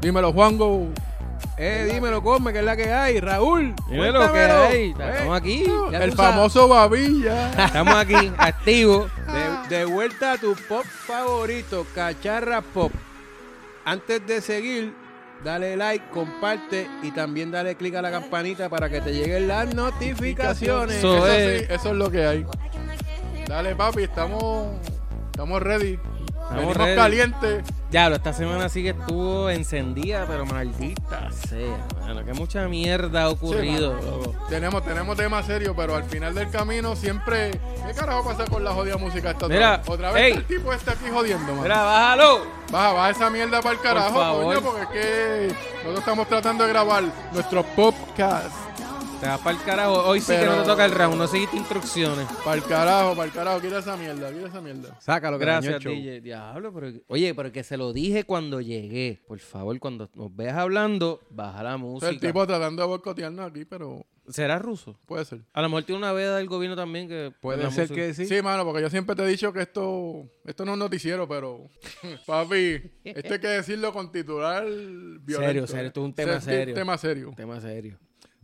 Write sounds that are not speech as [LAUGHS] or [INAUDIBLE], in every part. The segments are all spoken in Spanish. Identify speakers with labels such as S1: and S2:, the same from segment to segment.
S1: Dímelo, Juango. Eh, dímelo, come, que es la que hay. Raúl.
S2: Dímelo,
S1: cuéntamelo.
S2: que hay.
S1: Eh,
S2: Estamos aquí.
S3: Ya
S1: El
S3: tú
S1: famoso Babilla.
S2: [LAUGHS] Estamos aquí, activos.
S1: De, de vuelta a tu pop favorito, Cacharra Pop. Antes de seguir, dale like, comparte y también dale click a la campanita para que te lleguen las notificaciones.
S2: So-
S3: Eso,
S2: es.
S3: sí, eso es lo que hay. Dale, papi, estamos, estamos ready. Venimos
S2: ready.
S3: calientes.
S2: Ya, esta semana sí que estuvo encendida, pero maldita sea. Bueno, que mucha mierda ha ocurrido. loco.
S3: Tenemos, tenemos temas serios, pero al final del camino siempre. ¿Qué carajo pasa con la jodida música esta otra
S2: Mira,
S3: vez? Otra vez
S2: ey.
S3: el tipo está aquí jodiendo, man.
S2: Mira, bájalo.
S3: Baja, baja esa mierda para el carajo,
S2: favor.
S3: coño, porque es que nosotros estamos tratando de grabar nuestro podcast.
S2: Te vas para el carajo. Hoy sí
S3: Pero-
S2: que no te toca el round, no seguiste instrucciones.
S3: Para el carajo, para el carajo, quita esa mierda, quita esa mierda.
S1: Sácalo, que dañó
S2: Gracias,
S1: el show.
S2: DJ. Diablo, pero, oye, pero que se lo dije cuando llegué. Por favor, cuando nos veas hablando, baja la música.
S3: el tipo tratando de boicotearnos aquí, pero
S2: ¿Será ruso?
S3: puede ser.
S2: A lo mejor tiene una veda del gobierno también que... la
S1: Puede ser
S2: música-
S1: que
S3: Sí.
S1: sí.
S3: mano, porque yo siempre te he dicho que esto esto no es noticiero, pero [LAUGHS] papi, esto hay que decirlo con titular violento.
S2: Serio, serio, esto es un tema
S3: Este es
S2: serio.
S3: tema serio.
S2: Tema serio.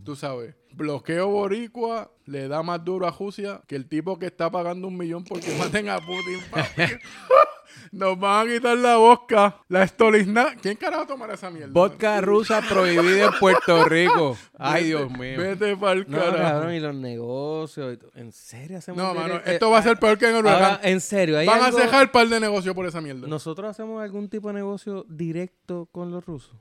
S3: Tú sabes, bloqueo boricua le da más duro a Rusia que el tipo que está pagando un millón porque [LAUGHS] maten a Putin. papi. [LAUGHS] Nos van a quitar la vodka, la estolizna. ¿Quién carajo tomará esa mierda?
S1: Vodka rusa prohibida en Puerto Rico. Ay, Dios mío.
S3: Vete pa'l
S2: No,
S3: carajo.
S2: cabrón, y los negocios. y to- ¿En serio hacemos
S3: No,
S2: un
S3: mano,
S2: directo?
S3: esto va a ser peor que en el
S2: Ahora,
S3: huracán.
S2: en serio, ¿hay
S3: Van a
S2: algo-
S3: cejar par de negocio por esa mierda.
S2: ¿Nosotros hacemos algún tipo de negocio directo con los rusos?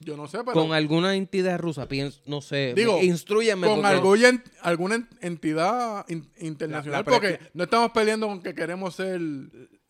S3: Yo no sé, pero...
S2: con alguna entidad rusa, pienso, no sé.
S3: Digo,
S2: Digo, instrúyeme.
S3: con
S2: porque-
S3: alguna, en- alguna en- entidad in- internacional.
S1: La- la pre-
S3: porque no estamos peleando con que queremos ser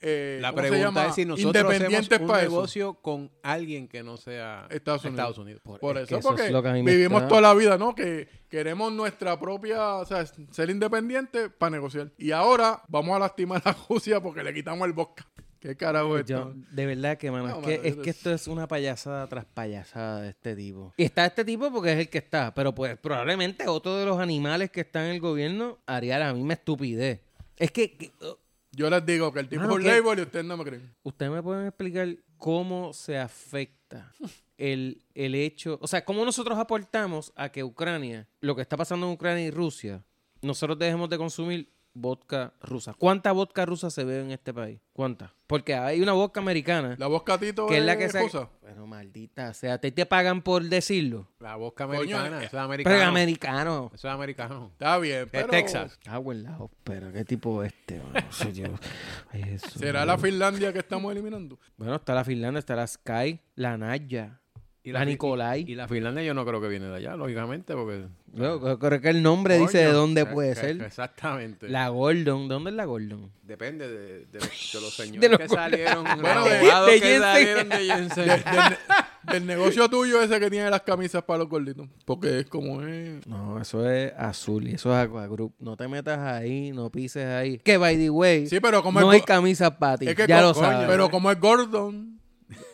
S3: eh,
S1: La
S3: ¿cómo se
S1: pregunta
S3: llama?
S1: es si nosotros hacemos
S3: independientes
S1: un
S3: para eso.
S1: negocio con alguien que no sea
S3: Estados Unidos. Por,
S2: es
S3: eso,
S2: que eso
S3: porque
S2: es lo que a mí me
S3: vivimos
S2: está-
S3: toda la vida, ¿no? Que queremos nuestra propia, o sea, ser independiente para negociar. Y ahora vamos a lastimar a Rusia porque le quitamos el vodka. ¿Qué carajo es
S2: Yo,
S3: esto?
S2: de verdad que, mano,
S3: No,
S2: es, que,
S3: mano,
S2: es
S3: yo-
S2: que esto es una payasada tras payasada de este tipo. Y está este tipo porque es el que está, pero pues probablemente otro de los animales que está en el gobierno haría la misma estupidez. Es que, que-
S3: Yo les digo que el tipo
S2: Mano,
S3: es un
S2: ¿qué?
S3: label y ustedes no me creen.
S2: ¿Ustedes me pueden explicar cómo se afecta el, el hecho, o sea, cómo nosotros aportamos a que Ucrania, lo que está pasando en Ucrania y Rusia, nosotros dejemos de consumir vodka rusa? ¿Cuánta vodka rusa se ve en este país? ¿Cuánta? Porque hay una vodka americana
S3: La vodka Tito
S2: que es la que se...
S3: rusa.
S2: Bueno, maldita sea, te, te pagan por decirlo.
S1: La vodka
S3: Coño,
S1: americana.
S3: eh,
S1: eso es americano.
S2: Pero americano.
S1: Eso es americano.
S3: Está bien,
S1: De
S3: pero...
S1: Texas.
S2: Cago en la pero qué tipo este, mano? Soy yo. [LAUGHS] Ay, Jesús.
S3: ¿Será la Finlandia que estamos eliminando?
S2: Bueno, está la Finlandia, está la Sky, la Naya,
S1: Y
S2: la,
S1: la-
S2: Nicolai.
S1: Y la Finlandia yo no creo que viene de allá, lógicamente, porque...
S2: Yo creo- creo que el nombre dice de
S3: Coño, este
S2: dónde puede
S1: Que- que-
S2: ser.
S1: Exactamente.
S2: La Gordon, ¿dónde es la Gordon?
S1: Depende de, de-
S2: [LAUGHS]
S1: de los señores
S2: De los [LAUGHS]
S1: que
S2: cu-
S1: salieron.
S3: Bueno, de-
S1: graduados
S2: de
S1: que
S2: Jensen.
S1: salieron de Jensen.
S3: del, ne- del negocio tuyo ese que tiene las camisas para los gorditos. Porque es como es.
S2: No, eso es azul y eso es Aqua Group. No te metas ahí, no pises ahí. Que by the way,
S3: Sí, pero como
S2: no
S3: es
S2: hay
S3: go-
S2: camisas para ti.
S3: es que
S2: ya
S3: co-
S2: lo
S3: coño,
S2: sabes.
S3: Pero como es Gordon.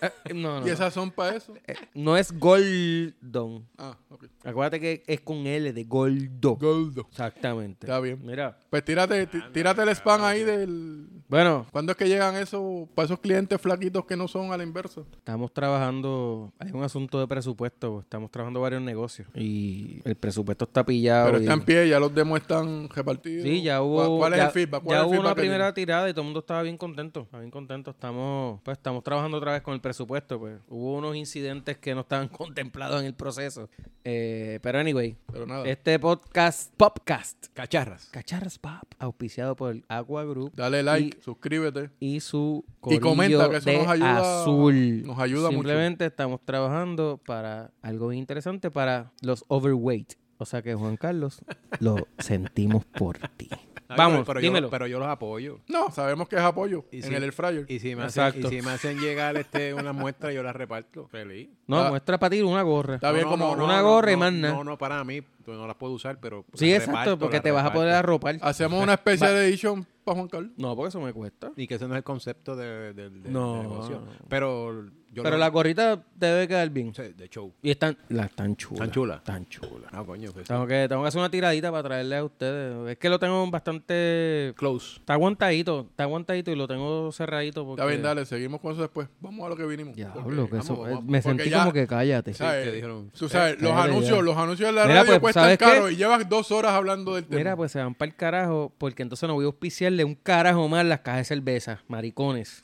S2: Eh, no, no,
S3: Y
S2: no.
S3: esas son para eso.
S2: Eh, no es Gordon.
S3: Ah, ok.
S2: Acuérdate que es con L de Gordo.
S3: Gordo.
S2: Exactamente.
S3: Está bien.
S2: Mira.
S3: Pues tírate, tí- tírate el spam ahí del.
S2: Bueno,
S3: ¿Cuándo es que llegan esos, para esos clientes flaquitos que no son a la inversa?
S2: Estamos trabajando, hay un asunto de presupuesto, estamos trabajando varios negocios y el presupuesto está pillado.
S3: Pero
S2: y-
S3: están en pie, ya los demos están repartidos.
S2: Sí, ya hubo,
S3: ¿Cuál, cuál
S2: ya-
S3: es el feedback? ¿Cuál
S2: ya
S3: es el
S2: hubo
S3: feedback
S2: una
S3: que
S2: primera
S3: tienen?
S2: tirada y todo el mundo estaba bien contento, estaba bien contento. Estamos, pues, estamos trabajando otra vez con el presupuesto, pues. Hubo unos incidentes que no estaban [LAUGHS] contemplados en el proceso. Eh, pero anyway,
S3: Pero nada.
S2: este podcast, Popcast,
S1: Cacharras.
S2: Cacharras Pop, auspiciado por el Aqua Group
S3: Dale like, suscríbete.
S2: y su
S3: Y comenta,
S2: corillo
S3: que eso
S2: de
S3: nos ayuda-
S2: azul.
S3: nos ayuda mucho.
S2: Simplemente estamos trabajando para algo bien interesante para los overweight. O sea que Juan Carlos, lo
S3: [LAUGHS]
S2: sentimos por ti.
S1: Ay,
S2: Vamos,
S1: pero,
S2: dímelo.
S1: Yo, pero yo los apoyo.
S3: No, sabemos que es apoyo
S1: Y
S3: en
S1: sí.
S3: el air fryer.
S1: Y si me hacen, y
S2: Exacto.
S1: si me hacen llegar este, una muestra, yo la reparto. Feliz.
S2: No,
S3: Ah.
S2: muestra para ti una gorra.
S3: Está bien, como
S2: una gorra y
S1: no,
S2: más nada.
S1: No, no, para mí. pues, no las puedo usar, pero.
S2: sí,
S1: las
S2: exacto,
S1: reparto,
S2: porque
S1: las
S2: te vas a
S1: reparto. Ah.
S2: poder arropar.
S3: Hacemos una especial edition para Juan Carlos.
S2: No, porque eso me cuesta.
S1: Y que ese no es el concepto de- del del
S2: No.
S1: negocio. Pero
S4: Yo
S2: Pero
S4: lo-
S2: la gorrita debe quedar bien.
S4: Sí, de show.
S2: Y están. La están chulas.
S4: Están chulas.
S2: Están chulas.
S4: No, coño, pues que
S2: Tengo que, tengo que hacer una tiradita para traerle a ustedes. Es que lo tengo bastante.
S4: close.
S2: Está aguantadito, está aguantadito y lo tengo cerradito. Porque...
S3: Está bien, dale, seguimos con eso después. Vamos a lo que vinimos.
S2: Diablo,
S3: Porque
S2: que eso.
S4: vamos, vamos,
S2: me
S3: porque
S2: sentí
S3: ya-
S2: como que cállate.
S3: ¿Sabes?
S4: que dijeron,
S3: Tú sabes, los
S2: cállate
S3: anuncios,
S2: ya.
S3: los anuncios de la
S2: Mira,
S3: radio
S2: pues,
S3: cuestan
S2: ¿sabes qué?
S3: caro y llevas dos horas hablando del tema.
S2: Mira, pues se van para el carajo porque entonces no voy a auspiciarle un carajo más las cajas de cerveza, [LAUGHS] maricones.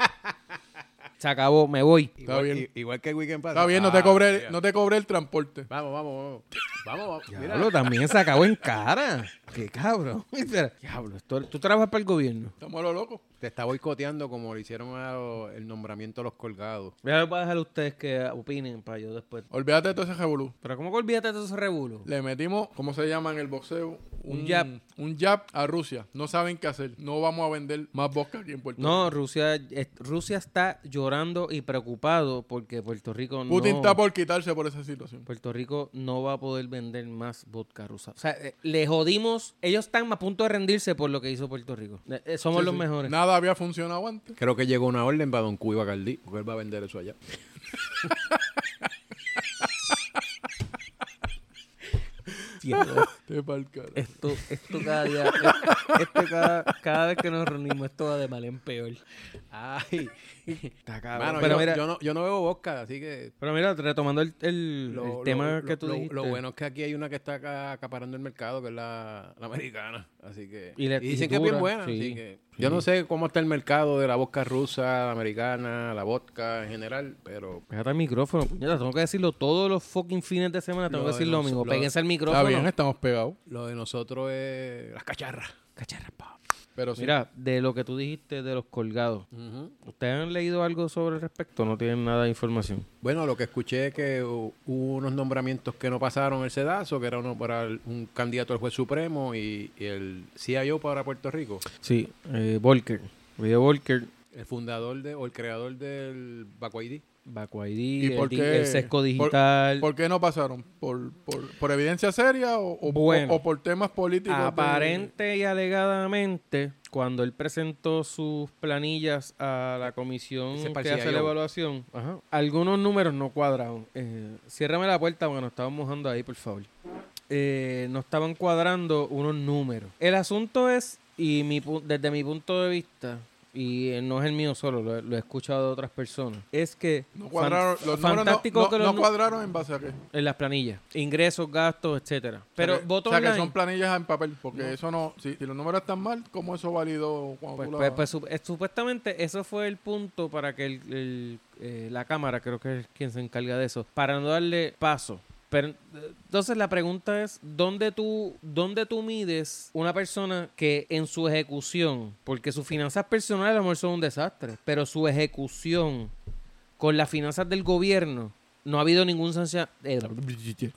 S2: se acabó, me voy.
S4: Está
S3: Está bien.
S4: Igual que el weekend pasado.
S3: Está bien, no te
S4: Ah,
S3: cobré,
S4: mira.
S3: no te cobré el transporte.
S4: Vamos, vamos, vamos. Vamos, vamos. Mira.
S2: Diablo, también se acabó en cara. Qué cabrón. [LAUGHS] Diablo, tú, tú trabajas para el gobierno.
S3: Estamos a lo loco.
S4: Te está boicoteando como le hicieron a lo- el nombramiento a los colgados.
S2: Voy a dejar a ustedes que opinen para yo después.
S3: Olvídate de todo ese revolú.
S2: Pero ¿cómo que olvídate de esos rebulos?
S3: Le metimos, ¿cómo se llama en el boxeo?
S2: Un jab.
S3: Un jab a Rusia. No saben qué hacer. No vamos a vender más vodka aquí en Puerto Rico.
S2: No, Rusia, eh, Rusia está llorando y preocupado porque Puerto Rico no...
S3: Putin está por quitarse por esa situación.
S2: Puerto Rico no va a poder vender más vodka rusa. O sea, eh, le jodimos. Ellos están a punto de rendirse por lo que hizo Puerto Rico. Eh, eh, somos
S3: Sí,
S2: los
S3: sí.
S2: mejores.
S3: Nada había funcionado antes. [LAUGHS]
S4: Creo que llegó una orden para Don Cuy Bacardí, porque él va a vender eso allá.
S2: Diablo,
S3: Te pa'l carajo.
S2: Esto, esto cada día, eh, esto cada, cada vez que nos reunimos, esto va de mal en peor.
S4: Ay.
S2: Está cabrón.
S4: Mano,
S2: Ah, pero,
S4: yo,
S2: mira,
S4: yo no, yo no bebo vodka, así que...
S2: pero mira, retomando el, el-
S4: lo-
S2: el
S4: lo-
S2: tema
S4: lo-
S2: que tú
S4: lo,
S2: dijiste.
S4: lo bueno es que aquí hay una que está acá acaparando el mercado, que es la, la americana. Así que...
S2: Y le- y
S4: dicen que es
S2: dura,
S4: bien buena.
S2: sí,
S4: así que, Yo no sé cómo está el mercado de la vodka rusa, la americana, la vodka en general, pero...
S2: Pégate al micrófono, puñeta. Tengo que decirlo todos los fucking fines de semana. Tengo
S4: Lo
S2: que
S4: de
S2: decir lo
S4: los-
S2: mismo.
S4: lo-
S2: Péguense al
S3: Está
S2: micrófono.
S3: bien, estamos pegados.
S4: Lo de nosotros es las cacharras.
S2: Cacharra, pa.
S3: Pero sí.
S2: Mira, de lo que tú dijiste de los colgados. ¿Ustedes han leído algo sobre el respecto? No tienen nada de información.
S4: Bueno, lo que escuché es que hu- hubo unos nombramientos que no pasaron el sedazo, que era uno para el- un candidato al juez supremo y, y el CIO para Puerto Rico,
S2: Sí, eh, Volker. Video Volker,
S4: el fundador de o el creador del Bacuaidí.
S2: Bacuaidí,
S3: ¿Y por
S2: el, di-
S3: qué-
S2: el sesco
S3: por-
S2: digital.
S3: ¿Por qué no pasaron? ¿Por, por, por evidencia seria o, o-
S2: Bueno.
S3: o- o por temas políticos? de-
S2: Aparente y alegadamente, cuando él presentó sus planillas a la comisión
S4: Ese es para el
S2: que hace la
S4: CIO.
S2: evaluación, ajá, algunos números no cuadraban. Eh, ciérrame la puerta porque nos estaban mojando ahí, por favor. Eh, no estaban cuadrando unos números. El asunto es, y mi, pu- desde mi punto de vista, y eh, no es el mío solo, lo, he- lo he escuchado de otras personas, es que
S3: No
S2: fan-
S3: cuadraron, los números no-
S2: fantástico
S3: no,
S2: que
S3: no
S2: los nu-
S3: cuadraron en base a qué.
S2: en las planillas, ingresos, gastos, etcétera. Pero
S3: o sea que,
S2: voto
S3: o sea que
S2: online-
S3: son planillas en papel, porque eso no, si, si los números están mal, ¿cómo eso validó cuando
S2: Pues,
S3: tú la-
S2: pues- pues, sup- eh, supuestamente eso fue el punto para que el- el, eh, la cámara, creo que es quien se encarga de eso, para no darle paso. Pero eh, entonces la pregunta es, ¿dónde tú, ¿dónde tú mides una persona que en su ejecución, porque sus finanzas personales a lo mejor son un desastre, pero su ejecución con las finanzas del gobierno no ha habido ningún, sancio- eh,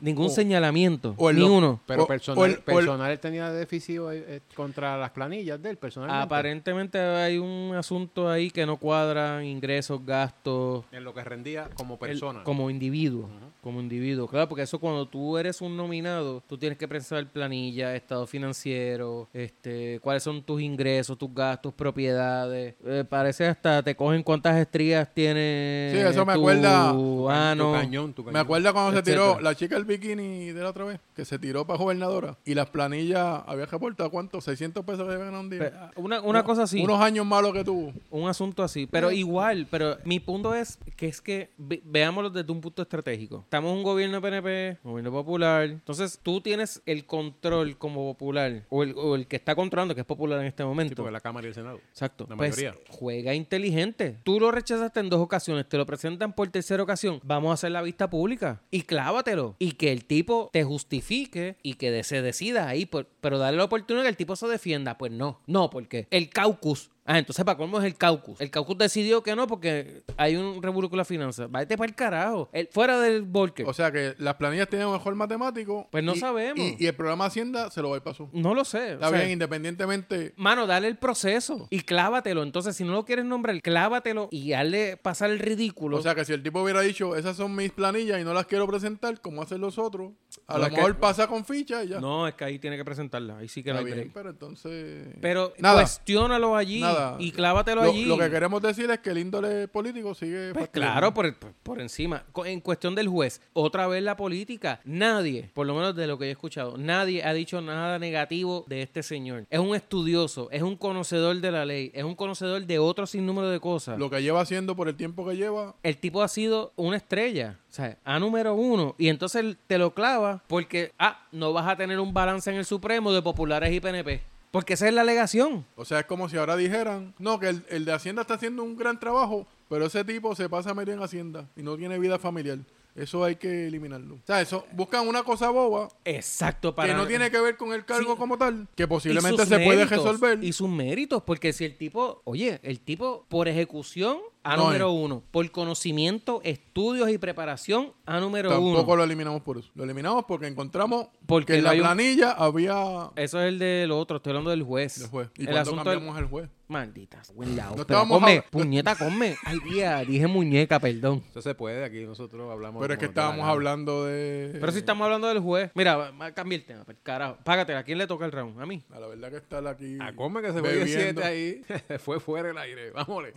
S2: ningún
S3: O-
S2: señalamiento,
S3: Oh. o el
S2: ni
S3: lo-
S2: uno?
S4: Pero
S3: O-
S4: personal,
S3: o el- o el-
S4: personal tenía déficit eh, eh, contra las planillas del personal.
S2: Aparentemente hay un asunto ahí que no cuadran ingresos, gastos,
S4: En lo que rendía como
S2: el-
S4: persona.
S2: como individuo, como individuo. Claro, porque eso cuando tú eres un nominado, tú tienes que pensar planilla, estado financiero, este, cuáles son tus ingresos, tus gastos, propiedades. Eh, parece hasta te cogen cuántas estrías Ah, tiene.
S3: Sí, eso me
S2: tu
S3: acuerda-
S4: Tu
S2: ano.
S4: cañón, tu cañón.
S3: Me acuerdo cuando se tiró
S2: etcétera.
S3: la chica del bikini de la otra vez, que se tiró para gobernadora y las planillas había reportado cuánto, 600 pesos que había ganado un día.
S2: Pe- Una, una
S3: Uno-
S2: cosa Pues, así.
S3: Unos años malos que tuvo.
S2: un asunto así. Pero igual, pero mi punto es que es que ve- veámoslo desde un punto estratégico. Estamos en un gobierno PNP, gobierno popular. Entonces tú tienes el control como popular o el, o el que está controlando, que es popular en este
S4: Sí,
S2: momento.
S4: porque la Cámara y el Senado.
S2: Exacto.
S4: la
S2: Pues,
S4: mayoría.
S2: juega inteligente. Tú lo rechazaste en dos ocasiones, te lo presentan por tercera ocasión. Vamos a hacer la vista pública y clávatelo. Y que el tipo te justifique y que de- se decida ahí. por- pero dale la oportunidad que el tipo se defienda. Pues no, no, porque el caucus. Ah, entonces, ¿para cómo es el caucus? El caucus decidió que no porque hay un revuelo con la finanza. Vete para el carajo. El- fuera del Volker.
S3: O sea que las planillas tienen un mejor matemático.
S2: Pues no
S3: y-
S2: sabemos.
S3: Y, y el programa Hacienda se lo va a pasó.
S2: no lo sé. o
S3: Está
S2: sea,
S3: bien, independientemente.
S2: Mano, dale el proceso y clávatelo. Entonces, si no lo quieres nombrar, clávatelo y hazle pasar el ridículo.
S3: O sea que si el tipo hubiera dicho, esas son mis planillas y no las quiero presentar, como hacen los otros, a
S2: No,
S3: lo
S2: es que-
S3: mejor pasa con ficha [LAUGHS] y ya.
S2: No, es que ahí tiene que presentarla. Ahí sí que no
S3: Está
S2: hay
S3: bien,
S2: break.
S3: pero entonces.
S2: Pero
S3: Nada.
S2: cuestiónalo allí.
S3: Nada, nada.
S2: Y clávatelo
S3: Lo-
S2: allí.
S3: Lo, que queremos decir es que el índole político sigue.
S2: Pues
S3: factible.
S2: claro, por, por- por encima. Co- En cuestión del juez, otra vez la política, nadie, por lo menos de lo que yo he escuchado, nadie ha dicho nada negativo de este señor. Es un estudioso, es un conocedor de la ley, es un conocedor de otro sinnúmero de cosas.
S3: Lo que lleva haciendo por el tiempo que lleva.
S2: el tipo ha sido una estrella, o sea, a número uno, y entonces te lo clava porque, ah, no vas a tener un balance en el Supremo de populares y PNP. Porque esa es la alegación.
S3: O sea, es como si ahora dijeran, no, que el, el de Hacienda está haciendo un gran trabajo, pero ese tipo se pasa a meter en Hacienda y no tiene vida familiar. Eso hay que eliminarlo. O sea, eso, buscan una cosa boba
S2: Exacto, para
S3: que no tiene que ver con el cargo
S2: Sí.
S3: como tal, que
S2: Y sus
S3: posiblemente se puede
S2: méritos,
S3: resolver.
S2: Y sus méritos, porque si el tipo, oye, el tipo por ejecución a
S3: No
S2: número uno, por conocimiento, estudios y preparación a número
S3: Tampoco
S2: uno.
S3: lo eliminamos por eso. Lo eliminamos porque encontramos
S2: Porque
S3: que en
S2: no
S3: la
S2: hay un-
S3: planilla había
S2: Eso es el del otro, estoy hablando del juez.
S3: el juez. ¿Y
S2: el
S3: cuando
S2: asunto del-
S3: cambiamos el juez?
S2: Maldita, buen lado.
S3: No
S2: Pero
S3: estábamos
S2: come,
S3: habla-
S2: puñeta, come. Ay, día, dije muñeca, perdón.
S4: Eso se puede, aquí nosotros hablamos.
S3: Pero es que
S4: como te da la
S3: estábamos
S4: gana.
S3: hablando de...
S2: Pero si estamos hablando del juez. Mira, va- va- cambié el tema, pero carajo. Págatela, ¿a quién le toca el round? ¿A mí?
S3: A la verdad que estar aquí...
S2: Ah,
S4: A Cosme Ah, que se fue
S3: bebiendo.
S4: 17 ahí. [LAUGHS] se fue fuera el aire. Vámonos.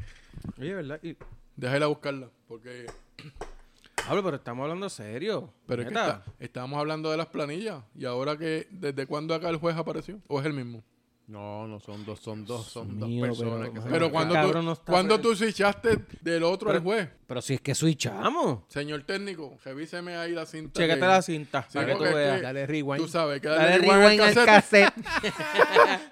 S2: Oye, ¿verdad? Y-
S3: Déjela buscarla, porque...
S2: Pablo, pero estamos hablando serio.
S3: Pero es que
S2: puñeta.
S3: está- estábamos hablando de las planillas. Y ahora que... ¿Desde cuándo acá el juez apareció? ¿O es el mismo?
S4: No, no son dos, son dos, son
S2: Mío,
S4: dos personas
S2: pero-
S4: que se
S2: Bueno,
S3: Pero
S2: Ah, el
S3: cuando
S2: cabrón
S3: tú,
S2: no está
S3: cuando
S2: pre-
S3: tú switchaste del otro al juez.
S2: Pero si es que switchamos.
S3: Señor técnico, revíseme ahí la cinta.
S2: Chécate
S3: que-
S2: la cinta
S3: Sí,
S2: para que tú
S3: porque es
S2: veas.
S3: que-
S4: Dale rewind.
S3: Tú sabes que
S2: Dale
S3: rewind al
S2: rewind al
S3: cassette.
S2: cassette.
S3: [LAUGHS]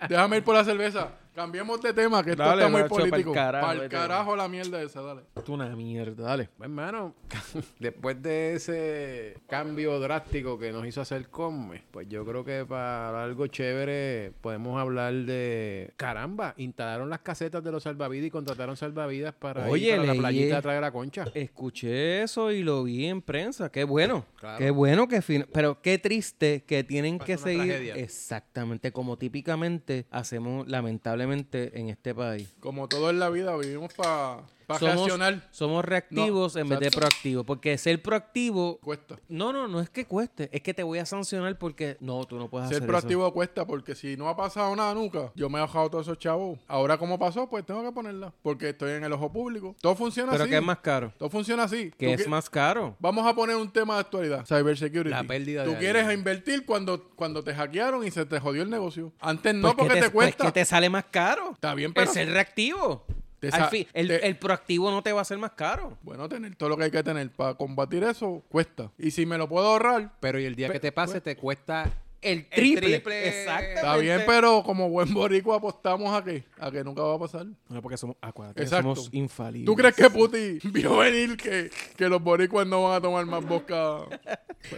S3: Déjame ir por la cerveza. Cambiemos de tema, que esto
S2: Dale,
S3: está muy
S2: macho,
S3: político.
S2: pa'l carajo,
S3: Pa'l
S2: vete.
S3: carajo la mierda esa, dale.
S2: Tú una mierda, dale.
S4: Pues, hermano, [LAUGHS] después de ese cambio drástico que nos hizo hacer Cosme, pues yo creo que para algo chévere podemos hablar de. Caramba, instalaron las casetas de los salvavidas y contrataron salvavidas para
S2: Oye,
S4: ir para la
S2: leí-
S4: playita a traer la concha.
S2: Escuché eso y lo vi en prensa. Qué bueno.
S4: Claro.
S2: Qué bueno que fin- Pero qué triste que tienen
S4: Pasa
S2: que
S4: una
S2: seguir
S4: tragedia.
S2: exactamente como típicamente hacemos lamentablemente en este país.
S3: Como todo en la vida, vivimos para pa
S2: Somos,
S3: reaccionar.
S2: somos reactivos en vez de
S3: exacto.
S2: proactivos. Porque ser proactivo.
S3: Cuesta.
S2: No, no, no es que cueste. Es que te voy a sancionar porque no, tú no puedes hacer
S3: Ser
S2: eso.
S3: proactivo cuesta, porque si no ha pasado nada nunca, yo me he bajado todos esos chavos. Ahora, como pasó, pues tengo que ponerla, porque estoy en el ojo público. Todo funciona
S2: Pero
S3: así.
S2: que es más caro.
S3: Todo funciona así.
S2: Que
S3: Tú
S2: es
S3: qui-
S2: más caro.
S3: Vamos a poner un tema de actualidad, cybersecurity.
S4: La pérdida
S3: Tú
S4: de
S3: quieres
S4: alguien.
S3: invertir cuando, cuando te hackearon y se te jodió el negocio. Antes no,
S2: Pues que
S3: porque te,
S2: pues
S3: cuesta.
S2: que te sale más caro.
S3: Está bien, pero-
S2: Es el reactivo.
S3: Te
S2: Al
S3: sa-
S2: fin, el,
S3: te-
S2: el proactivo no te va a ser más caro.
S3: Bueno, tener todo lo que hay que tener para combatir eso cuesta. Y si me lo puedo ahorrar, pues
S4: Pero y el día que te pase te cuesta
S2: Pues, El
S4: triple.
S2: triple.
S4: Exactamente.
S3: está bien, pues. pero como buen boricua apostamos a que, a que nunca va a pasar.
S2: No, porque somos, acuérdate,
S3: Exacto.
S2: somos infalibles.
S3: ¿Tú crees que Putin vio venir que, que los boricuas no van a tomar más vodka?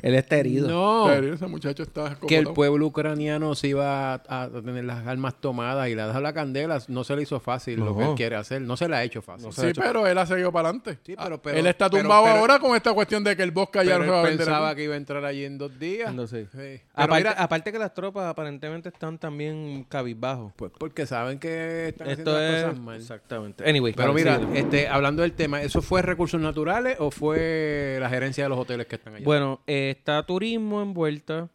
S2: Él está herido.
S4: No.
S3: Serio, Ese muchacho está
S4: que el
S3: escopetado.
S4: pueblo ucraniano se iba a, a tener las armas tomadas y la dejó la candela, no se le hizo fácil lo que
S2: No.
S4: él quiere hacer, no se la ha hecho fácil.
S3: Sí, pero él ha seguido para adelante.
S4: Sí, pero-
S3: Ah,
S4: pero-
S3: él está
S4: pero-
S3: tumbado
S4: pero-
S3: ahora con esta cuestión de que el vodka ya
S4: Pero
S3: no se va a
S4: él
S3: vender.
S4: pensaba
S3: aquí.
S4: que iba a entrar allí en dos días.
S2: No sé.
S4: Sí. Pero
S2: aparte,
S4: mira,
S2: aparte que las tropas aparentemente están también cabizbajo.
S4: pues porque saben que están haciendo
S2: Esto
S4: las
S2: es...
S4: cosas mal.
S2: Exactamente. Anyway.
S4: Pero
S2: vale,
S4: mira,
S2: síguele.
S4: este, hablando del tema, ¿eso fue recursos naturales o fue la gerencia de los hoteles que están allá?
S2: Bueno, eh, está turismo envuelta,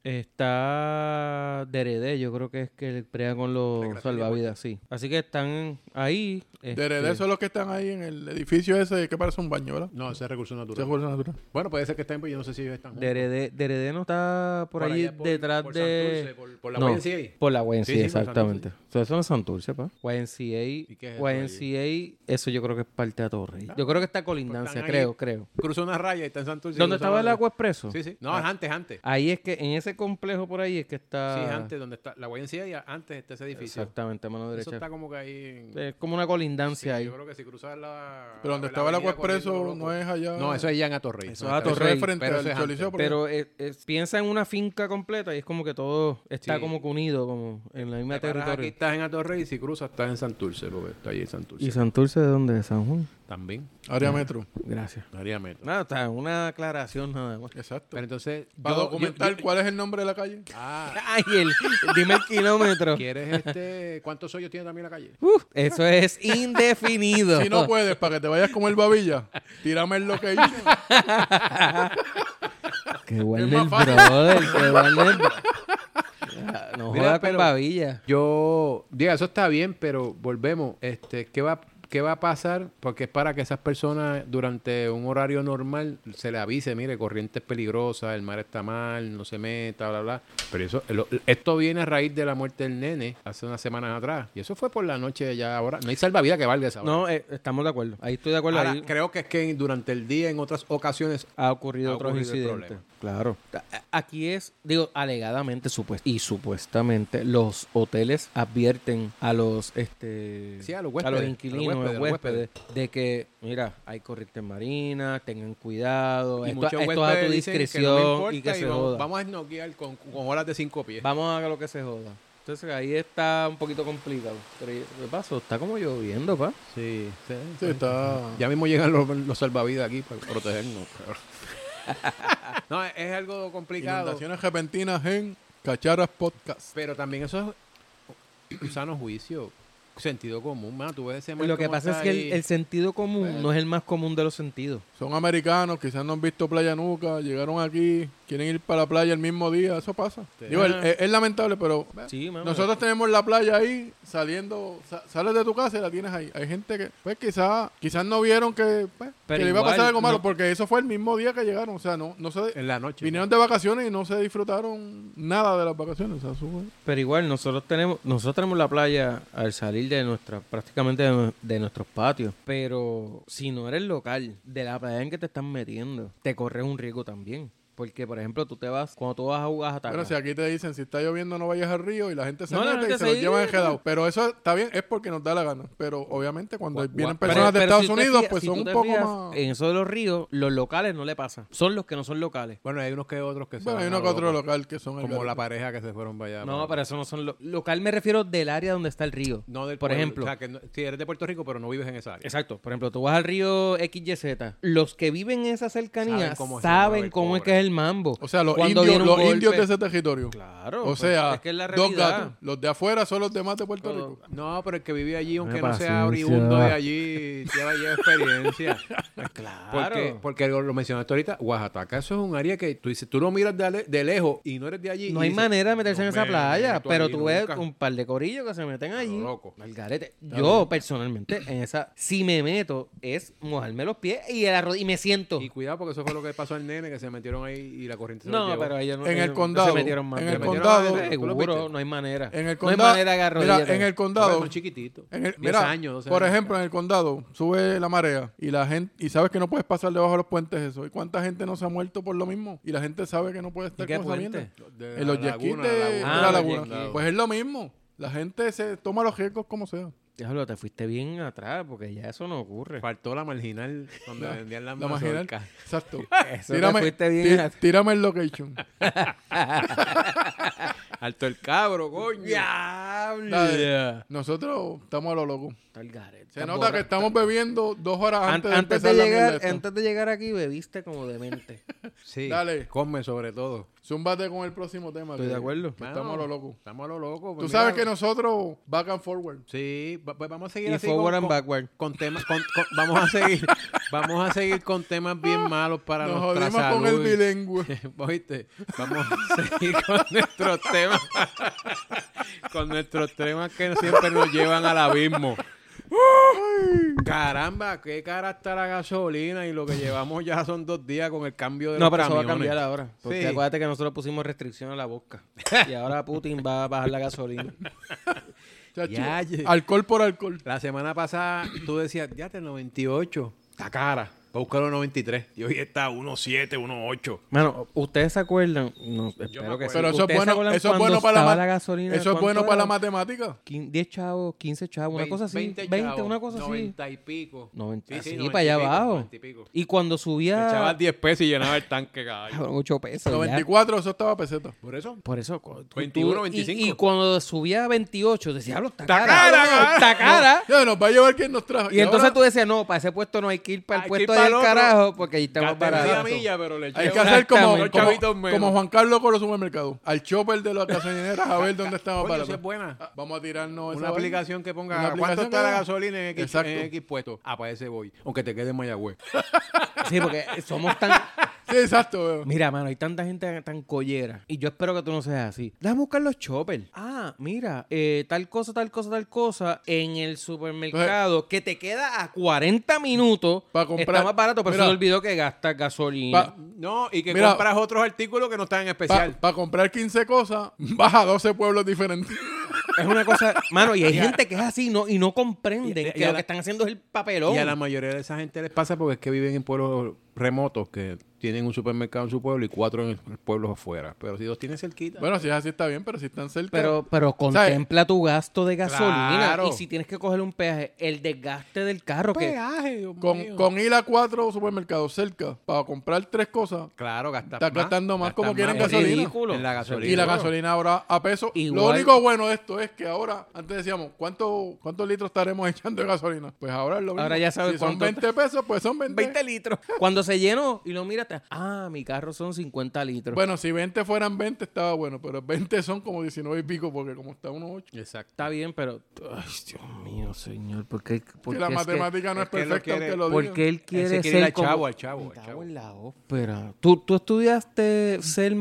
S2: está Derede, yo creo que es que prea con los salvavidas, sí. Así que están ahí.
S3: De
S2: este,
S3: heredero son los que están ahí en el edificio ese que parece un baño, ¿verdad?
S4: no, ese es recursos
S3: Ese es
S4: naturales.
S3: fuerza natural.
S4: Bueno, puede ser que estén, pero yo no sé si ellos están. juntos.
S2: Derede, Derede no está por, allí
S4: allá
S2: detrás
S4: por Santurce,
S2: de...
S4: por, por la
S2: No,
S4: YMCA.
S2: Por la YMCA,
S4: Sí, sí, por
S2: exactamente. O sea, eso no es Santurce, pa. YMCA,
S4: qué es eso
S2: YMCA, eso yo creo que es parte de Torrey. Ah. Yo creo que está colindancia,
S4: Pues están
S2: creo,
S4: ahí.
S2: creo.
S4: Cruzó una raya y está en Santurce.
S2: ¿Dónde
S4: No
S2: estaba
S4: sabe
S2: el
S4: dónde.
S2: agua expreso?
S4: Sí, sí. No,
S2: Ah,
S4: antes, antes.
S2: Ahí es que, en ese complejo por ahí es que está...
S4: Sí, antes, donde está la YMCA, y antes está ese edificio.
S2: Exactamente, mano
S4: Eso
S2: derecha.
S4: está como que ahí en...
S2: Es como una colindancia
S4: Sí,
S2: ahí.
S4: Yo creo que si cruzas la...
S3: Pero donde
S4: la
S3: estaba el agua
S4: avenida
S3: expreso
S4: corriendo,
S3: no es allá.
S4: No, eso es ya en Atorrey.
S2: Eso es
S4: No, está-
S2: Atorrey.
S3: Eso es frente
S4: pero eso
S3: al
S4: es antes.
S3: Choliseo. por ejemplo.
S2: Pero eh, eh, piensa en una finca completa y es como que todo está
S4: Sí.
S2: como que unido, como en la misma
S4: Te paras Aquí
S2: territorio.
S4: estás en Atorrey y si cruzas estás en Santurce, porque está ahí en Santurce.
S2: ¿Y Santurce de dónde? ¿De San Juan?
S4: También,
S3: Área metro.
S2: Gracias.
S4: haría metro.
S2: Nada, está una aclaración nada más.
S3: Exacto.
S4: Pero entonces...
S3: Para
S4: yo-
S3: documentar
S4: yo- yo-
S3: cuál es el nombre de la calle.
S4: Ah,
S2: [LAUGHS] Ay, el, dime el kilómetro.
S4: ¿quieres este...? ¿Cuántos hoyos tiene también la calle?
S2: Uf, eso es indefinido. [LAUGHS]
S3: Si no puedes, para que te vayas con el babilla, tírame el location.
S2: que guarde
S3: más
S2: el
S3: fácil.
S2: [LAUGHS] brother, que guarde el... No
S4: Mira,
S2: joda
S4: pero-
S2: con babilla.
S4: Yo, diga, eso está bien, pero volvemos. Este, ¿qué va, qué va a pasar? Porque es para que esas personas durante un horario normal se le avise, mire, corriente es peligrosa, el mar está mal, no se meta, bla, bla. Pero eso, lo- esto viene a raíz de la muerte del nene hace unas semanas atrás. Y eso fue por la noche ya ahora. No hay salvavidas que valga esa hora.
S2: No, eh, estamos de acuerdo. Ahí estoy de acuerdo.
S4: Ahora,
S2: ahí
S4: creo que es que durante el día, en otras ocasiones,
S2: ha ocurrido
S4: ha
S2: otros
S4: ocurrido el
S2: incidentes.
S4: problema.
S2: Claro. Aquí es, digo, alegadamente supuest- y supuestamente los hoteles advierten a los este
S4: Sí, a los huéspedes, a los
S2: inquilinos, a los
S4: huéspedes, a los
S2: huéspedes, de que mira, hay corrientes marinas, tengan cuidado,
S4: y
S2: esto,
S4: muchos
S2: esto es a tu
S4: huéspedes dicen que
S2: discreción
S4: no me importa
S2: y que se
S4: vamos,
S2: joda. Vamos,
S4: vamos a snoquear con, con olas de cinco pies.
S2: a hacer lo que se joda. Entonces ahí está un poquito complicado. Pero ¿qué pasó? Está como lloviendo, pa.
S4: Sí, sí.
S3: Sí, está.
S4: Ya mismo llegan los, los salvavidas aquí para protegernos. no, es- es algo complicado.
S3: Inundaciones repentinas en Cacharras Podcast.
S4: Pero también eso es sano juicio, sentido común. mano, tú ves ese mar
S2: Lo que
S4: cómo
S2: pasa es
S4: está
S2: que
S4: ahí.
S2: el, el sentido común no es el más común de los sentidos.
S3: Son americanos, quizás no han visto playa nunca, llegaron aquí, quieren ir para la playa el mismo día, eso pasa.
S4: Sí.
S3: Digo, el- es, es lamentable, pero eh,
S2: Sí, mano.
S3: nosotros tenemos la playa ahí, saliendo, sa- sales de tu casa y la tienes ahí. Hay gente que, pues quizás quizás no vieron que, pues,
S2: Pero
S3: que le iba a pasar
S2: igual,
S3: algo malo,
S2: no-
S3: porque eso fue el mismo día que llegaron, o sea, no, no se...
S4: en la noche.
S3: Vinieron de vacaciones y no se disfrutaron nada de las vacaciones. O sea, eso fue-
S2: Pero igual, nosotros tenemos, nosotros tenemos la playa al salir de nuestra, prácticamente de, nue- de nuestros patios. Pero si no eres local, de la playa en que te están metiendo, te corres un riesgo también. Porque, por ejemplo, tú te vas, cuando tú vas a jugar a
S3: Bueno, si aquí te dicen, si está lloviendo no vayas al río y la gente se
S2: No, la
S3: mete y
S2: gente
S3: se
S2: se
S3: los llevan
S2: iba.
S3: quedado. Pero eso está bien, es porque nos da la gana. Pero obviamente cuando
S2: Gua-
S3: vienen
S2: gua- pero-
S3: personas de
S2: pero
S3: Estados
S2: si tú te
S3: Unidos,
S2: fijas-
S3: pues
S2: si
S3: son
S2: tú
S3: un
S2: te
S3: poco
S2: fijas,
S3: más...
S2: En eso de los ríos, los locales no le pasa. Son los que no son locales.
S4: Bueno, hay unos que otros que se
S3: Bueno, hay
S4: van
S3: uno
S4: a
S3: que otro
S4: loco,
S3: local que son... el
S4: Como
S3: garete.
S4: la pareja que se fueron
S3: Ah,
S4: para allá.
S2: No,
S4: para-
S2: pero eso no son lo- local. Me refiero del área donde está el río.
S4: No del
S2: por
S4: pueblo.
S2: ejemplo.
S4: O sea, que no- si eres de Puerto Rico, pero no vives en esa área.
S2: Exacto. Por ejemplo, tú vas al río XYZ. Los que viven en esa cercanía
S4: Saben
S2: saben
S4: cómo
S2: cómo, es,
S4: es el mar, pobre.
S2: que es el mambo.
S3: O sea, los,
S2: Cuando
S3: indios,
S2: viene un
S3: los
S2: golpe-
S3: indios de ese territorio.
S2: Claro.
S3: O
S2: pues,
S3: sea,
S2: es que es la
S3: dos
S2: realidad.
S3: gatos. Los de afuera son los demás de Puerto
S2: Todo.
S3: Rico.
S4: No, pero el que vive allí, aunque
S2: Dame
S4: no
S2: paciencia.
S4: sea oriundo de allí, lleva ya experiencia.
S2: [LAUGHS] Claro.
S4: Porque, porque lo, lo mencionaste ahorita, Oaxaca, eso es un área que tú dices, tú lo miras de, ale- de lejos y no eres de allí.
S2: no
S4: y
S2: hay
S4: dices,
S2: manera de meterse
S4: "No
S2: en esa
S4: me
S2: playa,
S4: meto
S2: pero
S4: allí
S2: tú ves
S4: nunca".
S2: un par de corillos que se meten allí.
S4: loco.
S2: Al garete. Yo, personalmente, en esa, si me meto, es mojarme los pies y, el arro- y me siento.
S4: Y cuidado, porque eso fue lo que pasó al nene, que se metieron ahí y la corriente se los
S2: no,
S4: llevó.
S2: pero ellos no,
S3: En el
S2: ellos no
S3: condado,
S2: se metieron más.
S3: en el
S2: Se metieron
S3: condado,
S2: más,
S4: ¿tú lo viste?
S2: seguro, no hay manera.
S3: En el
S2: No hay
S3: condado...
S2: manera de agarrar
S3: mira, en el condado...
S4: Son chiquititos.
S3: en el-
S4: 10
S3: mira,
S4: años, 12
S3: por
S4: años.
S3: ejemplo, en el condado sube la marea y la gente y sabes que no puedes pasar debajo de los puentes eso. ¿Y cuánta gente no se ha muerto por lo mismo? Y la gente sabe que no puede estar
S2: ¿Y qué
S3: con esa mierda.
S2: puente?
S4: De
S3: En
S4: la
S3: los jet skis
S4: laguna,
S3: de
S4: la
S3: de
S4: laguna.
S2: Ah,
S3: la
S2: los
S3: laguna.
S2: jet skis.
S3: Pues es lo mismo. La gente se toma los riesgos como sea.
S2: Diablo, te fuiste bien atrás porque ya eso no ocurre.
S4: Faltó la marginal donde vendían las
S3: La marginal.
S4: mazorcas.
S3: Exacto.
S2: [LAUGHS] Eso te
S3: tírame,
S2: fuiste bien
S3: tí-
S2: atrás.
S3: tírame
S2: [LAUGHS]
S3: el location.
S4: Alto el cabro, coño.
S3: Dale. Nosotros estamos a lo loco.
S2: Está el garete.
S3: Se
S2: Estás
S3: nota que
S2: borra-
S3: estamos bebiendo dos horas
S2: An-
S3: antes,
S2: Antes,
S3: de
S2: de
S3: empezar la mierda
S2: llegar,
S3: esta.
S2: antes de llegar aquí bebiste como demente.
S4: Sí,
S3: Dale.
S4: come sobre todo.
S3: Zúmbate con el próximo
S2: [LAUGHS]
S3: tema.
S2: Estoy
S3: que-
S2: de acuerdo.
S3: que estamos a lo loco.
S4: Estamos a lo loco. pues
S3: Tú sabes que nosotros back and forward.
S4: Sí, va- pues vamos a seguir
S2: y
S4: así
S2: forward
S4: con-
S2: and
S4: con-
S2: backward.
S4: con temas con- con- vamos a seguir
S2: [LAUGHS]
S4: vamos a seguir con temas bien malos para
S3: Nos
S4: nuestra
S3: jodimos
S4: salud
S3: con el bilingüe.
S4: [LAUGHS] ¿Oíste? vamos a seguir con [LAUGHS] nuestros temas con nuestros temas que siempre nos llevan al abismo caramba qué cara está la gasolina y lo que llevamos ya son dos días con el cambio de
S2: No,
S4: los
S2: pero eso va a
S4: camiones.
S2: cambiar ahora. Porque
S4: Sí.
S2: acuérdate que nosotros pusimos restricción a la [LAUGHS] boca. Y ahora Putin va a bajar la gasolina.
S3: Chacho,
S4: Ya, ye. Pues
S3: alcohol por alcohol.
S4: la semana pasada [CLEARS THROAT] tú decías ya te 98 está cara voy a buscar los 93 y hoy está 1.7 1.8
S2: Mano, ¿ustedes se acuerdan? No, espero que sí.
S3: Pero eso es
S2: ¿Ustedes se
S3: bueno,
S2: acuerdan
S3: eso es
S2: cuando
S3: bueno para la,
S2: estaba
S3: ma-
S2: gasolina.
S3: Eso es bueno
S2: ¿Cuánto
S3: para la
S2: era?
S4: Pues
S3: matemática.
S2: Quin- 10 chavos, 15 chavos, una cosa así. 20,
S4: chavos,
S2: una cosa así.
S4: 90 y pico.
S2: 90,
S4: Sí, sí,
S2: así,
S4: 90
S2: para allá
S4: y pico,
S2: abajo. Ah.
S4: 90 y pico.
S2: Y cuando
S4: Le
S2: subía...
S4: echabas 10 pesos y llenaba el tanque, caballo.
S2: 8 pesos. ya.
S3: 94, eso estaba peseta.
S4: Por eso.
S2: Por eso. cu- tú-
S4: 21,
S2: tú- y-
S4: 25.
S2: Y, cuando subía a 28, decía, "Diablo, está
S4: Está
S2: cara.
S4: cara,
S2: Está
S4: Ah.
S2: cara.
S3: Ya nos va a llevar quien nos trajo.
S2: Y entonces
S3: ahora
S2: tú decías, no, para ese puesto no hay que ir para
S4: Hay
S2: el
S4: que ir
S2: puesto
S4: para el
S2: del
S4: otro.
S2: carajo porque ahí estamos
S4: Gasté media
S2: parados.
S4: milla, pero le
S3: Hay
S4: eché
S3: que hacer como,
S2: Exactamente.
S3: como-
S4: Chavitos menos.
S3: como Juan Carlos con los supermercados. Al chopper de las gasolineras a ver dónde estamos
S4: Coño,
S3: para.
S4: si es buena.
S3: Ah, Vamos a tirarnos
S4: Una
S3: esa
S4: aplicación que pues
S3: Una
S4: ponga cuánto
S3: aplicación
S4: está
S3: que
S4: la
S3: haga.
S4: gasolina en X,
S3: Exacto.
S4: en X puesto. Ah, para ese voy. Aunque te quede en Mayagüez.
S2: Sí, porque somos tan, [LAUGHS]
S3: Sí, exacto, weón.
S2: Mira, mano, hay tanta gente tan collera. Y yo espero que tú no seas así. Déjame buscar los choppers. Ah, mira, eh, tal cosa, tal cosa, tal cosa en el supermercado que te queda a 40 minutos.
S3: Pa' comprar.
S2: Está más barato, pero
S3: Mira.
S2: se te olvidó que gastas gasolina.
S3: Pa-
S4: No, y que
S3: Mira.
S4: compras otros artículos que no están en
S3: Para
S4: especial.
S3: comprar 15 cosas, [LAUGHS] vas a 12 pueblos diferentes.
S2: Es una cosa. Mano,
S4: [LAUGHS]
S2: y hay gente que es así no, y no comprenden
S4: Y- y
S2: que
S4: a
S2: lo
S4: la-
S2: que están haciendo es el papelón.
S4: Y a la mayoría de esa gente les pasa porque es que viven en pueblos remotos que tienen un supermercado en su pueblo y cuatro en el pueblo afuera. Pero si los tienen cerquita.
S3: bueno, si es así está bien, pero si están cerca.
S2: Pero, pero contempla tu gasto de gasolina.
S4: Claro.
S2: Y si tienes que coger un peaje, el desgaste del carro. Que,
S4: pues, peaje, Dios mío.
S3: con, con ir a cuatro supermercados cerca para comprar tres cosas.
S4: claro, gastar
S3: Está gastando más como quieren
S2: más.
S3: gasolina.
S2: Ridículo.
S4: En la gasolina.
S3: Y la gasolina ahora a peso. Lo
S2: Igual-
S3: único bueno de esto es que ahora, antes decíamos, ¿cuánto, ¿cuántos litros estaremos [LAUGHS] echando de gasolina? Pues ahora es lo mismo.
S2: Ahora ya sabes
S3: si
S2: cuánto-
S3: son 20 pesos, pues son 20.
S2: litros. Cuando se llenó y lo miras, te- ah, mi carro son 50 litros.
S3: Bueno, si 20 fueran 20 estaba bueno, pero 20 son como 19 y pico porque como está uno 8.
S4: Exacto.
S2: Está bien, pero. Ay, Dios mío, señor. ¿Por qué, por
S3: Que
S2: qué
S3: la
S2: es
S3: matemática no
S4: es
S3: es
S4: que él lo
S3: perfecta,
S4: quiere-
S3: aunque
S2: que-
S3: lo
S2: ¿Por
S3: diga.
S2: qué él quiere
S4: Ese
S2: ser
S4: quiere ir al
S2: como-
S4: chavo, al chavo,
S2: Me
S4: al
S2: cago
S4: chavo.
S2: en la ópera. ¿Tú, tú estudiaste ser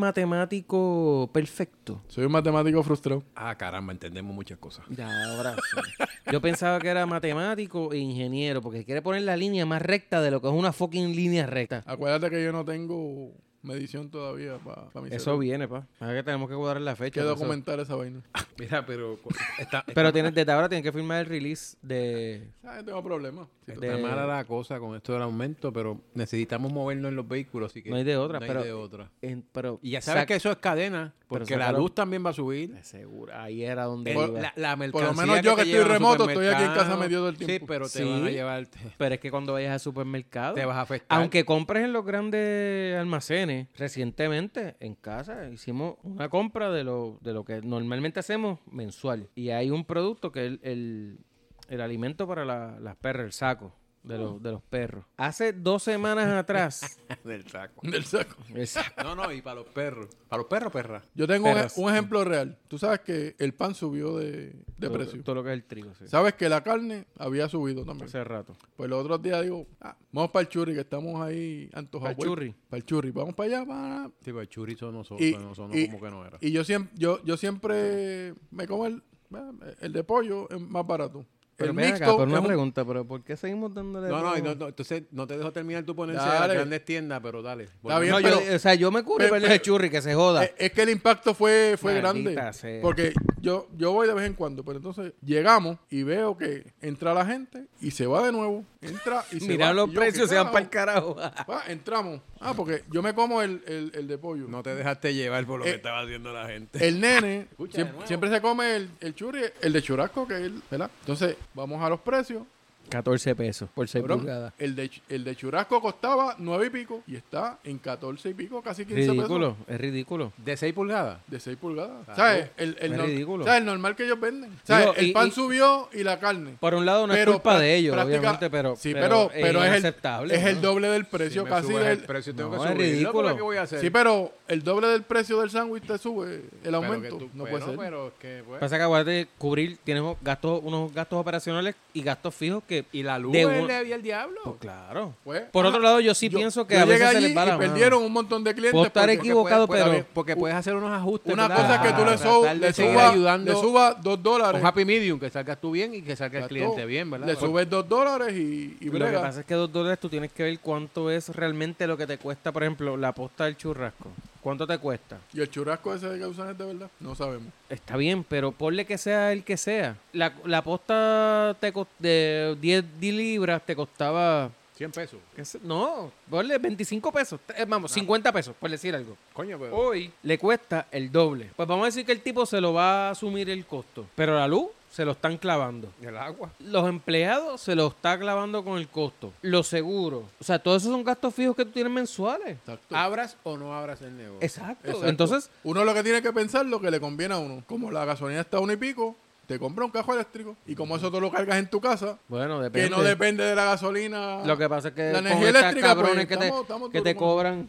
S2: matemático perfecto.
S3: Soy un matemático frustrado.
S4: Ah, caramba, entendemos muchas cosas.
S2: Ya, ahora sí. Yo pensaba que era matemático e ingeniero, porque quiere poner la línea más recta de lo que es una fucking línea recta.
S3: Acuérdate que yo no tengo medición todavía para mi
S2: Eso
S3: cerebro.
S2: viene, pa. Ahora que tenemos que cuadrar la
S3: Hay que
S2: fecha. por eso.
S3: documentar esa vaina.
S4: [LAUGHS] Mira, pero cu- está, está-
S2: Pero tienes, desde ahora tienes que firmar el release de.
S3: Ah, yo tengo problemas. Si tú-
S2: de-
S4: está mala la cosa con esto del aumento, pero necesitamos movernos en los vehículos, así que
S2: No hay de otra,
S4: no hay
S2: pero-
S4: de otra.
S2: en- pero,
S4: Y ya sabes
S2: sac-
S4: que eso es cadena, porque la
S2: sacaron-
S4: luz también va a subir.
S2: De Seguro, ahí era donde
S4: El-
S2: iba.
S4: la, la
S3: Por lo
S4: mercancía
S3: menos yo
S4: te
S3: que estoy
S4: llevan al
S3: remoto, estoy aquí en
S4: supermercado.
S3: casa medio todo el
S4: Sí,
S3: tiempo.
S4: pero te
S2: Sí.
S4: van a llevar, te,
S2: Pero es que cuando vayas al supermercado,
S4: te vas a afectar.
S2: aunque compres en los grandes almacenes, recientemente en casa hicimos una compra de lo, de lo que normalmente hacemos mensual. Y hay un producto que es el, el, el alimento para la- las perras, el saco de los, de los perros. Hace dos
S3: [LAUGHS]
S2: semanas atrás,
S4: del saco.
S3: [LAUGHS] del saco.
S2: el saco-
S4: [LAUGHS] No, no, y para los perros. Para los perros, perra.
S3: Yo tengo un, e-,
S2: Perras.
S3: un ejemplo real. Tú sabes que el pan subió de, de
S2: todo,
S3: precio.
S2: todo lo que es el trigo, sí.
S3: Sabes que la carne había subido también.
S2: Hace rato.
S3: Pues los otros días digo, ah, vamos para el churri, que estamos ahí antojados.
S2: ¿Pa'l churri?
S3: Para el churri. Vamos para allá. para-
S4: Sí, pero el chorizo no son, pues,
S3: Y-
S4: no son
S3: y-
S4: como que no era.
S3: Y yo siempre, yo, yo siempre me como el, el de pollo es más barato.
S2: Pero
S3: el
S2: ven acá,
S3: mixto
S2: pero una
S3: es un-
S2: pregunta, pero ¿por qué seguimos dándole?
S4: No, no, y
S2: promo?
S4: no, no, entonces no te dejo terminar tu ponencia de las
S3: Dale.
S4: grandes tiendas, pero dale.
S3: Está bien,
S2: No, yo-
S3: pero-
S2: o sea, yo me cubro
S3: pero-
S2: pero, de churri, que se [LAUGHS] joda.
S3: Eh, Es, que el impacto fue, fue
S2: Maldita
S3: grande.
S2: sea.
S3: Porque yo, yo voy de vez en cuando, pero entonces llegamos y veo que entra la gente y se va de nuevo. Entra y se
S2: Mira
S3: va.
S2: los
S3: Y yo,
S2: precios, se
S3: ¿qué
S2: van para el
S3: carajo?
S2: carajo.
S3: Ah, entramos. Ah, porque yo me como el, el, el de pollo.
S4: No te dejaste llevar por lo
S3: Eh,
S4: que estaba haciendo la gente.
S2: [LAUGHS]
S3: El nene siem-
S4: de
S3: siempre,
S4: nuevo.
S3: se come el, el churri, el de churrasco, que es el, ¿verdad? Entonces, vamos a los precios.
S2: 14 pesos por 6
S3: Cabrón,
S2: pulgadas.
S3: el, de, ch- el de churrasco costaba 9 y pico y está en 14 y pico, casi 15 pesos.
S2: Ridículo, es ridículo.
S4: ¿De 6 pulgadas?
S3: De 6 pulgadas.
S4: Claro.
S3: ¿Sabes? El, el
S2: Es
S3: nor-
S2: ridículo.
S3: ¿sabes? El normal que ellos venden. ¿Sabes?
S2: Digo,
S3: el
S2: y-
S3: pan
S2: y-
S3: subió y la carne.
S2: Por un lado no es culpa
S3: pra-
S2: de ellos,
S3: práctica-
S2: obviamente, pero,
S3: sí, pero, pero es, el,
S2: inaceptable,
S3: es el
S2: ¿no?
S3: doble del
S4: Si
S3: precio,
S4: me
S3: casi
S4: subes
S3: del-
S4: el precio tengo
S2: No,
S4: que
S2: es
S4: subirlo,
S2: ridículo.
S4: pero ¿qué voy a hacer?
S3: Sí, pero el doble del precio del sándwich te sube el
S4: Pero que
S3: aumento.
S4: tú-
S3: no
S4: pero,
S3: puede ser.
S4: pero es que, pues,
S2: Pasa que aparte de cubrir, tienes unos gastos, unos gastos operacionales y gastos fijos que...
S4: y la luz
S2: de
S4: es
S2: un-
S4: le había el diablo.
S2: Pues claro.
S3: Pues,
S2: Por
S3: ah,
S2: otro lado, yo sí
S3: yo-
S2: pienso que
S3: yo
S2: a veces
S3: llegué
S2: se
S3: allí
S2: les va
S3: y
S2: la mano. Pues,
S3: perdieron un montón de clientes.
S2: Puedo estar
S3: porque-
S2: equivo- equivocado,
S4: puede- puede
S2: pero-
S4: haber- porque puedes hacer unos ajustes.
S3: Una
S2: pues,
S4: ¿verdad?
S3: cosa que tú le,
S4: Para
S3: so-
S4: tratar de
S3: le
S4: seguir
S3: subas,
S4: ayudando
S3: le suba dos dólares.
S4: un happy medium, que salgas tú bien y que salga el
S3: Exacto.
S4: cliente bien, ¿verdad?
S3: Le
S4: Porque-
S3: subes dos dólares y, y
S2: Lo que
S3: brega.
S2: pasa es que dos dólares tú tienes que ver cuánto es realmente lo que te cuesta, por ejemplo, la posta del churrasco. ¿Cuánto te cuesta?
S3: Y el churrasco ese que usan es de verdad. No sabemos.
S2: Está bien, pero ponle que sea el que sea. La, la posta te cos- de 10 libras te costaba...
S4: 100 pesos.
S2: ¿qué sé? No, ponle 25 pesos. Eh, Vamos, 50 pesos, por decir algo.
S4: Coño,
S1: Ah.
S4: pero.
S2: Hoy le cuesta el doble. Pues vamos a decir que el tipo se lo va a asumir el costo. Pero la luz se lo están clavando.
S4: El agua.
S2: Los empleados se lo está clavando con el costo. Los seguros. O sea, todos esos son gastos fijos que tú tienes mensuales.
S3: Exacto.
S4: ¿Abras o no abras el negocio?
S2: Exacto.
S3: Exacto.
S2: Entonces,
S3: Uno lo que tiene que pensar lo que le conviene a uno. Como la gasolina está a uno y pico, te compra un cajo eléctrico. Y como eso tú lo cargas en tu casa,
S2: bueno,
S3: que
S2: depende.
S3: no depende de la gasolina.
S2: Lo que pasa es que
S3: La
S2: con
S3: energía
S2: estas
S3: eléctrica,
S2: cabrones
S3: pues,
S2: que, te,
S3: estamos- estamos
S2: que
S3: duros
S2: te
S3: con-
S2: cobran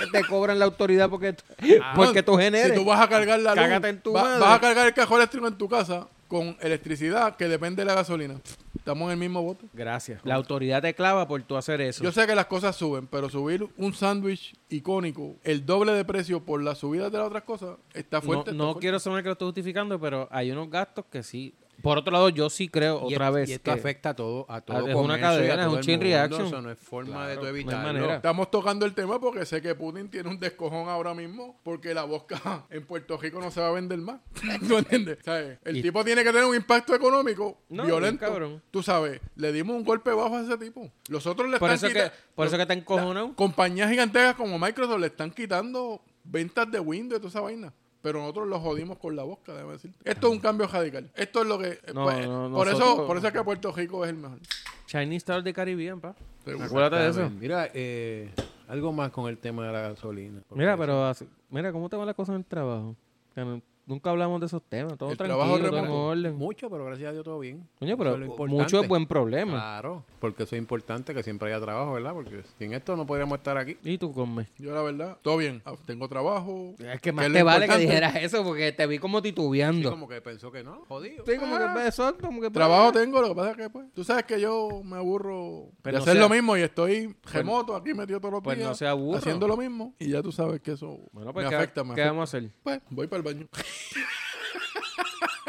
S2: que te cobran la autoridad porque,
S3: Ah,
S2: porque
S3: no,
S2: tú generes.
S3: Si tú vas a cargar la luz,
S2: Cágate en tu
S3: va-
S2: madre.
S3: vas a cargar el cajo eléctrico en tu casa, con electricidad que depende de la gasolina. Estamos en el mismo bote.
S2: Gracias. La autoridad te clava por tú hacer eso.
S3: Yo sé que las cosas suben, pero subir un sándwich icónico, el doble de precio por la subida de las otras cosas, está
S2: no
S3: fuerte. está
S2: no
S3: fuerte.
S2: quiero sonar que lo estoy justificando, pero hay unos gastos que sí. Por otro lado, yo sí creo,
S4: Y
S2: otra
S4: es-
S2: vez,
S4: Y esto
S2: que- Ah,
S4: afecta a todo, a todo
S2: es una
S4: comercio y a
S2: cadena, es
S4: todo
S2: un
S4: el
S2: chain
S4: mundo.
S2: reaction.
S4: Eso no es forma de
S2: Claro,
S4: tu
S2: no hay
S4: evitarlo.
S2: manera.
S3: Estamos tocando el tema porque sé que Putin tiene un descojón ahora mismo porque la bosca [LAUGHS] en Puerto Rico no se va a vender más. [LAUGHS] ¿Tú entiendes? ¿Sabes? El
S2: Y-
S3: tipo tiene que tener un impacto económico
S2: No,
S3: violento.
S2: cabrón.
S3: Tú sabes, le dimos un golpe bajo a ese tipo. Los otros le
S2: por eso
S3: están
S2: que,
S3: quita-
S2: por eso que te encojonado.
S3: Compañías gigantescas como Microsoft le están quitando ventas de Windows y toda esa vaina. Pero nosotros los jodimos con la bosca, déjame decirte. Esto es un cambio radical. Esto es lo que...
S2: No,
S3: pues,
S2: no,
S3: por,
S2: nosotros-
S3: eso, por eso es que Puerto Rico es el mejor.
S2: Chinese Star de Caribbean, pa.
S3: Seguro.
S2: Acuérdate de eso.
S4: Mira, eh, algo más con el tema de la gasolina. porque
S2: Mira, pero así- mira cómo te van las cosas en el trabajo. Que no- nunca hablamos de esos temas, todo
S3: El
S2: tranquilo,
S3: trabajo
S2: todo en
S3: remoto.
S2: orden.
S4: Mucho, pero gracias a Dios todo bien.
S2: Coño,
S4: Eso es lo
S2: pero
S4: importante.
S2: mucho es buen
S3: Ah.
S2: problema.
S4: Claro, porque eso es importante que siempre haya trabajo, ¿verdad? Porque sin esto no podríamos estar aquí.
S2: Y tú come.
S3: Yo la verdad, todo bien. Ah, Tengo trabajo.
S2: Es que
S3: más
S2: más
S3: es lo
S2: te vale que
S3: importante.
S2: dijeras eso porque te vi como
S4: Sí,
S2: titubeando. Ah.
S4: como que pensó que no, jodido.
S2: Sí, como que exacto, como que
S3: Trabajo tengo, lo que pasa es que pues, tú sabes que yo me aburro
S4: Pues
S2: Pero
S3: de
S2: no
S3: hacer
S2: sea-
S3: lo mismo y estoy remoto aquí metido todos los
S2: Pues
S3: días
S2: no sea burro.
S3: haciendo lo mismo y ya tú sabes que eso
S2: Bueno, pues
S3: me
S2: ¿qué,
S3: afecta, me
S2: qué
S3: afecta.
S2: vamos a hacer?
S3: Pues voy para el baño.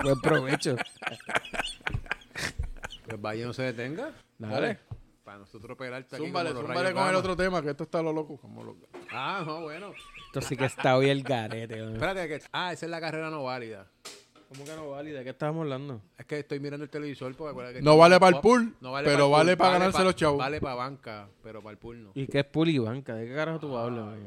S2: Buen provecho.
S4: Pues vaya, no se detenga.
S2: Dale.
S4: Para nosotros pegarte aquí
S3: Zúmbale,
S4: como los
S3: zúmbale
S4: rayos
S3: con el
S4: gamma.
S3: otro tema, que esto está lo loco. Como lo...
S4: Ah, no, bueno.
S2: Esto sí que está hoy el garete. ¿no?
S4: Espérate, que... ah, esa es la carrera no válida.
S2: ¿Cómo que no válida? ¿De qué estábamos hablando?
S4: Es que estoy mirando el televisor porque acuérdate que...
S3: No vale para el pool,
S4: No
S3: pero
S4: pa'l
S3: vale para ganarse
S4: pa-
S3: los chavos.
S4: Vale para banca, pero para el pool no.
S2: ¿Y qué es pulibanca? ¿De qué carajo tú hablas? man?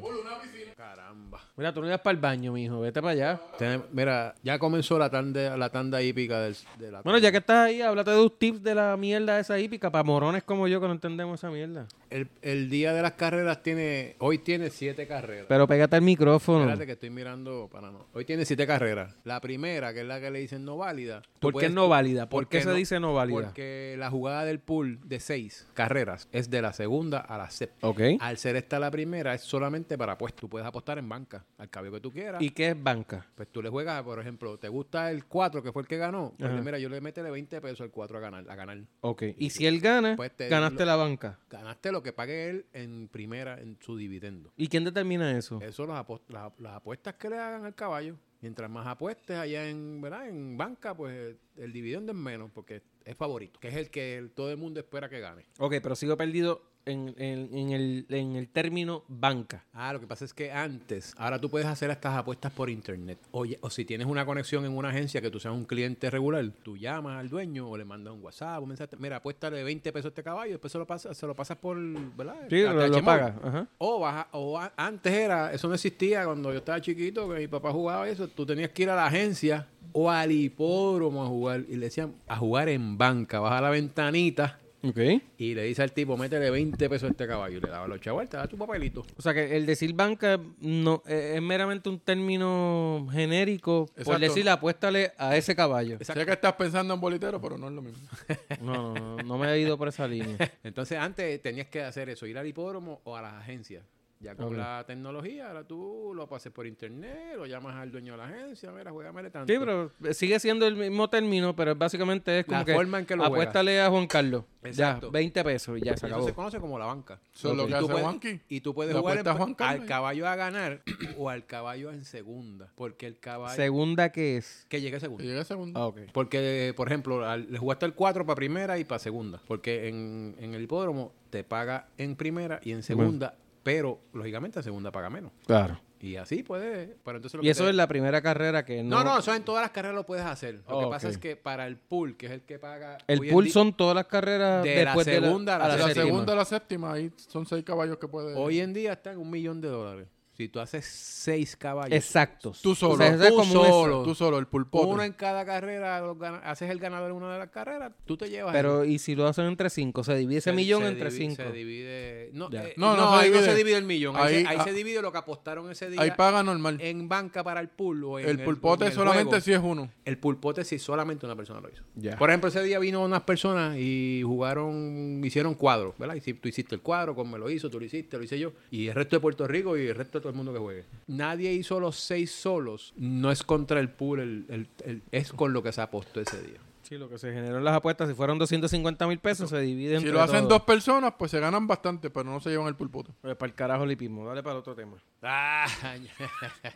S4: Caramba.
S2: Mira, tú no ibas para el baño, mijo. Vete para allá.
S4: Ten- Mira, ya comenzó la tanda, la tanda hípica del, de la...
S2: Bueno, ya que estás ahí, háblate de los tips de la mierda esa hípica para morones como yo que no entendemos esa mierda.
S4: El, el día de las carreras tiene... Hoy tiene siete carreras.
S2: Pero pégate al micrófono.
S4: Espérate que estoy mirando para no. Hoy tiene siete carreras. La primera, que es la que le dicen no válida. tú
S2: ¿Por qué
S4: puedes-
S2: no válida? ¿Por qué
S4: porque
S2: se dice no válida?
S4: Porque la jugada del pool de seis carreras es de la segunda a la séptima.
S2: Ok.
S4: Al ser esta la primera, es solamente para apuestas. Tú puedes apostar en banca, al cambio que tú quieras.
S2: ¿Y qué es banca?
S4: pues tú le juegas, por ejemplo, te gusta el 4, que fue el que ganó. Pues
S2: Ajá.
S4: mira, yo le métele 20 pesos al 4 a ganar, a ganar.
S2: Ok. Y si él gana,
S4: Pues te-
S2: ganaste
S4: lo-
S2: la banca.
S4: Ganaste lo que pague él en primera, en su dividendo.
S2: ¿Y quién determina eso?
S4: Eso los apos- las, las apuestas que le hagan al caballo. Mientras más apuestes allá en, ¿verdad? en banca, pues el dividendo es menos porque es favorito, que es el que el- todo el mundo espera que gane.
S2: Ok, pero sigo perdido en, en- en el, en el término banca.
S4: Ah, lo que pasa es que antes, ahora tú puedes hacer estas apuestas por internet. Oye, o si tienes una conexión en una agencia que tú seas un cliente regular, tú llamas al dueño o le mandas un WhatsApp, un mensaje, mira, apuéstale 20 pesos a este caballo, después se lo pasas, se lo pasas por, ¿verdad?
S2: Sí, lo,
S4: ATH
S2: lo
S4: móvil.
S2: paga. Ajá.
S4: O, baja- o a- antes era, eso no existía cuando yo estaba chiquito, que mi papá jugaba eso, tú tenías que ir a la agencia o al hipódromo a jugar. Y le decían, a jugar en banca, baja la ventanita
S2: Ok.
S4: y le dice al tipo, métele 20 pesos a este caballo. Y le daba los chavales, te da tu papelito.
S2: O sea que el decir banca no eh, es meramente un término genérico por
S3: Exacto.
S2: decir apuéstale a ese caballo.
S3: Sé que estás pensando en bolitero, pero no es lo mismo.
S2: [LAUGHS] No, no, no, no me he ido por esa línea.
S4: Entonces antes tenías que hacer eso, ir al hipódromo o a las agencias. Ya con
S2: Ok.
S4: la tecnología, ahora tú lo pases por internet, lo llamas al dueño de la agencia, mira, juégamele
S2: [LAUGHS]
S4: tanto.
S2: Sí, pero sigue siendo el mismo término, pero básicamente es como
S4: La
S2: que,
S4: forma en que lo
S2: apuéstale a Juan Carlos.
S4: Exacto.
S2: Ya, 20 pesos y ya se
S4: Eso
S2: acabó.
S4: se conoce como la banca.
S3: Eso es lo
S4: Ok.
S3: que hace Juanqui.
S4: Y tú puedes- Y tú puedes
S3: Le
S4: jugar
S3: apuesta
S4: en-
S3: a Juan Carlos.
S4: al caballo a ganar o al caballo en segunda. Porque el caballo...
S2: Segunda que es.
S4: que llegue segundo.
S3: Y llega segundo.
S2: Ah, ok.
S4: Porque, por ejemplo, al- le jugaste el 4 para primera y para segunda. Porque en, en el hipódromo te paga en primera y en segunda, pero lógicamente en segunda paga menos.
S2: Claro.
S4: Y así puede... Pero entonces lo
S2: Y
S4: que
S2: eso
S4: te-
S2: es la primera carrera que no.
S4: No, no, eso en todas las carreras lo puedes hacer. Lo que
S2: Oh,
S4: pasa
S2: ok.
S4: es que para el pool, que es el que paga... hoy
S2: El
S4: en
S2: pool
S4: di-
S2: son todas las carreras
S4: de la
S2: después de
S4: segunda a la
S2: a
S3: De la
S2: séptima.
S3: segunda a la séptima, ahí son seis caballos que puede...
S4: Hoy en día está en un millón de dólares. Si tú haces seis caballos...
S2: Exactos.
S3: Tú solo,
S2: O sea, eso es
S4: tú
S2: como un-
S4: solo.
S3: Tú solo, el pulpo.
S4: Uno en cada carrera, los gana- haces el ganador en una de las carreras, tú te llevas.
S2: Pero,
S4: el-
S2: ¿y si lo hacen entre cinco? Se divide ese
S4: se-
S2: millón
S4: se
S2: entre
S4: divi-
S2: cinco.
S4: Se divide. No,
S2: Ya.
S4: eh,
S3: No,
S4: no,
S3: no se
S4: ahí no
S3: divide.
S4: se divide el millón. Ahí,
S3: Ahí-
S4: se, ahí
S3: ah-
S4: se divide lo que apostaron ese día
S3: Ahí paga normal.
S4: en banca para el pool. O en
S3: el pulpote
S4: o en el
S3: solamente
S4: juego.
S3: si es uno.
S4: El pulpote sí, solamente una persona lo hizo.
S2: Ya.
S4: Por ejemplo, ese día vino unas personas y jugaron, hicieron cuadros, ¿verdad? Y si tú hiciste el cuadro, como me lo hizo, tú lo hiciste, lo hice yo. Y el resto de Puerto Rico y el resto de todo
S1: el mundo que juegue.
S4: Nadie hizo los seis solos. No es contra el pool, el- el- el- es con lo que se apostó ese día.
S2: Sí, lo que se generó en las apuestas, si fueron 250 mil pesos, se dividen.
S3: Si lo hacen dos personas, pues se ganan bastante, pero no se llevan el pulputo.
S2: para el Pues, carajo lipismo, dale para el otro tema.
S4: Ah,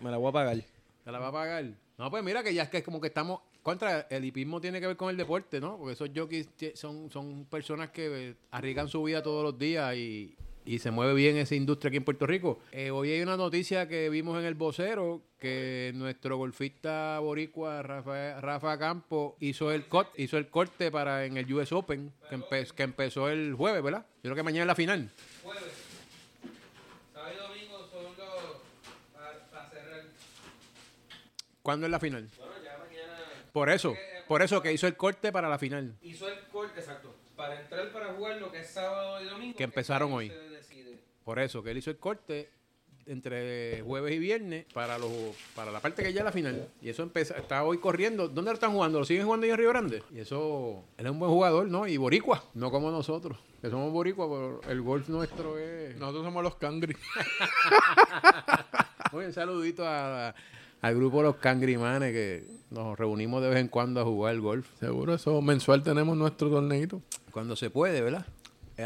S2: Me la voy a pagar.
S4: ¿Te la va a pagar? No, pues mira que ya es que es como que estamos... Contra, el hipismo tiene que ver con el deporte, ¿no? Porque esos jockeys tie- son, son personas que eh, arriesgan su vida todos los días y, y se mueve bien esa industria aquí en Puerto Rico. Eh, hoy hay una noticia que vimos en El Vocero que nuestro golfista boricua Rafa, Rafa Campo hizo el, cot, hizo el corte para en el US Open que, empe- que empezó el jueves, ¿verdad? Yo creo que mañana es la final. ¿Cuándo es la final? Por eso, por eso que hizo el corte para la final.
S2: Hizo el corte, exacto. Para entrar para jugar lo que es sábado y domingo.
S4: Que empezaron hoy. Por eso, que él hizo el corte entre jueves y viernes para los para la parte que ya es la final. Y eso empieza, está hoy corriendo. ¿Dónde lo están jugando? ¿Lo siguen jugando ahí en Río Grande? Y eso, él es un buen jugador, ¿no? Y boricua, no como nosotros, que somos boricua, pero el golf nuestro es...
S3: Nosotros somos los cangri. [LAUGHS]
S4: Muy bien, saludito a- al grupo Los Cangrimanes, que nos reunimos de vez en cuando a jugar golf.
S3: Seguro, eso mensual tenemos nuestro torneito.
S4: Cuando se puede, ¿verdad?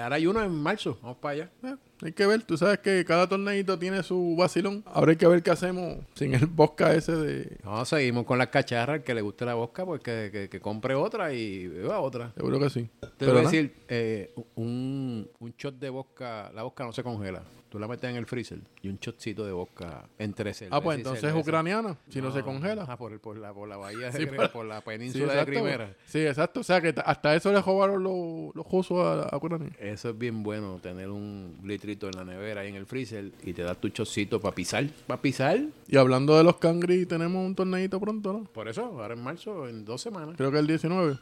S4: Ahora hay uno en marzo, vamos para allá.
S3: Eh, hay que ver, tú sabes que cada torneito tiene su vacilón. Ahora hay que ver qué hacemos sin el bosca ese de.
S4: No, seguimos con las cacharras, el que le guste la bosca, pues que, que- que compre otra y beba otra.
S3: Seguro que sí.
S4: Te voy a
S3: nada.
S4: decir, eh, un, un shot de bosca, la bosca no se congela. Tú la metes en el freezer y un shotcito de bosca entre cerveza
S3: Ah, pues
S4: y
S3: entonces es
S4: cerveza.
S3: ucraniana, si no, se
S4: Ah,
S3: congela.
S4: por, el- por la, por la bahía, de
S3: Sí,
S4: Gre-
S3: por-
S4: por, la península de Crimera.
S3: Sí, exacto. O sea que ta- hasta eso le robaron los, los rusos a, a Ucrania.
S4: Eso es bien bueno, tener un litrito en la nevera y en el freezer y te da tu shotcito para pisar. ¿Para pisar?
S3: Y hablando de los cangri, tenemos un torneito pronto, ¿no?
S4: Por eso, ahora en marzo, en dos semanas.
S3: Creo que el 19.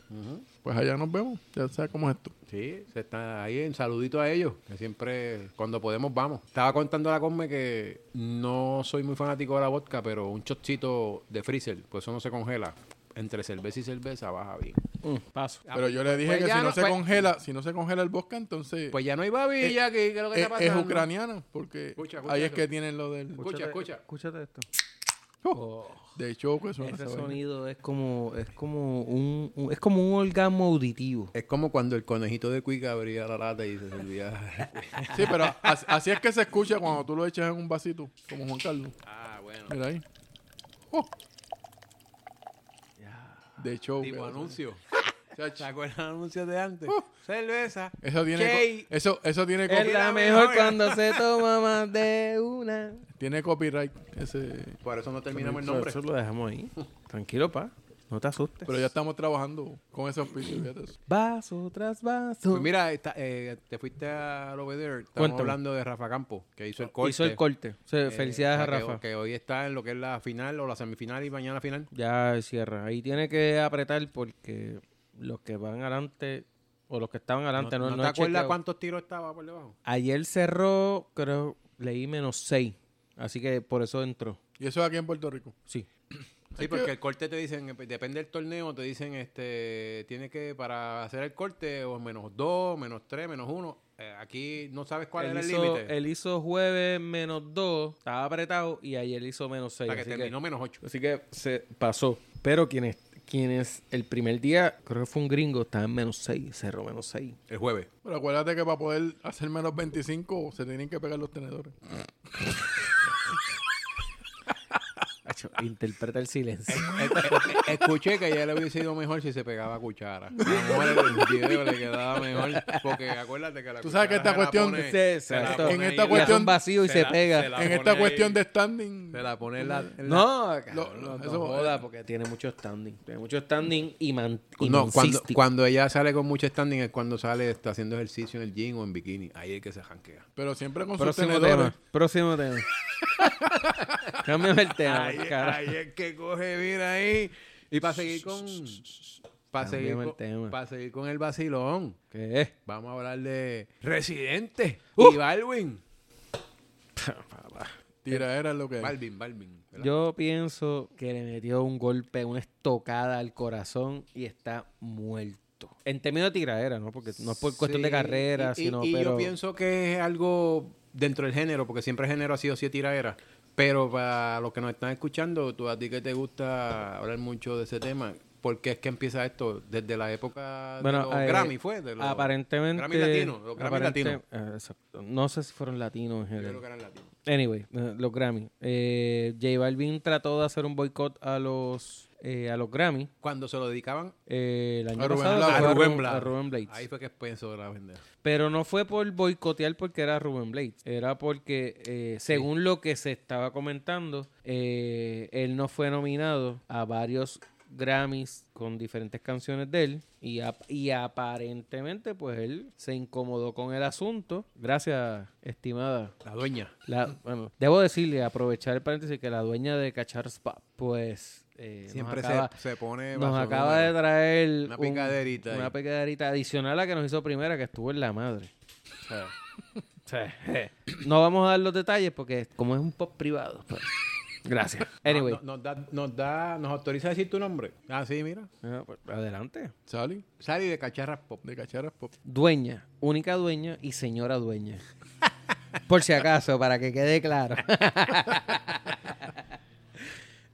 S3: Pues allá nos vemos. Ya sabes cómo es esto.
S4: Sí, se está ahí en saludito a ellos, que siempre cuando podemos vamos. Estaba contando a la Cosme que no soy muy fanático de la vodka, pero un chocito de freezer, pues eso no se congela. Entre cerveza y cerveza baja bien.
S2: Mm, paso.
S3: Pero yo le dije
S4: pues
S3: que
S4: ya
S3: si no,
S4: no-
S3: se
S4: pues-
S3: congela, si no se congela el bosca, entonces
S4: Pues ya no hay babilla aquí, ¿qué eh, es lo que
S3: es,
S4: está
S3: Eh, es
S4: pasando?
S3: ucraniana, porque
S4: Escucha,
S3: ahí
S4: escucha
S3: es
S4: eso.
S3: que tienen lo del
S4: Escucha, escucha.
S2: Escúchate esto.
S3: Oh, de choco
S4: [LAUGHS]
S3: eso.
S2: Ese sonido es como, es como un, un- es como un orgasmo auditivo.
S4: Es como cuando el conejito de cuica abría la lata y se servía.
S3: Sí, pero as- así es que se escucha cuando tú lo echas en un vasito, como Juan Carlos.
S4: [LAUGHS] ah, [LAUGHS] bueno.
S3: Mira ahí. Oh. De choco.
S4: Tipo [LAUGHS] anuncio. ¿Se
S3: Chacho.
S4: acuerdan los anuncios de antes?
S3: Uh.
S4: cerveza.
S3: Eso tiene,
S4: Jay.
S3: co- eso, eso tiene,
S4: eh.
S2: Es
S3: copy-
S2: la [LAUGHS] mejor cuando se toma más de una.
S3: tiene copyright. Ese,
S4: Por eso no terminamos el
S2: Eso-
S4: nombre.
S2: Eso lo dejamos ahí. Tranquilo, pa. No te asustes.
S3: pero ya estamos trabajando con esos pisos. fíjate eso.
S2: Vaso tras vaso.
S4: Pues mira, está- eh, te fuiste al over there. Estamos
S2: Cuéntame.
S4: hablando de Rafa Campo, que hizo el corte.
S2: Hizo el corte. O sea,
S4: Eh,
S2: felicidades a
S4: o sea, que-
S2: Rafa.
S4: Que, hoy está en lo que es la final o la semifinal y mañana la final.
S2: Ya cierra. Ahí tiene que apretar porque los que van adelante o los que estaban adelante no, no
S4: ¿No, te
S2: he
S4: acuerdas
S2: chequeado.
S4: cuántos tiros estaba por debajo?
S2: Ayer cerró, creo, leí menos 6. Así que por eso entró.
S3: Y eso es aquí en Puerto Rico.
S2: Sí.
S4: Sí, porque el corte te dicen, eh, depende del torneo, te dicen, este, tienes que, para hacer el corte, o menos dos, menos tres, menos uno. Eh, aquí no sabes cuál
S2: él
S4: era el
S2: hizo,
S4: límite.
S2: Él hizo jueves menos 2, estaba apretado, y ayer hizo menos 6.
S4: La que
S2: así, que,
S4: terminó menos ocho.
S2: así que se pasó. Pero quienes, quienes el primer día, creo que fue un gringo, estaba en menos 6, cerró menos 6.
S4: El jueves.
S3: Pero acuérdate que para poder hacer menos 25 se tienen que pegar los tenedores.
S2: [LAUGHS] Interpreta el
S4: [LAUGHS]
S2: silencio.
S4: Eh, eh, Escuché que ya le hubiese ido mejor si se pegaba cuchara. A lo mejor el video le quedaba mejor. Porque acuérdate que la
S3: Tú sabes que
S4: cuchara
S3: esta
S4: se la
S3: cuestión-
S4: pone-
S3: Sí,
S4: se la
S2: exacto.
S4: pone
S3: En esta
S4: ahí, la-
S2: Y hace un
S3: cuestión-
S2: vacío y se,
S4: la-
S2: pega.
S4: se la
S3: En
S4: pone
S3: esta
S4: ahí.
S3: cuestión de standing.
S4: Se la pone en la, en la-
S2: No, cabrón,
S3: lo-
S2: no
S3: eso-
S2: joda, porque tiene mucho standing. Tiene mucho standing y, man, y
S4: No, cuando,
S2: mansístico.
S4: cuando ella sale con mucho standing es cuando sale, está haciendo ejercicio en el gym o en bikini. Ahí es que se janquea.
S3: Pero siempre con sus
S2: Próximo
S3: tenedores.
S2: tema. Próximo
S4: [LAUGHS]
S2: tema. Cámbiame el tema, cara.
S4: es que coge bien ahí. Y para seguir con. Para seguir
S2: Cambiame el
S4: con,
S2: tema.
S4: para seguir con el vacilón.
S2: ¿Qué es?
S4: Vamos a hablar de Residente Uh. y Balvin.
S3: Tira era lo que hay.
S4: Balvin, Balvin. ¿verdad?
S2: Yo pienso que le metió un golpe, una estocada al corazón y está muerto. En términos de tiradera, ¿no? Porque no es por cuestión de
S4: Sí,
S2: carrera,
S4: y- y-
S2: sino
S4: y
S2: pero
S4: yo pienso que es algo dentro del género, porque siempre el género ha sido siete tiraderas. Pero para los que nos están escuchando, tú a ti que te gusta hablar mucho de ese tema, ¿por qué es que empieza esto? Desde la época de los
S2: eh,
S4: Grammy, ¿fue? De los-
S2: aparentemente.
S4: Grammy latinos, los Grammy
S2: aparente-
S4: latinos.
S2: eh, exacto. No sé si fueron latinos en
S4: Yo
S2: general.
S4: creo que eran latinos.
S2: Anyway, eh, los Grammy. Eh, J Balvin trató de hacer un boicot a los eh, a los Grammy
S4: Cuando se lo dedicaban
S2: eh, el año
S3: A Rubén
S2: pasado.
S3: Blades.
S2: que
S4: a
S2: fue
S4: Rubén
S2: Ru-
S4: Blades.
S2: a Rubén Blades.
S4: Ahí fue que pensó la pendeja.
S2: Pero no fue por boicotear porque era Rubén Blades. Era porque, eh, según lo que se estaba comentando, eh, él no fue nominado a varios Grammys con diferentes canciones de él. Y, ap- y aparentemente, pues él se incomodó con el asunto. Gracias, estimada.
S4: La dueña.
S2: La- bueno, debo decirle, aprovechar el paréntesis, que la dueña de Cachar Spa, pues. eh, nos
S4: Siempre
S2: acaba-
S4: se, se pone.
S2: nos
S4: vaso
S2: acaba de
S4: número.
S2: traer
S4: Una
S2: un-
S4: picaderita ahí.
S2: una picaderita adicional a que nos hizo primera, que estuvo en la madre.
S4: O sea,
S2: O sea, eh, no vamos a dar los detalles porque como es un pop privado. pues, Gracias. Anyway.
S4: no- nos, da, nos da, nos autoriza a decir tu nombre. Ah, sí, mira.
S2: Ah, pues, adelante.
S3: Sally,
S4: Sally de Cacharras Pop.
S3: de cacharas pop.
S2: Dueña, única dueña y señora dueña. Por si acaso, para que quede
S4: [LAUGHS]
S2: claro.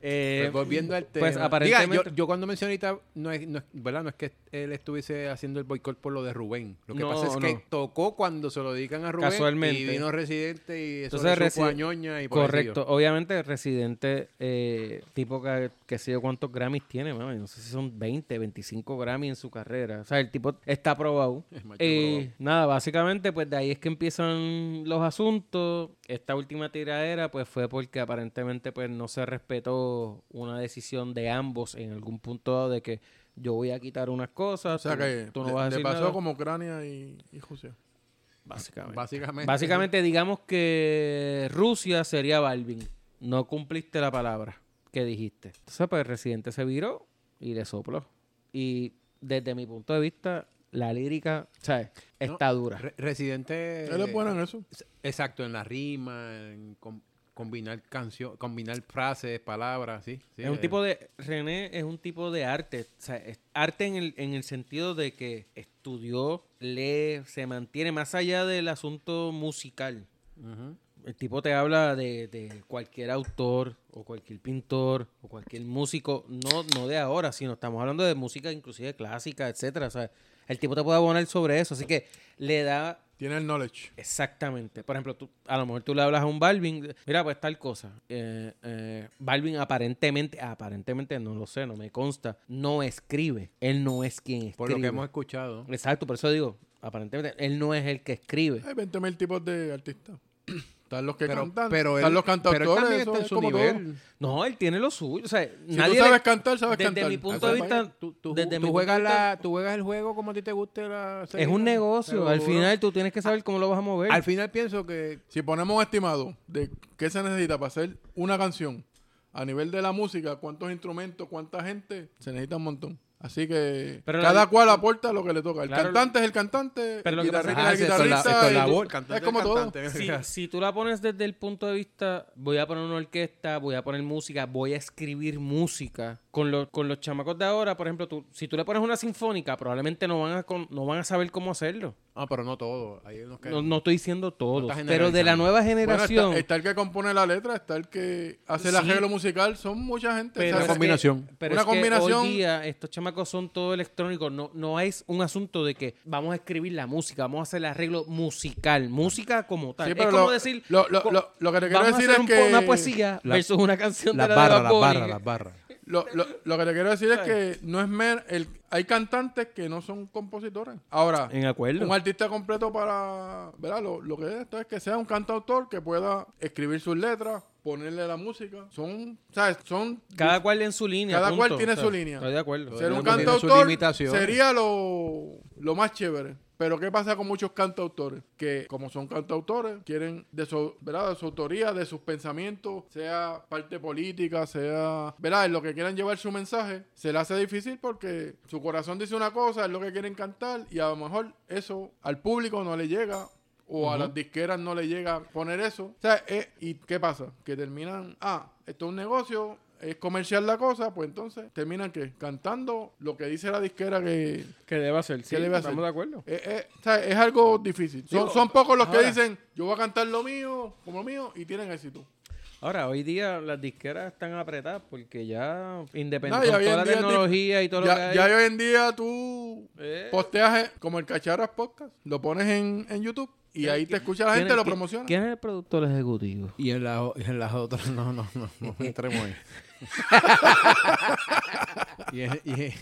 S2: Eh,
S4: Pues volviendo al tema.
S2: pues,
S4: Diga,
S2: aparentemente-
S4: yo, yo cuando mencioné ahorita, no es, no es- ¿verdad? No es que él estuviese haciendo el boicot por lo de Rubén. Lo que
S2: No,
S4: pasa es que
S2: no.
S4: tocó cuando se lo dedican a Rubén.
S2: Casualmente.
S4: Y vino Residente y eso
S2: Entonces,
S4: le supo a
S2: Resi-
S4: ñoña y por ahí
S2: Correcto,
S4: siguió.
S2: obviamente Residente, eh, tipo que, que sé yo cuántos Grammys tiene, mami, no sé si son 20, 25 Grammys en su carrera, o sea, el tipo está aprobado.
S4: Es macho
S2: Eh, nada, básicamente pues de ahí es que empiezan los asuntos, esta última tiradera pues fue porque aparentemente pues no se respetó una decisión de ambos en algún punto dado de que yo voy a quitar unas cosas,
S3: O sea
S2: tú,
S3: que
S2: tú no
S3: le,
S2: vas a
S3: le
S2: decir
S3: pasó
S2: nada.
S3: como Ucrania y, y Rusia.
S2: Básicamente.
S4: Básicamente.
S2: Básicamente, digamos que Rusia sería Balvin. No cumpliste la palabra que dijiste. Entonces, pues el residente se viró y le sopló. Y desde mi punto de vista, la lírica, ¿sabes? Está dura.
S4: Re- Residente.
S3: Él es bueno en eso.
S4: S- Exacto, en la rima, en com- combinar canción, combinar frases, palabras, sí. sí,
S2: es un
S4: eh,
S2: tipo de. René es un tipo de arte. o sea, es arte en el, en el sentido de que estudió, lee, se mantiene más allá del asunto musical.
S4: ujú.
S2: El tipo te habla de, de cualquier autor o cualquier pintor o cualquier músico, no, no de ahora, sino estamos hablando de música inclusive clásica, etcétera. O sea, el tipo te puede abonar sobre eso, así que le da
S3: Tiene el knowledge.
S2: exactamente. Por ejemplo, tú, a lo mejor tú le hablas a un Balvin, mira, pues tal cosa. Eh, eh, Balvin aparentemente, aparentemente no lo sé, no me consta, no escribe. Él no es quien escribe.
S4: Por lo que hemos escuchado.
S2: Exacto, por eso digo, aparentemente él no es el que escribe.
S3: Hay 20 mil tipos de artistas. Están los que
S4: Pero,
S3: cantan,
S4: pero
S3: están
S4: él-
S3: los
S4: pero él
S3: cantautores. eso
S4: también está en
S3: es
S4: su
S3: como
S4: nivel.
S3: todo.
S2: No, él tiene lo suyo. O sea,
S3: Si
S2: nadie
S3: tú
S2: le-
S3: sabes cantar, sabes
S2: desde
S3: cantar.
S2: mi punto de vista,
S4: Tú, tú-
S2: desde
S4: tú
S2: mi
S4: juegas
S2: punto de vista,
S4: la, tú juegas el juego como a ti te guste la
S2: es un
S4: seguida,
S2: negocio.
S4: seguro.
S2: Al final tú tienes que saber cómo lo vas a mover.
S4: Al final pienso que
S3: Si ponemos un estimado de qué se necesita para hacer una canción a nivel de la música, cuántos instrumentos, cuánta gente, se necesita un montón. Así que
S2: Pero la-
S3: cada cual aporta lo que le toca. El
S2: Claro,
S3: cantante es el cantante,
S2: pero lo
S3: el
S2: que pasa es
S3: guitarrista es el
S4: Ajá, esto es la-
S3: guitarrista.
S4: esto es
S3: y
S4: la
S3: tú-
S4: voz, el cantante
S3: es como
S4: el
S3: todo.
S4: cantante.
S2: si, si tú la pones desde el punto de vista, voy a poner una orquesta, voy a poner música, voy a escribir música. Con, los con los chamacos de ahora, por ejemplo, tú, si tú le pones una sinfónica, probablemente no van a, con- no van a saber cómo hacerlo.
S4: Ah, pero no todo. Hay unos que
S2: No, no estoy diciendo todos,
S4: estás
S2: pero de la
S4: generalizando.
S2: nueva
S3: Bueno, está-
S2: generación.
S3: está, el que compone la letra, está el que hace el
S2: Sí.
S3: arreglo musical, son mucha gente.
S2: Pero
S3: O sea,
S2: es
S4: una combinación.
S2: que- pero
S3: Una
S2: es que
S3: combinación.
S2: hoy día estos chamacos son todo electrónico. No, no es un asunto de que vamos a escribir la música, vamos a hacer el arreglo musical. Música como tal.
S3: Sí,
S2: es
S3: pero
S2: como
S3: lo-
S2: decir.
S3: lo- lo-
S2: co-
S3: lo- lo que te quiero
S2: vamos a hacer
S3: decir es
S2: un po-
S3: que-
S2: Una poesía
S4: La-
S2: versus una canción
S4: las
S2: de la de
S4: barras,
S2: Bad
S4: las
S2: Bunny.
S4: barras, las barras.
S3: Lo, lo- lo que te quiero decir es que no es mer, el, hay cantantes que no son compositores. Ahora,
S2: En acuerdo.
S3: un artista completo para, ¿verdad? Lo, lo que es esto es que sea un cantautor que pueda escribir sus letras, ponerle la música. Son, ¿sabes? Son
S2: Cada cual en su línea.
S3: Cada cual
S2: punto.
S3: tiene su línea.
S2: Estoy de acuerdo.
S3: ser un
S4: tiene sus
S3: cantautor
S4: limitaciones.
S3: sería lo, lo más chévere. Pero ¿qué pasa con muchos cantautores? Que como son cantautores, quieren de su, ¿verdad? de su autoría, de sus pensamientos, sea parte política, sea, ¿verdad? En lo que quieran llevar su mensaje, se le hace difícil porque su corazón dice una cosa, es lo que quieren cantar y a lo mejor eso al público no le llega. O a las disqueras no le llega a poner eso. O sea, eh, ¿y qué pasa? Que terminan, ah, esto es un negocio, es comercial la cosa, pues entonces terminan que cantando lo que dice la disquera que eh,
S2: Que deba ser.
S3: sí, debe estamos
S2: estamos
S3: hacer? de
S2: de acuerdo.
S3: eh, o sea, es algo difícil. Son,
S2: Digo,
S3: son pocos los que
S2: ahora-
S3: dicen, yo voy a cantar lo mío, como lo mío, y tienen éxito.
S2: Ahora, hoy día las disqueras están apretadas porque ya,
S3: No,
S2: independiente
S3: ya
S2: con
S3: hoy
S2: toda la
S3: en día es dif-
S2: tecnología y todo lo que
S3: Ya,
S2: hay.
S3: ya hoy en día tú
S2: Eh.
S3: posteas eh, como el Cacharras Podcast, lo pones en, en YouTube y ahí te escucha la
S2: ¿Quién
S3: gente,
S2: es-
S3: lo
S2: qui-
S3: promociona.
S2: ¿Quién es el productor ejecutivo?
S4: Y en, la, o- y en las otras, [LAUGHS] no, no, no, no entremos
S2: [LAUGHS]
S4: ahí. y, en, y-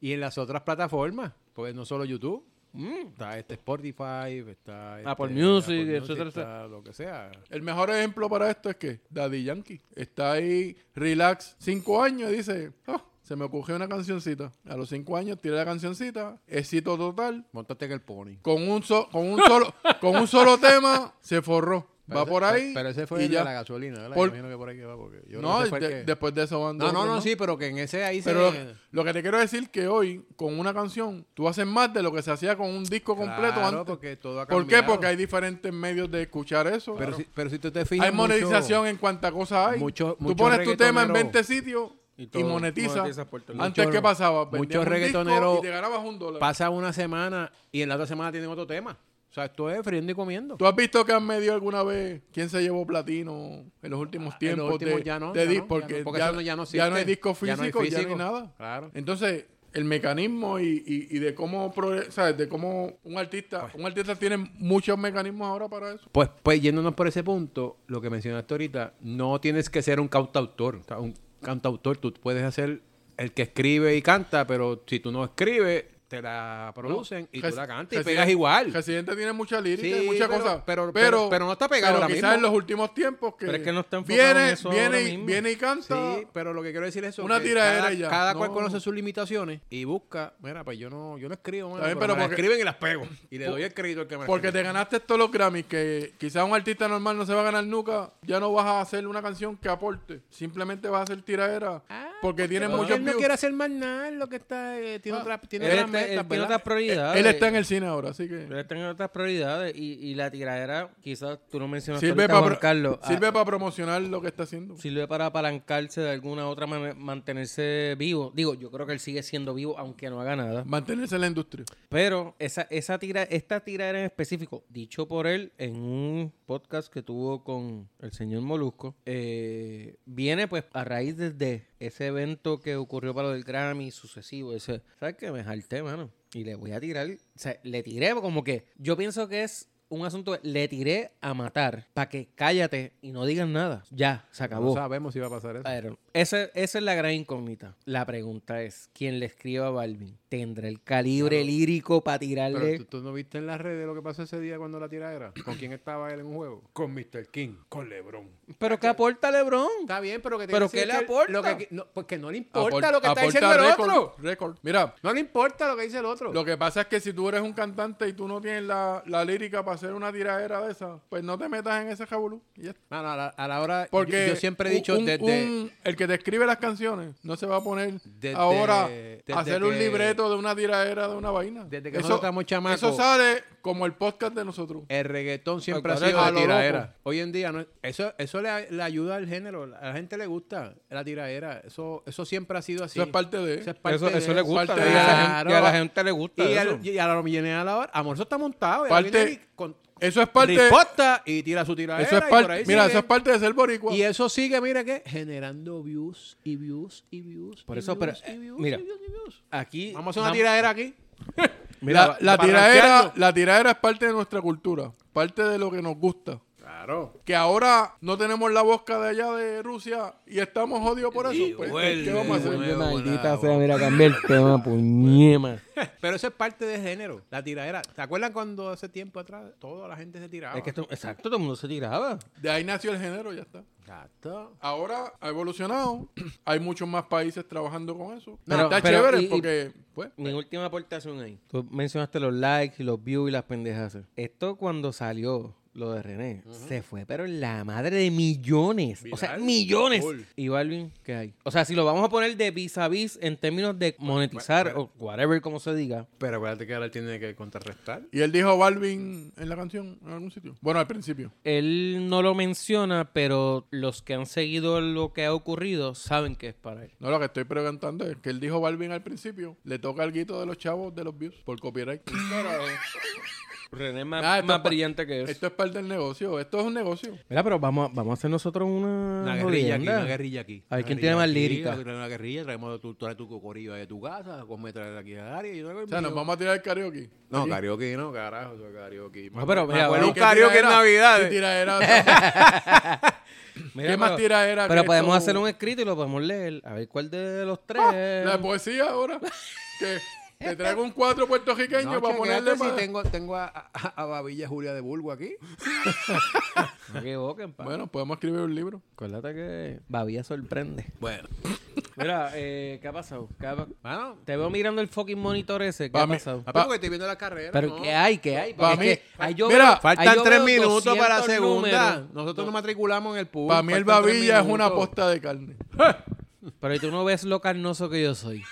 S4: y en las otras plataformas, porque no solo YouTube,
S2: Mm.
S4: está este Spotify, está este,
S2: Apple Music, etcétera,
S4: está lo que sea.
S3: El mejor ejemplo para esto es que Daddy Yankee está ahí, relax, cinco años, y dice, "Ah, se me ocurrió una cancioncita. A los cinco años tiré la cancioncita, éxito total,
S4: Montate en el pony.
S3: con un, so- con un solo [LAUGHS] con un solo tema, se forró.
S4: Pero
S3: Va
S4: ese-
S3: por ahí
S4: Pero, pero ese fue
S3: y
S4: el
S3: ya.
S4: de la gasolina, ¿verdad?
S3: Por-
S4: Yo imagino que por ahí que va, porque yo creo
S3: no,
S4: que ese fue el
S3: de-
S4: que-
S3: después de eso van
S4: no,
S3: dos,
S4: no,
S3: ¿no?
S4: no, sí, pero que en ese ahí
S3: Pero
S4: se...
S3: lo que te quiero decir que hoy, con una canción, tú haces más de lo que se hacía con un disco completo
S4: Claro,
S3: antes.
S4: porque todo ha
S3: ¿Por qué?
S4: cambiado.
S3: Porque hay diferentes medios de escuchar eso.
S4: Pero,
S3: Claro.
S4: si, pero si tú te fijas
S3: hay
S4: mucho-
S3: monetización en cuanta cosa hay.
S4: mucho-
S3: tú
S4: mucho
S3: pones tu tema en
S4: reggaetonero-
S3: 20 sitios y,
S2: todo
S3: monetiza.
S2: monetiza por todo lado.
S3: Antes,
S4: Mucho-
S3: ¿qué pasaba?
S4: mucho
S3: Vendías un disco
S4: reggaetonero
S3: Y te ganabas un dólar.
S4: Pasa una semana y en la otra semana tienen otro tema. O sea, esto es friendo y comiendo.
S3: ¿Tú has visto que han medido alguna vez quién se llevó platino en los últimos
S4: Ah, en
S3: tiempos?
S4: los últimos
S3: de,
S4: ya no,
S3: de
S4: ya
S3: dis-
S4: no, ya
S3: porque
S4: no, porque
S3: ya,
S4: eso no- ya no
S3: ya no hay
S4: existe.
S3: disco
S4: Ya no hay
S3: físico, ya no hay
S4: físico.
S3: nada.
S4: Claro.
S3: Entonces, el mecanismo y, y- y de cómo pro- sabes de cómo un artista un artista tiene muchos mecanismos ahora para eso.
S4: Pues, pues yéndonos por ese punto, lo que mencionaste ahorita, no tienes que ser un cantautor. O sea, un cantautor, tú puedes hacer el que escribe y canta, pero si tú no escribes, te la producen y tú
S3: Res-
S4: la cantas y
S3: Residente-
S4: pegas igual.
S3: Residente tiene mucha lírica
S4: Sí,
S3: y muchas
S4: pero-
S3: cosas.
S4: pero- pero- pero no está pegado
S3: Pero
S4: ahora
S3: quizás
S4: mismo.
S3: en los últimos tiempos que,
S2: Pero es que no está enfocado en
S3: viene,
S2: eso
S3: viene,
S2: ahora
S3: y-
S2: mismo.
S3: viene y canta.
S4: Sí, pero lo que quiero decir es eso.
S3: Una
S4: que
S3: tiradera
S4: cada,
S3: y ya.
S4: Cada cual
S3: No.
S4: conoce sus limitaciones y busca. Mira, pues yo no, yo no escribo, mano,
S3: Está bien,
S4: pero
S3: pero
S4: me las
S3: porque-
S4: escriben y las pego. Y le doy el crédito al que me las
S3: Porque te
S4: escribe.
S3: ganaste todos los Grammys que quizás un artista normal no se va a ganar nunca. Ya no vas a hacer una canción que aporte. Simplemente vas a hacer tiradera.
S4: Ah,
S3: porque tiene
S4: Porque
S3: muchos
S4: él no
S3: views.
S4: quiere hacer más nada, lo que está. eh, tiene
S3: Ah,
S4: otra, tiene
S2: Él,
S4: otras
S2: está- él
S4: metas,
S2: tiene
S4: ¿verdad?
S2: otras prioridades.
S3: Él está en el cine ahora, así que
S2: Pero tengo otras prioridades y, y la tiradera, quizás tú no mencionaste
S3: sirve
S2: ahorita,
S3: para
S2: Juan Carlos, ah,
S3: sirve para promocionar lo que está haciendo.
S2: sirve para apalancarse de alguna otra manera, mantenerse vivo. Digo, yo creo que él sigue siendo vivo aunque no haga nada.
S3: Mantenerse en la industria.
S2: Pero esa, esa tira, esta tiradera en específico, dicho por él en un podcast que tuvo con el señor Molusco, eh, viene pues a raíz desde ese evento que ocurrió para lo del Grammy sucesivo. Ese, ¿Sabes qué? Me jalté, mano. Y le voy a tirar. O sea, le tiré como que yo pienso que es un asunto. de, Le tiré a matar para que cállate y no digan nada. Ya, se acabó.
S4: No sabemos si va a pasar eso.
S2: Iron. Esa, esa es la gran incógnita. La pregunta es, ¿quién le escriba a Balvin? ¿Tendrá el calibre lírico para tirarle?
S4: Pero ¿tú, tú no viste en las redes lo que pasó ese día cuando la tiradera. ¿Con quién estaba él en un juego? Con Mr. King, con LeBron.
S2: ¿Pero qué aporta LeBron?
S4: Está bien, pero que te
S2: ¿Pero qué
S4: quiero decir
S2: le
S4: que
S2: aporta?
S4: Lo que, no, porque no le importa
S3: Aporta-
S4: lo que está
S3: aporta
S4: diciendo el
S3: récord,
S4: otro.
S3: récord. Mira,
S4: No le importa lo que dice el otro.
S3: lo que pasa es que si tú eres un cantante y tú no tienes la, la lírica para hacer una tiradera de esa, pues no te metas en ese jabulú. y ya está.
S4: No, no, a la, a la hora.
S3: Porque
S4: yo, yo siempre he dicho
S3: un-
S4: desde.
S3: un- el que te escribe las canciones no se va a poner
S4: Desde-
S3: ahora
S4: desde
S3: a hacer un
S4: que-
S3: libreto de una tiradera de una vaina.
S4: Desde que nosotros estamos chamacos.
S3: Eso sale como el podcast de nosotros.
S4: El reggaetón siempre ha
S3: Ahora
S4: sido
S3: a
S4: de
S3: lo
S4: tiraera.
S3: loco.
S4: Hoy en día, no, es- eso, eso le, le ayuda al género. A la gente le gusta la tiraera. Eso, eso siempre ha sido así.
S3: Eso es parte de.
S4: Eso es parte
S2: Eso,
S4: de
S2: eso le gusta.
S3: parte
S2: ¿no?
S3: de-
S2: Y, a la gen-
S4: Claro.
S2: y a la gente le gusta.
S4: Y,
S2: eso.
S4: al- y a la millonera a la hora. Amor, eso está montado. Él
S3: Parte-
S4: viene y con-
S3: Eso es parte.
S4: riposta y tira su tiradera.
S3: Eso es
S4: y por
S3: parte.
S4: ahí
S3: Mira,
S4: sigue.
S3: eso es parte de ser boricua.
S4: Y eso sigue, mira qué, generando views y views y views.
S2: Por
S4: y
S2: eso,
S4: views,
S2: pero,
S4: y
S2: eh,
S4: views,
S2: mira.
S4: y views, y views.
S2: Aquí...
S4: Vamos a hacer una tiradera aquí.
S3: la, la
S4: para
S3: tiradera,
S4: rankearnos.
S3: la tiradera es parte de nuestra cultura, parte de lo que nos gusta.
S4: Claro.
S3: Que ahora no tenemos la bosca de allá de Rusia y estamos jodidos por eso. pues, ¿Qué vamos a hacer?
S4: vuelve. Nuevo,
S2: Maldita
S4: bravo.
S2: sea, mira, cambié el tema, puñema.
S4: Pero eso es parte de género, la tiradera. ¿Te acuerdan cuando hace tiempo atrás toda la gente se tiraba?
S2: Es que esto- exacto, todo el mundo se tiraba.
S3: De ahí nació el género, ya está.
S4: Exacto.
S3: Ahora ha evolucionado, hay muchos más países trabajando con eso.
S2: Pero-
S3: está
S2: pero,
S3: chévere
S2: y- y-
S3: porque, pues,
S2: Mi última aportación ahí. Tú mencionaste los likes y los views y las pendejas. Esto cuando salió lo de René, se fue, pero la madre de millones. O sea,
S4: Viral.
S2: millones.
S4: Full.
S2: Y Balvin, ¿qué hay? O sea, si lo vamos a poner de vis a vis en términos de monetizar o whatever como se diga.
S4: Pero acuérdate que ahora él tiene que contrarrestar.
S3: y él dijo Balvin en la canción, en algún sitio. Bueno, al principio.
S2: Él no lo menciona, pero los que han seguido lo que ha ocurrido saben que es para él.
S3: No, lo que estoy preguntando es que él dijo Balvin al principio, le toca el guito de los chavos de los views por copyright.
S2: René es más,
S3: Ah, esto
S2: más
S3: es pa-
S2: brillante que eso.
S3: Esto es parte del negocio. Esto es un negocio.
S2: Mira, pero vamos a, vamos a hacer nosotros una.
S4: Una guerrilla aquí,
S2: jodienda.
S4: una guerrilla aquí.
S2: A ver,
S4: Una
S2: ¿quién
S4: guerrilla
S2: tiene más
S4: aquí,
S2: lírica?
S4: Una, una guerrilla, traemos tu, traes tu cocorillo de tu casa, come traer aquí al área. y yo traigo el
S3: O sea, nos
S4: mío.
S3: vamos a tirar el karaoke.
S4: No, karaoke no, carajo, eso es karaoke.
S2: No, pero mira,
S4: acuerdo
S2: vamos-
S4: que- karaoke en eh. Navidades.
S3: ¿Qué tiraera?
S2: mira,
S3: ¿Qué más
S2: pero-
S3: tiraera que
S2: Pero podemos
S3: esto?
S2: hacer un escrito y lo podemos leer. A ver cuál de los tres.
S4: Ah, [LAUGHS]
S3: La de poesía ahora. Que te traigo un cuatro puertorriqueño
S4: No,
S3: para
S4: chequéate
S3: ponerle
S4: si
S3: pa-
S4: tengo, tengo a, a, a Babilla Julia de Bulbo aquí.
S2: No equivoquen, pa.
S3: Bueno, podemos escribir un libro.
S2: Acuérdate que Babía sorprende.
S4: Bueno.
S2: [LAUGHS] Mira, eh, ¿qué ha pasado? ¿Qué ha pa-
S4: Mano,
S2: Te veo mirando el fucking monitor ese. ¿Qué
S3: Pa'
S2: ha
S3: mí-
S2: pasado?
S4: papi, porque estoy viendo las carreras.
S2: Pero
S4: ¿no?
S2: ¿qué hay? ¿Qué hay?
S3: Pa'
S2: Porque
S3: mí-
S2: es que ahí yo
S3: Mira,
S2: veo- ahí
S4: Faltan
S2: yo veo
S4: tres minutos para la
S2: 200
S4: segunda.
S2: números.
S4: Nosotros nos matriculamos en el público.
S3: Para mí el
S4: faltan tres
S3: babilla es una
S4: minutos.
S3: posta de carne.
S2: Pero tú no ves lo carnoso que yo
S4: [LAUGHS]
S2: soy.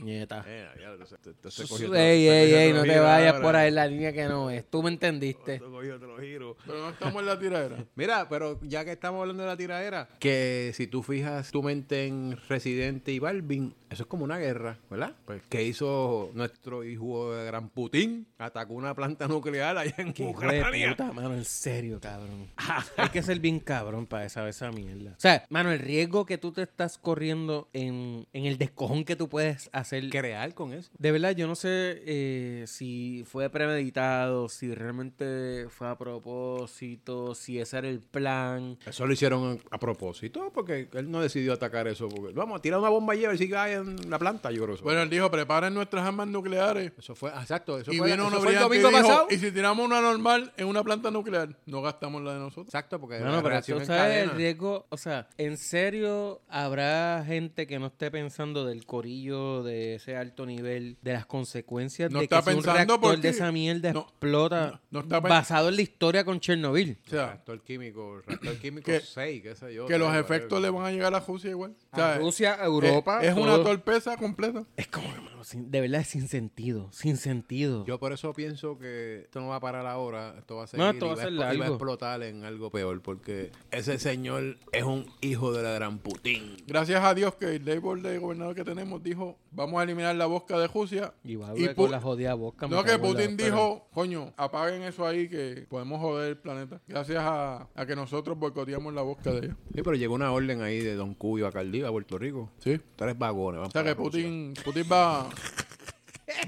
S2: Nieta.
S4: Eh, ya, te- te- te- te cogió otro-
S2: Ey,
S4: te
S2: ey,
S4: cogió
S2: ey,
S4: otro
S2: no te
S4: giro
S2: vayas
S4: ahora.
S2: por ahí la línea que no es. Tú me entendiste.
S4: Te cogió otro giro.
S3: Pero no estamos en la
S4: [LAUGHS]
S3: tiradera.
S4: Mira, pero ya que estamos hablando de la tiradera, que si tú fijas tu mente en Residente y Balvin, eso es como una guerra, ¿verdad? Pues, ¿qué hizo nuestro hijo de gran Putin? Atacó una planta nuclear allá en
S2: Qué hijo de
S4: Ucrania.
S2: puta, mano, en serio, cabrón. Hay que ser bien cabrón para saber esa mierda. O sea, mano, el riesgo que tú te estás corriendo en, en el descojón que tú puedes hacer.
S4: Crear con eso.
S2: De verdad, yo no sé eh, si fue premeditado, si realmente fue a propósito, si ese era el plan.
S4: Eso lo hicieron a propósito, porque él no decidió atacar eso. Porque, vamos a tirar una bomba allí a ver si cae en la planta, yo creo. Eso,
S3: Bueno, él dijo, preparen nuestras armas nucleares.
S4: eso fue, exacto, eso
S3: Y
S4: fue,
S3: vino
S4: eso
S3: uno
S4: fue el
S3: brillante y
S4: domingo
S3: dijo,
S4: pasado.
S3: y si tiramos una normal en una planta nuclear, no gastamos la de nosotros.
S4: Exacto, porque
S2: No,
S4: la
S2: no, pero
S4: reacción
S2: tú
S4: en
S2: sabes el
S4: cadena.
S2: riesgo. O sea, en serio, habrá gente que no esté pensando del corillo de ese alto nivel, de las consecuencias
S3: No
S2: de
S3: está
S2: que si un
S3: pensando
S2: reactor
S3: porque-
S2: de esa mierda
S3: no,
S2: explota
S3: no está pen-
S2: basado en la historia con Chernobyl.
S3: O sea,
S4: Reactor químico, reactor químico
S3: Que-
S4: 6, qué sé yo. eh,
S3: que los
S4: ¿sabes?
S3: efectos le van a llegar a Rusia igual. O sea,
S2: A Rusia, a
S3: es-
S2: Europa.
S3: Es, una
S2: todo.
S3: torpeza completa.
S2: Es como, hermano, sin- de verdad, es sin sentido. Sin sentido.
S4: Yo por eso pienso que esto no va a parar ahora, esto va a seguir
S2: No, esto
S4: y
S2: va a ser
S4: explo- y va a
S2: largo.
S4: explotar en algo peor, porque ese señor es un hijo de la gran Putin.
S3: Gracias a Dios que el labor de gobernador que tenemos dijo, vamos a eliminar la bosca de Rusia.
S2: y va a
S3: Y
S2: hablar con
S3: Pu-
S2: la jodida boca. me
S3: No, que
S2: cago en la-
S3: Putin
S2: pero-
S3: dijo, coño, apaguen eso ahí que podemos joder el planeta. Gracias a, a que nosotros boicoteamos la bosca de ellos.
S4: Sí, pero llegó una orden ahí de Don Cuyo a Caldí, a Puerto Rico.
S3: Sí.
S4: Tres vagones. van
S3: O sea
S4: para
S2: Ah,
S3: que
S2: pues
S4: Rusia.
S3: Putin, Putin va,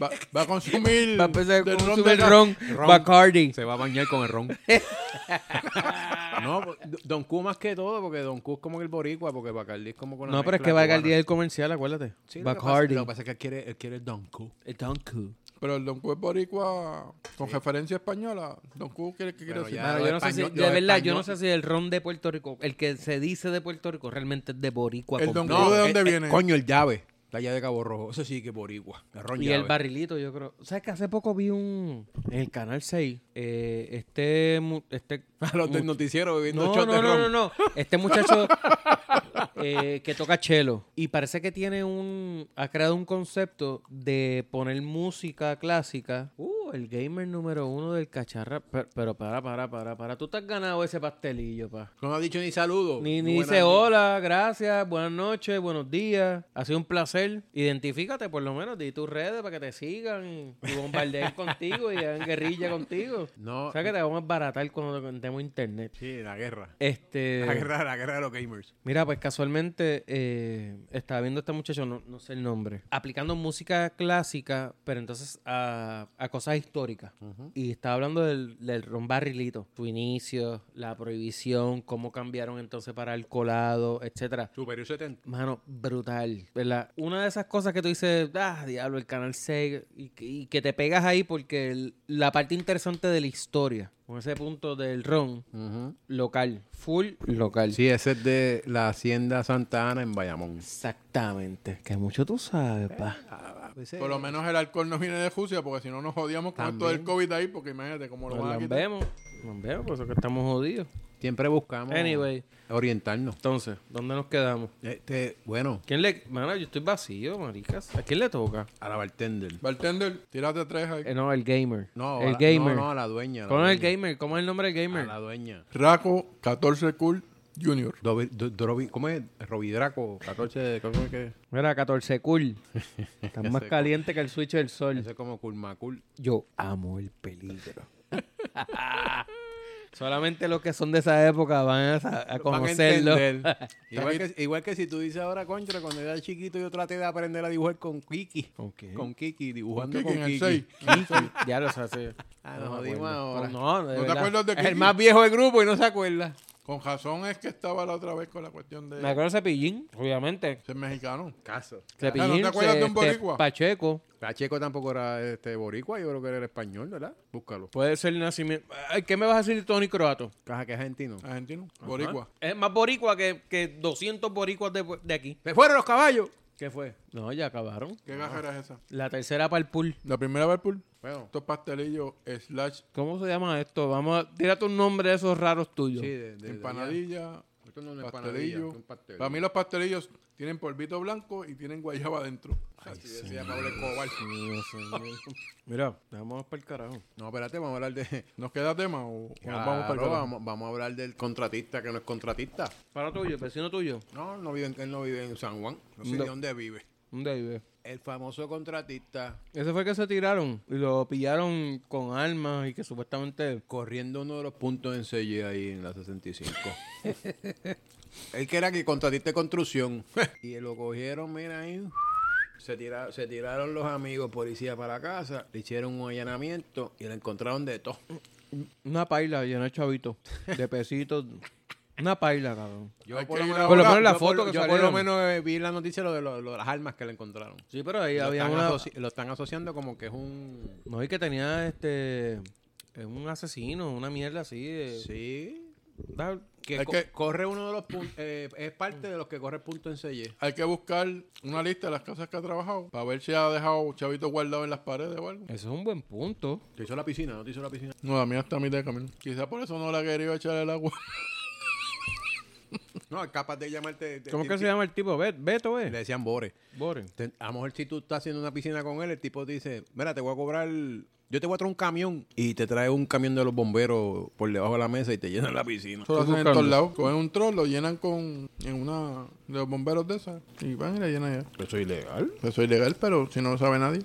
S3: va, va a consumir.
S2: Va a empezar
S3: del
S2: con
S3: ron
S2: un
S3: de
S2: super
S3: gas.
S2: ron,
S4: Ron.
S2: Bacardi.
S4: Se va a bañar con el ron. [LAUGHS] no, pues, Don Q más que todo, porque Don Q es como el boricua, porque Bacardi es como con la
S2: No, pero es
S4: mezcla
S2: que va
S4: cubana.
S2: el día del comercial, acuérdate.
S4: Sí, lo que pasa-
S2: Bacardi.
S4: Lo que pasa es que él quiere, él quiere el Don Q.
S2: El Dunku.
S3: Pero el Don Q es boricua con referencia española. Don Q quiere que quiere
S4: Bueno,
S3: decir.
S4: ya.
S2: Mano,
S4: los
S2: yo no sé si,
S4: español-
S2: de
S4: los
S2: verdad, yo no
S4: español-
S2: sé si el ron de Puerto Rico, el que se dice de Puerto Rico, realmente es de Boricua.
S3: El Don
S2: completo.
S3: Cuyo de
S4: eh,
S3: dónde
S4: eh,
S3: viene?
S4: coño, el llave. La llave de Cabo Rojo. Eso sí que es boricua. El ron
S2: y
S4: llave.
S2: el barrilito, yo creo. ¿Sabes que hace poco vi un. En el canal 6, eh, este. mu- este
S4: [LAUGHS] A los del
S2: mu-
S4: noticiero bebiendo
S2: no,
S4: shot de
S2: no, no,
S4: ron.
S2: no, no. Este muchacho [LAUGHS] eh, que toca chelo. Y parece que tiene un. Ha creado un concepto de poner música clásica. Uh, el gamer número uno del cacharra. Pero, pero para, para, para, para. Tú te has ganado ese pastelillo, pa.
S4: No ha dicho ni saludo.
S2: Ni, ni
S4: buenas
S2: dice hola, gracias, buenas noches, buenos días. Ha sido un placer. Identifícate por lo menos, di tus redes para que te sigan y, y
S4: [LAUGHS]
S2: bombardeen contigo y hagan guerrilla contigo.
S4: No.
S2: O sea que te vamos a baratar cuando te contemos internet.
S4: Sí, la guerra.
S2: Este,
S4: La guerra, la guerra de los gamers.
S2: mira, pues casualmente eh, estaba viendo a este muchacho, no, no sé el nombre, aplicando música clásica, pero entonces a, a cosas históricas. Y estaba hablando del, del ron barrilito, su inicio, la prohibición, cómo cambiaron entonces para el colado, etcétera.
S4: Superior 70.
S2: Mano, brutal, ¿verdad? Una de esas cosas que tú dices, ah, diablo, el Canal 6, y, que- y que te pegas ahí porque el- la parte interesante de la historia, con ese punto del ron local, full local.
S4: Sí, ese es de la Hacienda Santa Ana en Bayamón.
S2: Exactamente, que mucho tú sabes,
S4: Eh,
S2: pa.
S3: Por lo menos el alcohol no viene de Rusia porque si no nos jodíamos con esto del
S4: También.
S3: COVID ahí porque imagínate cómo lo
S2: Nos
S3: van a
S2: las
S3: quitar.
S2: vemos, nos vemos, por eso que estamos jodidos.
S4: Siempre buscamos
S2: Anyway.
S4: orientarnos.
S2: Entonces, ¿dónde nos quedamos?
S4: Este, bueno,
S2: ¿Quién le...? Mano, yo estoy vacío, maricas. ¿A quién le toca?
S4: a la bartender.
S3: Bartender, tírate tres ahí.
S2: Eh, no, el gamer.
S4: No, a
S2: el
S4: la-
S2: gamer.
S4: No, no, a la dueña. a la
S2: ¿Cómo es el
S4: dueña.
S2: gamer? ¿Cómo es el nombre del gamer?
S4: A la dueña.
S3: Raco, 14 cool, Junior.
S4: Dovi- do- Drovi- ¿Cómo es? Robidraco. 14, ¿cómo es que?
S2: Mira, 14
S4: [LAUGHS]
S2: cool. Estás más caliente que el switch del sol.
S4: Ese es como Kulmakul.
S2: Yo amo el [LAUGHS] peligro. Solamente los que son de esa época van a, sa- a conocerlo. [LAUGHS]
S4: igual, que, igual que si tú dices ahora, contra, cuando era chiquito yo traté de aprender a dibujar con Kiki.
S2: ¿Con qué?
S4: Con Kiki,
S3: Con
S4: dibujando
S3: Kiki
S4: con
S3: en el
S4: Kiki.
S3: 6.
S2: Ya lo hace.
S4: Ah,
S2: No
S4: nos
S2: me
S4: jodimos
S2: acuerdo.
S4: ahora.
S2: No, no, de
S3: ¿No te
S2: verdad.
S3: acuerdas de
S2: Es el
S3: Kiki?
S2: más viejo del grupo y no se acuerda.
S3: Con razón es que estaba la otra vez con la cuestión de
S2: Me acuerdo de Cepillín, obviamente.
S3: ser mexicano.
S4: Caso.
S2: Cepillín,
S3: ¿no Ah, te acuerdas
S2: se-
S3: de un
S2: este,
S3: boricua?
S2: Pacheco.
S4: Pacheco tampoco era este boricua, yo creo que era español, ¿verdad? Búscalo.
S2: Puede ser el nacimiento. Ay, ¿Qué me vas a decir, Tony Croato?
S4: Caja que es argentino.
S3: Argentino. Boricua.
S2: Es más boricua que, que 200 boricuas de, de aquí.
S4: ¡Se fueron los caballos!
S2: ¿Qué fue? No, ya acabaron.
S3: ¿Qué gajera es esa?
S2: La tercera para el pool.
S3: La primera Verpool.
S4: Bueno,
S3: Estos pastelillos slash
S2: ¿Cómo se llama esto? Vamos a... Tírate un nombre de esos raros tuyos.
S4: sí, de, de-
S3: empanadilla.
S4: de- Esto no es una empanadilla,
S3: Pastelillo.
S4: es un pastelillo.
S3: Para mí los pastelillos tienen polvito blanco y tienen guayaba adentro. Así decía Pablo Escobar.
S2: Mira, vamos para el carajo.
S4: No, espérate, vamos a hablar de... [LAUGHS]
S3: ¿Nos queda tema o, o nos
S4: vamos,
S3: vamos para el carajo?
S4: vamos, vamos a hablar del contratista que no es contratista.
S2: Para tuyo, vecino tuyo.
S4: No, no vive en, él no vive en San Juan. No sé ni
S2: No.
S4: dónde vive.
S2: ¿Dónde vive?
S4: El famoso contratista
S2: Ese fue el que se tiraron y lo pillaron con armas y que supuestamente...
S4: corriendo uno de los puntos en CGI ahí en la 65. [LAUGHS] Él que era que contratista de construcción. [LAUGHS] y lo cogieron, mira ahí. Se, tira- se tiraron los amigos policía para la casa, le hicieron un allanamiento y le encontraron de todo.
S2: Una paila llena de chavitos, [LAUGHS] de pesitos. Una paila, cabrón.
S4: Yo
S3: Hay
S4: por
S3: que
S4: lo
S3: ir
S4: menos,
S3: ahora. Por lo
S2: menos la
S4: yo por-
S2: foto que
S4: yo por
S2: salieron.
S4: lo menos eh, vi en la noticia lo de, lo- lo de las armas que le encontraron.
S2: Sí, pero ahí
S4: Lo
S2: había
S4: están,
S2: una...
S4: asoci- lo están asociando como que es un...
S2: No, y que tenía este... eh, Un asesino, una mierda así. eh, de-
S4: Sí.
S2: Da-
S4: Que,
S3: Hay
S4: co-
S3: que-
S4: corre uno de los puntos, es parte de los que corre punto en CY.
S3: Hay que buscar una lista de las casas que ha trabajado para ver si ha dejado chavitos guardados en las paredes o algo.
S2: Eso es un buen punto.
S4: Te hizo la piscina, no te hizo la piscina.
S3: No, la mía está a mitad de camino. Quizás por eso no la quería echar el agua.
S4: No, es capaz de llamarte. de-
S2: ¿Cómo
S4: de-
S2: que se llama el tipo? Bet- Beto,
S4: Le
S2: ¿eh?
S4: decían Bore.
S2: Boren.
S4: Te- A lo mejor si tú estás haciendo una piscina con él, el tipo te dice, mira, te voy a cobrar, yo te voy a traer un camión y te trae un camión de los bomberos por debajo de la mesa y te llenan la piscina.
S3: Eso lo hacen en
S2: buscando.
S3: todos lados. Cogen un troll, lo llenan con en una de los bomberos de esas y van y la llenan ya.
S4: Eso es ilegal.
S3: Eso es ilegal, pero si no lo sabe nadie.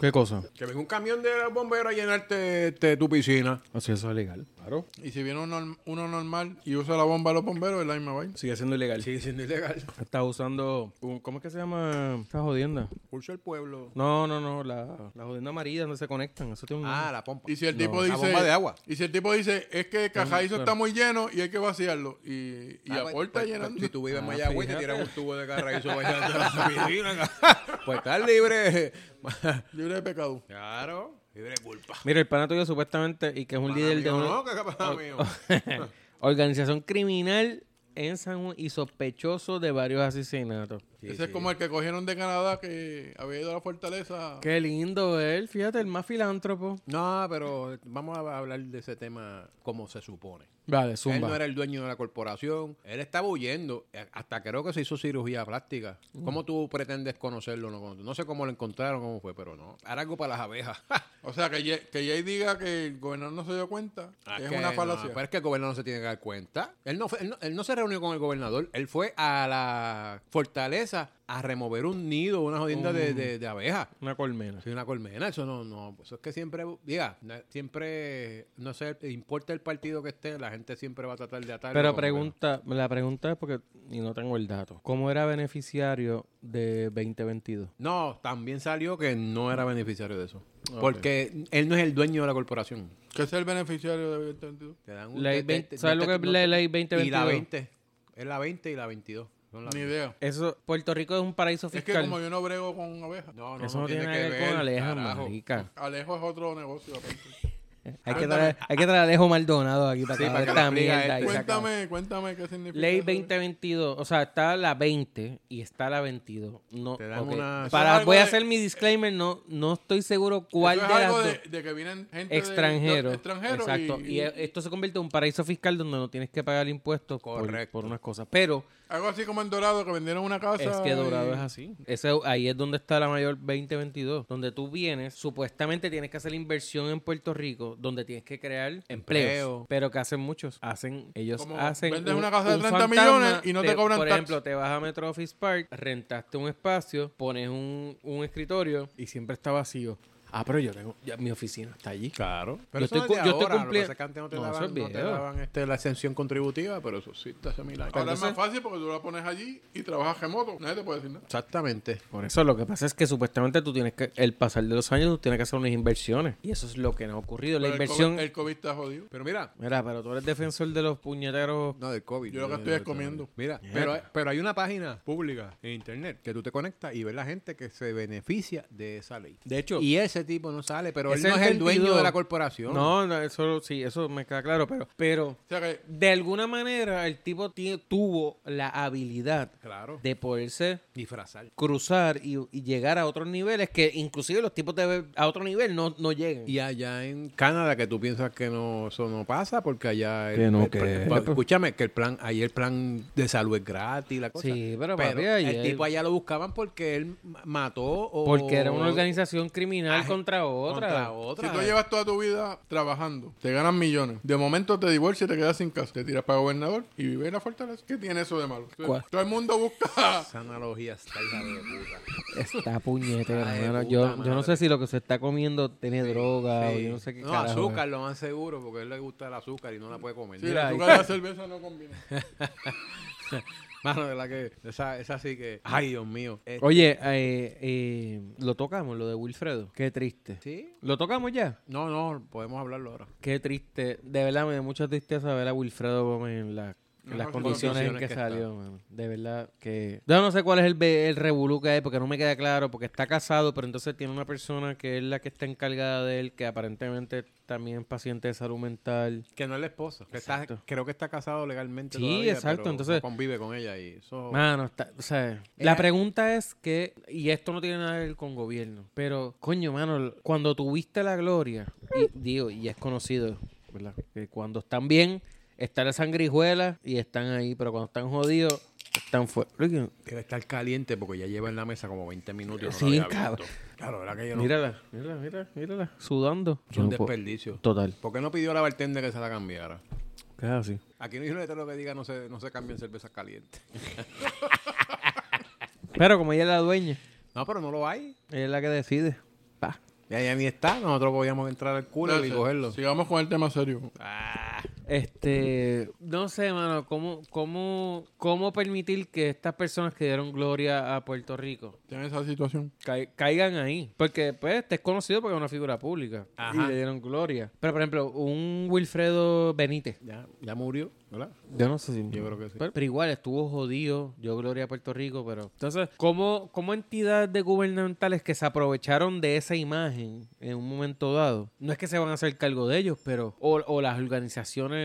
S2: ¿Qué cosa?
S4: Que venga un camión de los bomberos a llenarte este, tu piscina.
S2: Así eso es legal. Claro.
S3: Y si viene un norm- uno normal y usa la bomba a los bomberos, es la misma vaina.
S2: Sigue siendo ilegal.
S4: Sigue siendo ilegal.
S2: Está usando. un- ¿Cómo es que se llama? Esta jodienda.
S4: Curso del pueblo.
S2: No, no, no. La, la jodienda amarilla donde se conectan. Eso tiene un.
S4: Ah, la pompa.
S3: Y si el
S2: No,
S3: tipo
S4: la
S3: dice.
S4: bomba de agua.
S3: Y si el tipo dice, es que Cajaizo
S2: claro.
S3: está muy lleno y hay que vaciarlo. Y, y
S4: Ah, pues,
S3: aporta
S4: pues,
S3: llenando.
S4: pues, si tú vives en
S2: Ah,
S4: Mayagüez, te
S2: fíjate.
S4: tiras un tubo de carraízo [LAUGHS] vaya a la piscina. pues estás libre.
S3: [LAUGHS] Libre de pecado.
S4: [LAUGHS] claro, libre de culpa.
S2: Mira, el pana tuyo supuestamente. Y que es un
S4: Pana
S2: líder de
S4: mío,
S2: una
S4: No, que es pana mío.
S2: [LAUGHS] organización criminal en San Juan y sospechoso de varios asesinatos.
S4: Sí,
S3: Ese es
S4: sí.
S3: como el que cogieron de Canadá que había ido a la fortaleza.
S2: Qué lindo él. Fíjate, el más filántropo.
S4: No, pero vamos a hablar de ese tema como se supone.
S2: Vale,
S4: Él no era el dueño de la corporación. Él estaba huyendo. Eh, Hasta creo que se hizo cirugía plástica.
S3: Mm.
S4: ¿Cómo tú pretendes conocerlo? No, no sé cómo lo encontraron, cómo fue, pero no. Hará algo para las abejas. [LAUGHS]
S3: O sea, que, Ye- que Jay diga que el gobernador no se dio cuenta.
S4: Ah,
S3: que es
S4: que
S3: una
S4: no,
S3: falacia.
S4: pero es que el gobernador no se tiene que dar cuenta. Él no, fue- él, no, él no se reunió con el gobernador. Él fue a la fortaleza a remover un nido, una jodienda
S3: Mm.
S4: de, de, de abejas.
S2: Una colmena.
S4: Sí, una colmena, eso no, no, eso es que siempre, diga, na- siempre, no sé, importa el partido que esté, la gente siempre va a tratar de atar.
S2: Pero pregunta, la pregunta es porque y no tengo el dato. ¿Cómo era beneficiario de 2022?
S4: No, también salió que no era beneficiario de eso, porque él no es el dueño de la corporación.
S3: ¿Qué es el beneficiario de 2022?
S4: Te dan un-
S2: Ley
S4: te- te-
S2: 20
S4: te-
S2: ¿Sabes
S4: no
S2: lo que
S4: te-
S2: es la
S4: no te-
S2: ley
S4: Y la
S2: 2022?
S4: 20, es la 20 y la 22. son las
S3: Ni
S4: dos.
S3: idea.
S2: Eso, Puerto Rico es un paraíso
S3: Es
S2: fiscal.
S3: que como yo no brego con abejas.
S4: No,
S2: eso no, tiene nada que ver con Aleja,
S4: carajo.
S2: marica.
S3: Alejo es otro negocio. aparte.
S2: Hay que, traer, hay que traer a Alejo Maldonado aquí para
S4: Sí,
S2: acabar
S4: para que
S2: esta
S4: nos diga
S2: mierda
S4: esto.
S2: y se acaba.
S3: Cuéntame, cuéntame qué significa.
S2: este. Ley
S3: eso.
S2: 2022, o sea, está la 20 y está la 22. No,
S4: Te dan
S2: ok.
S4: una-
S3: Eso es
S2: Para,
S3: algo
S2: voy a
S3: de-
S2: hacer mi disclaimer, no, no estoy seguro
S3: Eso
S2: cuál
S3: es
S2: de las
S3: algo
S2: dos.
S3: de, de que vienen gente de-
S2: extranjero.
S3: de- extranjero
S2: Exacto.
S3: y-
S2: Y, eh, esto se convierte en un paraíso fiscal donde no tienes que pagar impuestos por-
S4: Correcto.
S2: Por, unas cosas. Pero
S3: Algo así como en Dorado, que vendieron una casa.
S2: es que Dorado
S3: y-
S2: es así. Ese, ahí es donde está la mayor 2022. Donde tú vienes, supuestamente tienes que hacer inversión en Puerto Rico donde tienes que crear
S4: Empleo.
S2: empleos. Pero que hacen muchos. Hacen, ellos
S3: Como
S2: hacen.
S3: vendes una casa de 30
S2: fantasma,
S3: millones y no te cobran
S2: Por
S3: tax.
S2: ejemplo, te vas a Metro Office Park, rentaste un espacio, pones un, un escritorio y siempre está vacío. Ah, pero yo tengo. ya mi oficina está allí.
S4: Claro.
S2: Yo estoy cu- yo estoy cumpli-
S4: Lo que pasa es que antes no te
S2: No, eso
S4: daban,
S2: es
S4: no te
S2: video.
S4: daban, este, la exención contributiva, pero eso sí, te hace milagro.
S3: Ahora es
S2: entonces-
S3: más fácil porque tú la pones allí y trabajas remoto. Nadie te puede decir nada.
S4: Exactamente.
S2: Por eso lo que pasa es que supuestamente tú tienes que, el pasar de los años, tú tienes que hacer unas inversiones. Y eso es lo que nos ha ocurrido. La
S3: Pero el
S2: inversión.
S3: COVID- El COVID está jodido.
S4: Pero mira,
S2: Mira, pero tú eres defensor de los puñeteros.
S4: no del COVID.
S3: Yo lo que
S4: no,
S3: estoy
S4: no,
S3: es comiendo.
S4: Mira, pero, pero hay una página pública en internet que tú te conectas y ves la gente que se beneficia de esa ley.
S2: De hecho,
S4: Y ese tipo no sale, pero
S2: Ese
S4: él no
S2: es
S4: es el
S2: el
S4: dueño
S2: 22.
S4: de la corporación.
S2: no, no, eso sí, eso me queda claro, pero, pero
S3: O sea que
S2: de alguna manera el tipo ti- tuvo la habilidad
S4: Claro.
S2: de poderse
S4: Disfrazar.
S2: cruzar y, y llegar a otros niveles que inclusive los tipos de be- a otro nivel no, no llegan.
S4: Y allá en Canadá, que tú piensas que no, eso no pasa, porque allá... el-
S2: Que no,
S4: el-
S2: que- Pues,
S4: el- escúchame, que el plan, ahí el plan de salud es gratis, la cosa.
S2: Sí, pero, papi, ahí
S4: el
S2: hay-
S4: tipo allá lo buscaban porque él ma- mató o...
S2: porque era una organización criminal
S4: Ah,
S2: contra otra.
S4: Contra otra.
S3: si tú llevas toda tu vida trabajando, te ganan millones. De momento te divorcias y te quedas sin casa. Te tiras para gobernador y vives en la fortaleza. ¿Qué tiene eso de malo?
S2: ¿Cuál?
S3: Todo el mundo busca.
S4: Esa analogía está hija de puta.
S2: Está puñetera,
S4: Ay,
S2: hermano.
S4: puta
S2: Yo, yo no
S4: madre.
S2: sé si lo que se está comiendo tiene droga o
S4: Sí.
S2: Ah, yo no sé qué
S4: No,
S2: carajo es.
S4: azúcar lo más seguro, porque a él le gusta el azúcar y no la puede comer.
S3: Sí,
S4: Mira,
S3: la
S2: ahí.
S3: azúcar y la cerveza no combinan.
S4: mano, de la que... Esa, esa sí que... Ay, Dios mío.
S3: Oh.
S4: Eh,
S2: Oye, eh, eh, lo tocamos, lo de Wilfredo. Qué triste.
S4: ¿Sí?
S2: ¿Lo tocamos ya?
S4: No, no, podemos hablarlo ahora.
S2: Qué triste. De verdad me da mucha tristeza ver a Wilfredo Gómez en, la- en
S3: Ajá,
S2: las
S3: con
S2: condiciones en
S4: condiciones
S2: que,
S4: que
S2: salió, mano. De verdad que... Yo no sé cuál es el, be- el revolú que hay porque no me queda claro, porque está casado, pero entonces tiene una persona que es la que está encargada de él, que aparentemente también es paciente de salud mental.
S4: Que no es la esposa. Que está,
S2: Exacto.
S4: creo que está casado legalmente.
S2: Sí,
S4: todavía,
S2: exacto,
S4: pero
S2: entonces-
S4: no convive con ella y eso.
S2: Mano, está- o sea, la pregunta es que, y esto no tiene nada que ver con gobierno, pero coño, mano, cuando tuviste la gloria, y, digo, y es conocido, ¿verdad? Que cuando están bien, está la sangrijuela y están ahí, pero cuando están jodidos, están fuera.
S4: Debe estar caliente porque ya lleva en la mesa como 20 minutos. y no
S2: Sí,
S4: lo había
S2: cabrón.
S4: visto. Claro, ¿verdad que yo no?
S2: Mírala, mírala, mírala, mírala, sudando.
S4: es un
S2: Yo no puedo-
S4: desperdicio.
S2: Total.
S4: ¿Por qué no pidió a la bartender que se la cambiara?
S2: Casi.
S4: Aquí no hay un letrero que diga no se, no se cambien cervezas calientes.
S2: Pero como ella es la dueña,
S4: No, pero no lo hay.
S2: ella es la que decide. Pa.
S4: Ya, ya ni está. Nosotros podíamos entrar al culo y
S3: Entonces,
S4: cogerlo.
S3: Sigamos con el tema serio.
S2: Este, no sé, mano, ¿cómo, cómo, cómo permitir que estas personas que dieron gloria a Puerto Rico
S3: Tienen esa situación.
S2: cai- caigan ahí? Porque, pues, te es conocido porque es una figura pública
S4: Ajá.
S2: y le dieron gloria. Pero, por ejemplo, un Wilfredo Benítez.
S4: Ya, ya murió, ¿verdad?
S2: Yo no sé si...
S4: Yo creo que sí.
S2: Pero, pero igual estuvo jodido, yo gloria a Puerto Rico, pero... Entonces, ¿cómo, ¿cómo entidades gubernamentales que se aprovecharon de esa imagen en un momento dado? No es que se van a hacer cargo de ellos, pero... O, o las organizaciones,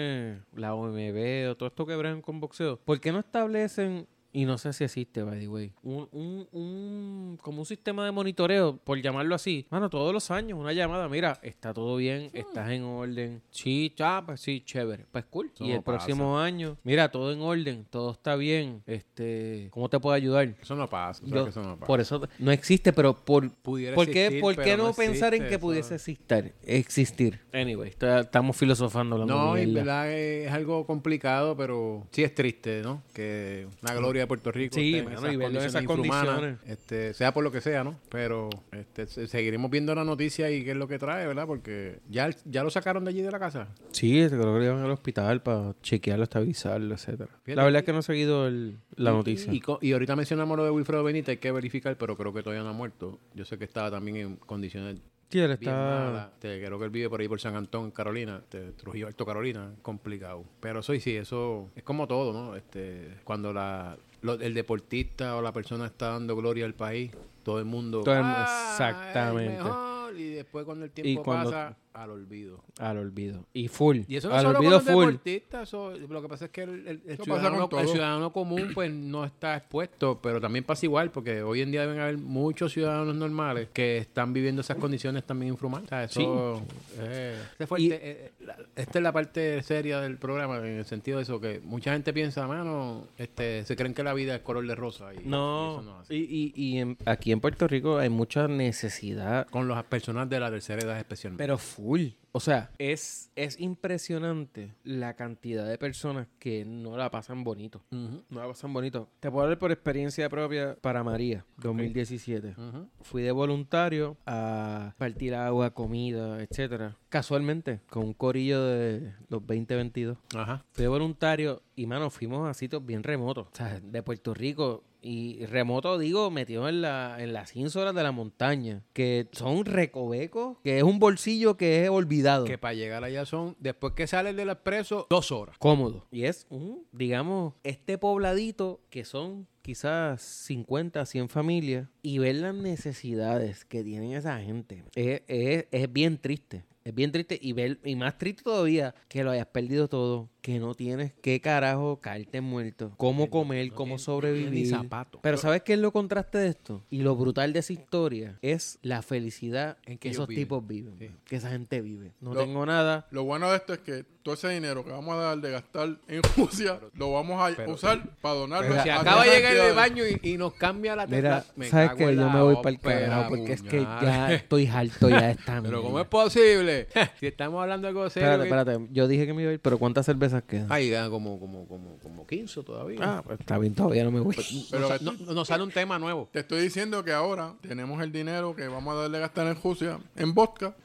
S2: la OMB o todo esto que bregan con boxeo, ¿por qué no establecen... Y no sé si existe, by the way. Un, un- un- como un sistema de monitoreo, por llamarlo así. Mano, todos los años, una llamada. Mira, está todo bien, estás en orden. Sí, chapa, sí, chévere. Pues cool.
S4: Eso
S2: y
S4: no
S2: el
S4: pasa.
S2: próximo año. Mira, todo en orden, todo está bien. Este, ¿cómo te puedo ayudar?
S4: Eso no pasa. tú sabes
S2: Yo-
S4: que eso no pasa.
S2: por eso no existe, pero por,
S4: Pudiera
S2: ¿por qué,
S4: existir,
S2: por qué
S4: pero
S2: no, pensar en
S4: existe,
S2: que
S4: eso-
S2: pudiese existir? Existir. Anyway, está- estamos filosofando hablando
S4: No, en
S2: mierda.
S4: verdad es algo complicado, pero sí es triste, ¿no? Que una gloria de Puerto Rico
S2: Sí,
S4: esté en
S2: mano, y verlo en esas condiciones.
S4: este, sea por lo que sea, ¿no? Pero este, se- seguiremos viendo la noticia y qué es lo que trae, ¿verdad? Porque ya, ya lo sacaron de allí de la casa.
S2: Sí, creo que lo llevan al hospital para chequearlo, estabilizarlo, etcétera.
S4: Fíjate,
S2: la verdad es que no he seguido el- la
S4: Y-
S2: noticia.
S4: Y, co- y ahorita mencionamos lo de Wilfredo Benítez, hay que verificar, pero creo que todavía no ha muerto. Yo sé que estaba también en condiciones
S2: Sí, él
S4: bien
S2: está...
S4: malas. Este, creo que él vive por ahí por San Antón, Carolina, este, Trujillo Alto, Carolina, complicado. Pero eso y sí, eso es como todo, ¿no? Este, cuando la, lo- el deportista o la persona está dando gloria al país, todo el mundo.
S2: Todo el mu-
S4: "Ah,
S2: exactamente.
S4: el mejor", y después cuando el tiempo
S2: cuando-
S4: pasa, al olvido.
S2: Al olvido. Y full.
S4: Y eso no
S2: al
S4: solo
S2: olvido
S4: con los
S2: full.
S4: deportistas, eso- lo que pasa es que el, el- el
S3: Eso pasa
S4: ciudadano,
S3: con
S4: el
S3: todo.
S4: ciudadano común pues no está expuesto, pero también pasa igual, porque hoy en día deben haber muchos ciudadanos normales que están viviendo esas condiciones también infrahumanas. O sea, eso, eh, ese fue el
S2: Y-
S4: te- eh, la- esta es la parte seria del programa, en el sentido de eso, que mucha gente piensa, mano, este, se creen que la vida es color de rosa. Y, y eso no
S2: No.
S4: es así.
S2: Y, y, y en- aquí en Puerto Rico hay mucha necesidad
S4: Con las personas de la tercera edad especialmente.
S2: Pero full, full. O sea, es, es impresionante la cantidad de personas que no la pasan bonito. No la pasan bonito. Te puedo hablar por experiencia propia para María, 2017. Fui de voluntario a partir agua, comida, etcétera. Casualmente, con un corillo de los 2022.
S4: Ajá.
S2: Fui de voluntario y, mano, fuimos a sitios bien remotos. O sea, de Puerto Rico. Y remoto, digo, metido en, la, en las ínsulas de la montaña. Que son recovecos, que es un bolsillo que es olvidado.
S4: Que para llegar allá son, después que sales del expreso, dos horas.
S2: Cómodo. Y es un, digamos, este pobladito que son quizás 50, 100 familias y ver las necesidades que tienen esa gente es, es- es bien triste. Es bien triste y ver, y más triste todavía, que lo hayas perdido todo, que no tienes qué carajo caerte muerto, cómo comer, cómo sobrevivir.
S4: ni zapato.
S2: Pero ¿sabes qué es lo contraste de esto? Y lo brutal de esa historia es la felicidad
S4: En que
S2: que,
S4: ellos
S2: esos
S4: viven.
S2: tipos viven,
S4: Sí.
S2: que esa gente vive. No
S3: Lo-
S2: tengo nada,
S3: Lo bueno de esto es que todo ese dinero que vamos a dar de gastar en Rusia lo vamos a
S4: pero-
S3: usar para donarlo.
S4: Pero si
S3: a
S4: acaba de
S3: otras
S4: llegar del
S3: entidades.
S4: baño y, y nos cambia la
S2: Mira,
S4: tecla, me
S2: sabes
S4: cago
S2: que
S4: en
S2: yo
S4: la
S2: me voy para el
S4: ópera,
S2: carajo porque es que
S4: puñal.
S2: ya estoy harto ya de
S4: [LAUGHS]
S2: esta
S4: Pero ¿cómo
S2: mierda.
S4: es posible? [LAUGHS] si estamos hablando de algo serio.
S2: Espérate,
S4: que-
S2: espérate. Yo dije que me iba a ir, pero ¿cuántas cervezas quedan?
S4: Ay, da como, como, como, como 15 todavía.
S2: Ah, pues está bien, todavía no me voy.
S3: Pero
S4: Nos sa- no- nos sale un tema nuevo.
S3: Te estoy diciendo que ahora tenemos el dinero que vamos a darle a gastar en Rusia, en vodka,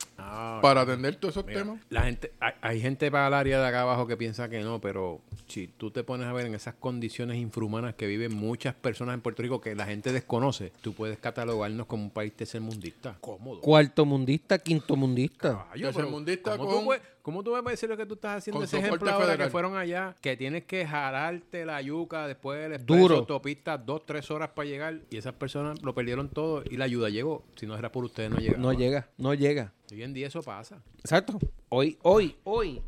S3: para atender todos esos
S4: Ah, Mira,
S3: temas.
S4: La gente, hay, hay gente para el área de acá abajo que piensa que no, pero si tú te pones a ver en esas condiciones infrahumanas que viven muchas personas en Puerto Rico que la gente desconoce, tú puedes catalogarnos como un país tercermundista. Cómodo.
S2: Cuarto mundista, quinto mundista.
S4: Caballo, pero
S3: Tercermundista
S4: ¿cómo
S3: con-
S4: Tú, puedes- ¿Cómo tú ves decir lo que tú estás haciendo
S3: con
S4: ese
S3: soporte
S4: ejemplo ahora
S3: federal?
S4: que fueron allá? Que tienes que jalarte la yuca después del expreso,
S2: Duro.
S4: autopista, dos, tres horas para llegar. Y esas personas lo perdieron todo y la ayuda llegó. Si no era por ustedes, no llegaba.
S2: No llega, no llega.
S4: Hoy en día eso pasa.
S2: Exacto. Hoy, hoy, hoy,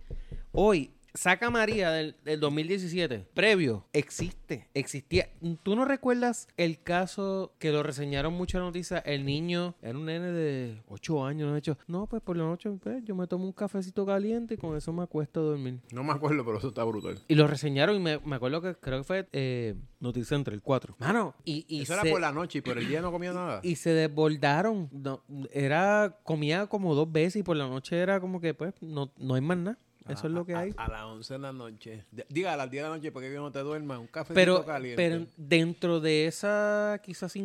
S2: hoy, saca María del, del 2017. Previo, existe, existía. ¿Tú no recuerdas el caso que lo reseñaron mucho en la noticia? El niño era un nene de 8 años, ¿no? De hecho, no, pues por la noche pues, yo me tomo un cafecito caliente y con eso me acuesto a dormir.
S3: No me acuerdo, pero eso está brutal.
S2: Y lo reseñaron y me, me acuerdo que creo que fue eh, Noticia entre el 4. Mano, y, y
S4: eso
S2: se-
S4: era por la noche y por el día no comía nada.
S2: y se desbordaron. No, era, comía como dos veces y por la noche era como que, pues, no, no hay más nada. Eso es lo que
S4: A-
S2: hay.
S4: A, las 11 de la noche. D- Diga, a las 10 de la noche porque yo no te duermas. Un cafecito
S2: Pero,
S4: caliente.
S2: pero dentro de esa quizás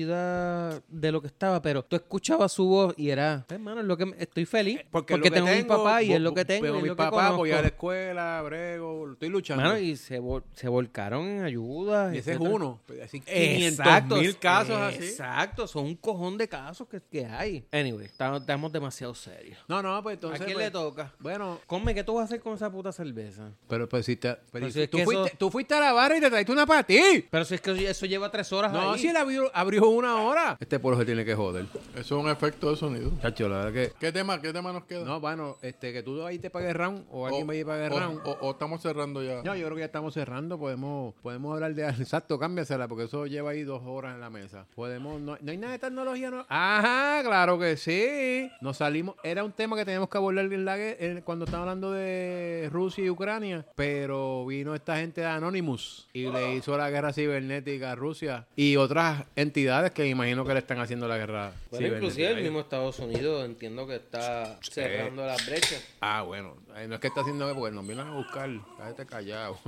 S2: incomodidad de lo que estaba, pero tú escuchabas su voz y era, hermano, es lo que me- estoy feliz porque,
S4: Eh, lo que
S2: tengo, un papá y
S4: vo-
S2: es lo que
S4: vo-
S2: tengo. y es
S4: mi
S2: lo que
S4: papá, pues, voy a la
S2: conozco".
S4: escuela, brego, estoy luchando.
S2: Mano, y se, vol- se volcaron en ayuda.
S4: Y ese es
S2: etcétera.
S4: uno. Así 500
S2: Exacto.
S4: mil casos así.
S2: Exacto, son un cojón de casos que, que hay. Anyway, estamos, estamos demasiado serios.
S4: No, no,
S2: ¿A
S4: pues entonces.
S2: quién
S4: pues,
S2: le toca?
S4: Bueno,
S2: Come, ¿qué tú vas a hacer con esa puta cerveza?
S4: pero pues si te.
S2: Pero
S4: si-
S2: si es
S4: tú,
S2: que
S4: fuiste,
S2: eso-
S4: tú fuiste a la barra y te traiste una para ti.
S2: Pero si es que eso lleva tres horas
S4: No,
S2: ahí.
S4: si él abrió, abrió una hora. Este pueblo se tiene que joder.
S3: Eso es un efecto de sonido.
S4: Chacho, la verdad que.
S3: ¿Qué tema, qué tema nos queda?
S4: No, bueno, este, que tú ahí te pagues round o alguien
S3: o,
S4: me pague
S3: o-
S4: round.
S3: o- o estamos cerrando ya.
S4: No, yo creo que ya estamos cerrando. Podemos, podemos hablar de. Exacto, cámbiasela, porque eso lleva ahí dos horas en la mesa. Podemos. No, no hay nada de tecnología. No. Ajá, claro que sí. Nos salimos. Era un tema que teníamos que abordar en la gue- en- cuando estaba hablando de Rusia y Ucrania. Pero vino esta gente de Anonymous y le hizo la guerra cibernética a Rusia y otras entidades que me imagino que le están haciendo la guerra.
S2: Bueno, inclusive
S4: cibernética.
S2: el mismo Estados Unidos entiendo que está cerrando las brechas.
S4: Ah, bueno. Ay, No es que está haciendo que porque nos vienen a buscar. Cállate callado.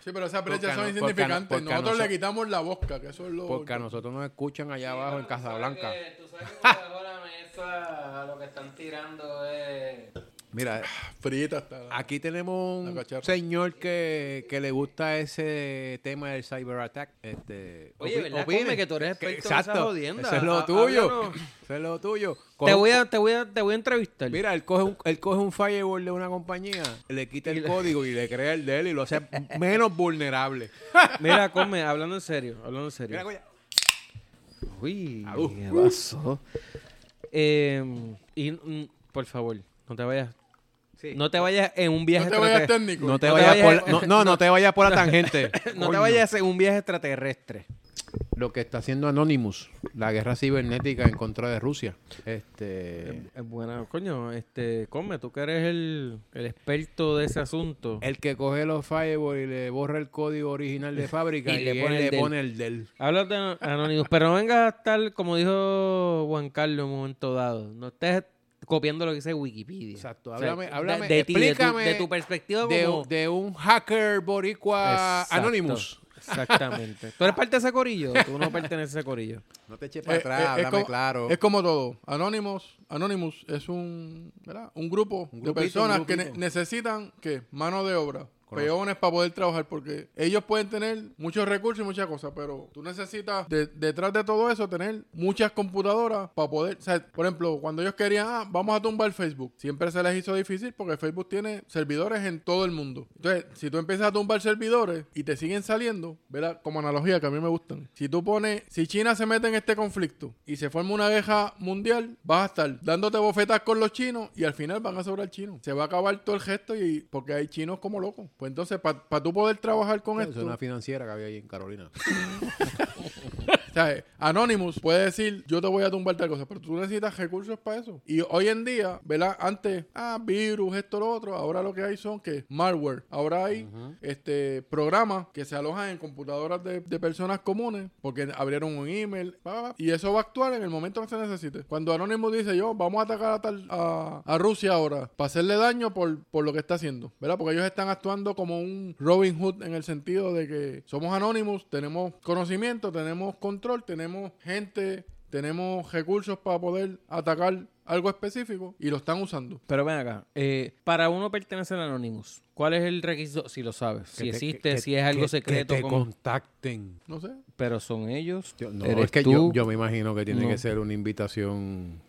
S3: Sí, pero esas brechas
S4: Porque a
S3: son
S4: no-
S3: insignificantes.
S4: porque a no- porque a
S3: Nosotros
S4: noso-
S3: le quitamos la bosca, que eso es lo.
S4: [LAUGHS] Porque a nosotros nos escuchan allá abajo en Casablanca.
S2: Tú sabes que bajo la mesa lo que están tirando es...
S4: Mira,
S3: Frita hasta.
S4: aquí tenemos
S3: La
S4: un
S3: cacharra.
S4: señor que, que le gusta ese tema del cyber attack. Este,
S2: Oye,
S4: opi-
S2: ¿verdad?
S4: opine.
S2: Come, que tú eres
S4: Que-
S2: experto en esa jodienda.
S4: Eso es lo
S2: Ha-
S4: tuyo.
S2: háblanos.
S4: Eso es lo tuyo.
S2: Te
S4: Coge-
S2: voy a, te voy a, te voy a entrevistar.
S4: Mira, él coge, un, él coge un firewall de una compañía, le quita el código y le crea el de él y
S2: [LAUGHS]
S4: lo hace menos vulnerable.
S2: Mira, come, hablando en serio, hablando en serio.
S4: Mira, coño.
S2: Uy,
S4: Au.
S2: ¿qué pasó? Eh, y mm, por favor, no te vayas.
S4: Sí.
S2: No te vayas en un viaje
S3: No te vayas
S2: extraterrestre.
S3: técnico.
S4: No te
S2: No te
S4: vayas
S2: vayas-
S4: por la, no, no, no te vayas
S2: [LAUGHS]
S4: por la tangente. [LAUGHS]
S2: No te vayas en un viaje extraterrestre.
S4: Lo que está haciendo Anonymous, la guerra cibernética en contra de Rusia. Este.
S2: Eh, Bueno, coño, este, come, tú que eres el, el experto de ese asunto.
S4: El que coge los firewall y le borra el código original
S2: [LAUGHS]
S4: de fábrica y,
S2: Y le
S4: él
S2: pone el
S4: le
S2: del.
S4: pone el del.
S2: Háblate anónimo, pero no vengas a estar, como dijo Juan Carlos en un momento dado, no estés copiando lo que dice Wikipedia.
S4: Exacto,
S2: O sea,
S4: háblame-
S2: de-
S4: háblame,
S2: de, ti, de tu-
S4: explícame
S2: de tu, perspectiva
S4: de,
S2: como...
S4: de un hacker boricua
S2: Exacto,
S4: Anonymous.
S2: Exactamente. ¿Tú eres parte de ese corillo? Tú no perteneces a ese corillo.
S4: No te eches
S3: Eh, eh, como, es como todo. Anonymous, Anonymous es un, ¿verdad? un grupo
S4: Un
S3: de
S4: grupito,
S3: personas
S4: un
S3: que ne-
S4: grupito.
S3: necesitan ¿qué? mano de obra,
S4: Conoce.
S3: peones para poder trabajar, porque ellos pueden tener muchos recursos y muchas cosas, pero tú necesitas de- detrás de todo eso tener muchas computadoras para poder. o sea, por ejemplo, cuando ellos querían, ah, vamos a tumbar Facebook, siempre se les hizo difícil porque Facebook tiene servidores en todo el mundo. Entonces, si tú empiezas a tumbar servidores y te siguen saliendo, ¿verdad? Como analogía que a mí me gustan. Si tú pones, si China se mete en este conflicto y se forma una guerra mundial, vas a estar dándote bofetas con los chinos y al final van a sobrar chinos. Se va a acabar todo el gesto y porque hay chinos como locos. Pues entonces, para tú poder trabajar con
S4: Es
S3: esto,
S4: una financiera que había ahí en Carolina.
S3: ¿sabes? Anonymous puede decir, yo te voy a tumbar tal cosa, pero tú necesitas recursos para eso. Y hoy en día, ¿verdad? Antes, ah, virus, esto, lo otro. Ahora lo que hay son que malware. Ahora hay este programas que se alojan en computadoras de, de personas comunes porque abrieron un email. pa, pa, pa, y eso va a actuar en el momento que se necesite. Cuando Anonymous dice, yo, vamos a atacar a, tal- a, a Rusia ahora para hacerle daño por, por lo que está haciendo, ¿verdad? Porque ellos están actuando como un Robin Hood en el sentido de que somos Anonymous, tenemos conocimiento, tenemos control, tenemos gente, tenemos recursos para poder atacar algo específico y lo están usando.
S2: Pero ven acá. eh, para uno pertenecer a Anonymous, ¿cuál es el requisito? Si lo sabes, si
S4: Que te-
S2: existe,
S4: que-
S2: si es algo
S4: que-
S2: secreto.
S4: Que te
S2: cómo-
S4: contacten.
S3: No sé.
S2: Pero son ellos.
S4: Yo- no,
S2: eres
S4: es que
S2: tú.
S4: yo, yo me imagino que tiene
S2: No.
S4: que ser una invitación.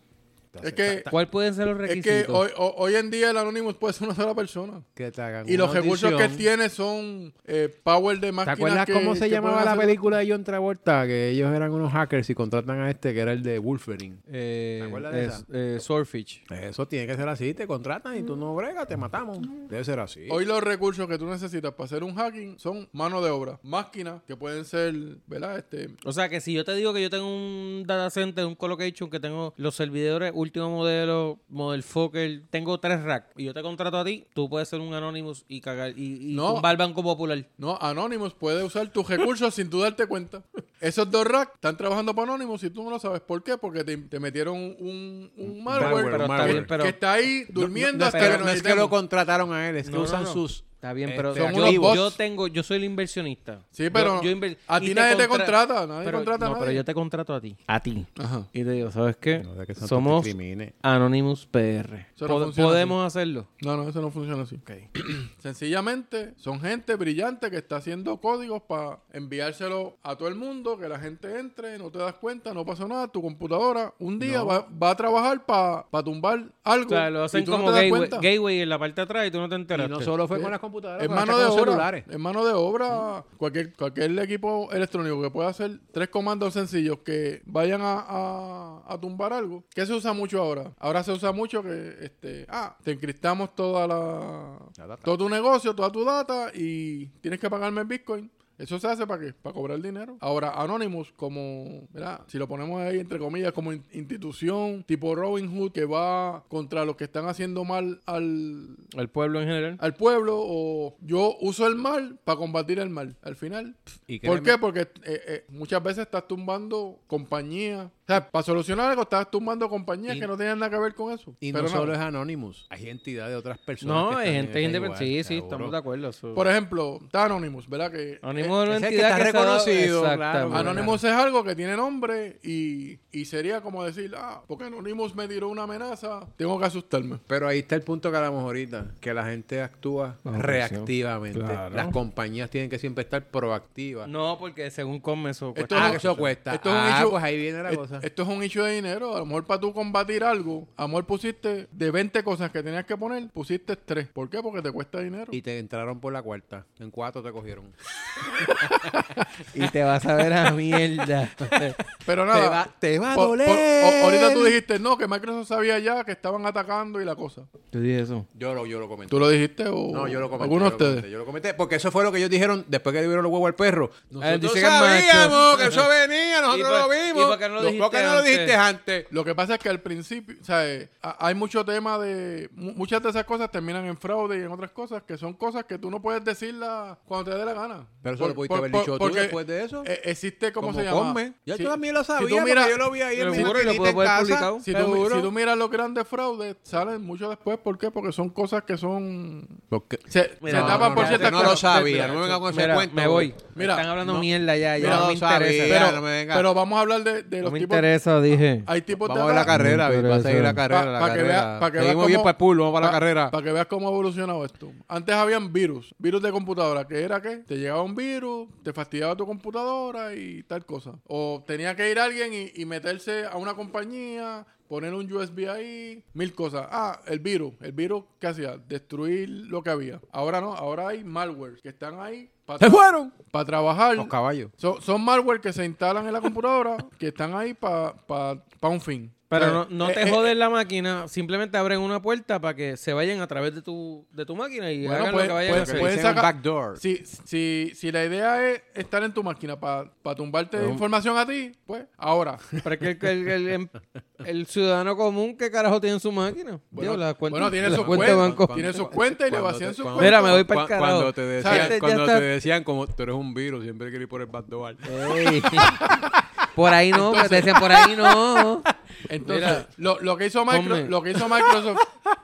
S3: Es que,
S2: ¿Cuál pueden ser los
S3: es
S2: requisitos?
S3: que hoy, ho- hoy en día el Anonymous puede ser una sola persona.
S4: que te hagan
S3: Y
S4: una
S3: los recursos que
S4: audición.
S3: tiene son eh, power de
S4: ¿Te
S3: máquinas.
S4: acuerdas
S3: que-
S4: cómo se
S3: que
S4: llamaba
S3: pueden
S4: la
S3: hacer-
S4: película de John Travolta? Que ellos eran unos hackers y contratan a este que era el de Wolverine.
S2: Eh,
S4: ¿Te acuerdas de
S2: es- eh, Swordfish.
S4: Eso tiene que ser así, te contratan y tú no bregas, te matamos. Debe ser así.
S3: Hoy los recursos que tú necesitas para hacer un hacking son mano de obra, máquinas que pueden ser, ¿verdad? Este,
S2: O sea que si yo te digo que yo tengo un data center, un colocation, que tengo los servidores último modelo, model Fokker, tengo tres racks y yo te contrato a ti, tú puedes ser un Anonymous y cagar y, y
S3: No.
S2: tumbar el Banco Popular.
S3: no, Anonymous puede usar tus recursos sin tú darte cuenta. Esos dos racks están trabajando para Anonymous y tú no lo sabes. ¿Por qué? Porque te, te metieron un, un malware,
S4: malware,
S3: que-
S2: Pero está
S4: malware.
S2: bien, pero
S3: que está ahí
S4: No,
S3: durmiendo
S4: no, no es
S3: hasta
S4: que-
S3: que,
S4: no es que lo contrataron a él, es que
S2: No, no,
S4: usan
S2: no.
S4: sus.
S2: Está bien, pero
S4: este,
S2: yo,
S3: activos.
S2: yo tengo, yo soy el inversionista.
S3: Sí, pero
S2: inver-
S3: a
S2: y
S3: ti nadie te
S2: contra-
S3: contrata, nadie
S2: pero-
S3: contrata a
S2: no,
S3: nadie.
S2: pero yo te contrato a ti, a ti.
S3: Ajá.
S2: Y te digo, ¿sabes qué?
S4: No, de que Santos
S2: Somos
S4: te incrimine.
S2: Anonymous PR.
S3: Eso no
S2: Pod-
S3: funciona
S2: podemos hacerlo.
S3: No, no, eso no funciona así. [CLEARS THROAT] Sencillamente son gente brillante que está haciendo códigos para enviárselo a todo el mundo, que la gente entre, no te das cuenta, no pasó nada, tu computadora un día va, va a trabajar para tumbar algo.
S2: O sea, lo
S3: y
S2: hacen
S3: tú no
S2: como
S3: te das
S2: gateway,
S3: cuenta.
S2: gateway en la parte de atrás y tú no te enteras.
S4: Y no solo fue con las computadoras,
S3: En
S4: pero hasta
S3: mano
S4: con
S3: de
S4: los
S3: obra,
S4: celulares.
S3: en mano de obra, cualquier, cualquier equipo electrónico que pueda hacer tres comandos sencillos que vayan a, a- a tumbar algo. ¿Qué se usa mucho ahora? Ahora se usa mucho que, este, ah, te encriptamos toda la,
S4: La data.
S3: todo tu negocio, toda tu data y tienes que pagarme en Bitcoin. Eso se hace para qué? Para cobrar dinero. Ahora, Anonymous, como, ¿verdad? Si lo ponemos ahí entre comillas, como in- institución tipo Robin Hood que va contra los que están haciendo mal al,
S2: El pueblo en general.
S3: al pueblo o yo uso el mal para combatir el mal. Al final, pff,
S4: Y
S3: ¿por
S4: créeme-
S3: qué? Porque eh, eh, muchas veces estás tumbando compañía. O sea, para solucionar algo estás tumbando compañías
S4: Y-
S3: que no tienen nada que ver con eso.
S4: Y
S3: Pero
S4: no solo
S3: nada.
S4: es Anonymous, hay entidad de otras personas.
S2: No,
S4: que
S2: hay
S4: están en
S2: gente
S4: ese
S2: independiente. Sí,
S4: lugar,
S2: sí, estamos de
S4: seguro.
S2: acuerdo. eso.
S3: Por ejemplo, está Anonymous, ¿verdad? Que eh,
S2: Anonymous es
S4: es
S2: una
S4: el que
S2: entidad se
S4: está
S2: ha dado-
S4: reconocido, claro,
S2: Exactamente.
S4: Bueno,
S3: Anonymous es algo que tiene nombre y, y sería como decir, ah, porque Anonymous me tiró una amenaza, tengo que asustarme.
S4: Pero ahí está el punto que hablamos ahorita, que la gente actúa
S2: Bajo presión.
S4: reactivamente.
S2: Claro.
S4: Las compañías tienen que siempre estar proactivas.
S2: No, porque según come eso.
S3: Esto
S2: cuesta
S4: ah,
S3: es-
S4: que eso cuesta.
S3: esto es un
S4: ah,
S3: hecho-
S4: pues ahí viene la
S3: Et-
S4: cosa.
S3: Esto es un hecho de dinero. A lo mejor para tú combatir algo, a lo mejor pusiste de 20 cosas que tenías que poner, pusiste 3. ¿Por qué? Porque te cuesta dinero.
S4: Y te entraron por la cuarta. En cuatro te cogieron.
S2: Y te vas a ver a mierda.
S3: Pero nada.
S4: te va, te va a
S3: por- por-
S4: doler.
S3: o- ahorita tú dijiste, no, que Microsoft sabía ya que estaban atacando y la cosa.
S2: [LAUGHS] Yo dije eso.
S4: Yo lo, yo lo comenté.
S3: ¿Tú lo dijiste o
S4: No, yo lo comenté.
S3: alguno de
S4: yo lo
S3: ustedes?
S4: comenté, yo lo comenté, porque eso fue lo que ellos dijeron después que le vieron los huevos al perro.
S2: él dice
S4: Nosotros
S2: que es macho.
S4: sabíamos que eso [LAUGHS] venía, nosotros
S2: por-
S4: lo vimos.
S2: y por qué no lo dijiste
S4: pues, no lo dijiste antes?
S3: Lo que pasa es que al principio, o sea, eh, a- hay mucho tema de. mu- Muchas de esas cosas terminan en fraude y en otras cosas que son cosas que tú no puedes decirlas cuando te dé la gana.
S4: Pero eso
S3: Por-
S4: lo pudiste
S3: por-
S4: haber
S3: por-
S4: dicho tú
S3: porque,
S4: después de eso.
S3: eh, existe, ¿cómo
S4: Como
S3: se llama?
S4: Cosme. Ya
S3: Sí.
S4: tú también lo sabía,
S3: tú miras-
S4: porque yo lo vi ahí en
S2: Pero
S4: mi
S2: seguro, y lo
S4: maquinita
S2: puede
S4: en
S2: poner
S4: casa.
S2: publicado.
S3: Si tú, mi-
S4: Seguro.
S3: si tú miras los grandes fraudes, salen mucho después. ¿Por qué? Porque son cosas que son. Se,
S2: Mira,
S3: se
S2: no,
S3: tapan
S2: no,
S3: por
S2: no,
S3: ciertas
S4: no lo
S3: cosas.
S4: sabía, no me venga con ese
S2: Mira,
S4: cuento.
S2: me voy.
S3: Mira,
S2: Están hablando
S3: no-
S2: mierda ya, ya
S4: mira,
S2: no me
S4: no sabía.
S2: interesa.
S3: Pero,
S4: no me venga.
S3: pero vamos a hablar de, de
S2: No
S3: los
S2: me
S3: tipos. Ah,
S2: interesa, dije.
S3: Hay tipos
S4: Vamos a
S3: de
S4: ver la
S3: atraco.
S4: carrera,
S2: Me
S4: Vic, va a seguir la
S2: interesa.
S4: carrera.
S3: Pa-
S4: la
S3: pa' que
S4: carrera.
S3: vea- pa' que vea
S4: Seguimos bien
S3: cómo-
S4: para el pool, vamos para la
S3: Pa-
S4: carrera.
S3: Para que veas cómo ha evolucionado esto. Antes habían virus, virus de computadora, que era que te llegaba un virus, te fastidiaba tu computadora y tal cosa. O tenía que ir alguien y, y meterse a una compañía, poner un USB ahí, mil cosas. Ah, el virus, el virus, ¿qué hacía? Destruir lo que había. Ahora no, ahora hay malwares que están ahí para
S4: fueron!
S3: trabajar.
S4: Los caballos.
S3: Son, son malware que se instalan en la computadora, [LAUGHS] que están ahí para un fin.
S2: Pero
S3: Eh,
S2: no, no
S3: eh,
S2: te
S3: eh,
S2: joden la máquina, simplemente abren una puerta para que se vayan a través de tu, de tu máquina y
S3: Bueno,
S2: hagan
S3: puede-
S2: lo que vayan
S3: puede-
S2: a hacer.
S3: puede- Pueden
S4: Dicen un
S3: sacar-
S4: backdoor.
S3: Si, si, si la idea es estar en tu máquina para tumbarte información a ti, pues
S2: [LAUGHS]
S3: ahora.
S2: Pero es que el, el- el- el- el ciudadano común, ¿qué carajo tiene en su máquina?
S3: Bueno,
S2: Digo, la cuenta-
S3: bueno, tiene
S2: la
S3: sus
S2: cuenta de
S3: cuentas,
S2: banco.
S3: tiene sus cuentas y le vacían sus cuentas.
S2: Mira, me voy pa'l carajo.
S4: Cuando te decían,
S3: Este
S2: ya
S4: cuando
S2: está-
S4: te decían como tú eres un virus, siempre quieres ir por el backdoor.
S2: Ey. [LAUGHS] Por ahí no, que te decían por ahí no.
S3: Entonces,
S2: Mira,
S3: lo, lo que hizo Micro,
S2: ponme.
S3: lo que
S2: [LAUGHS]
S3: hizo Microsoft,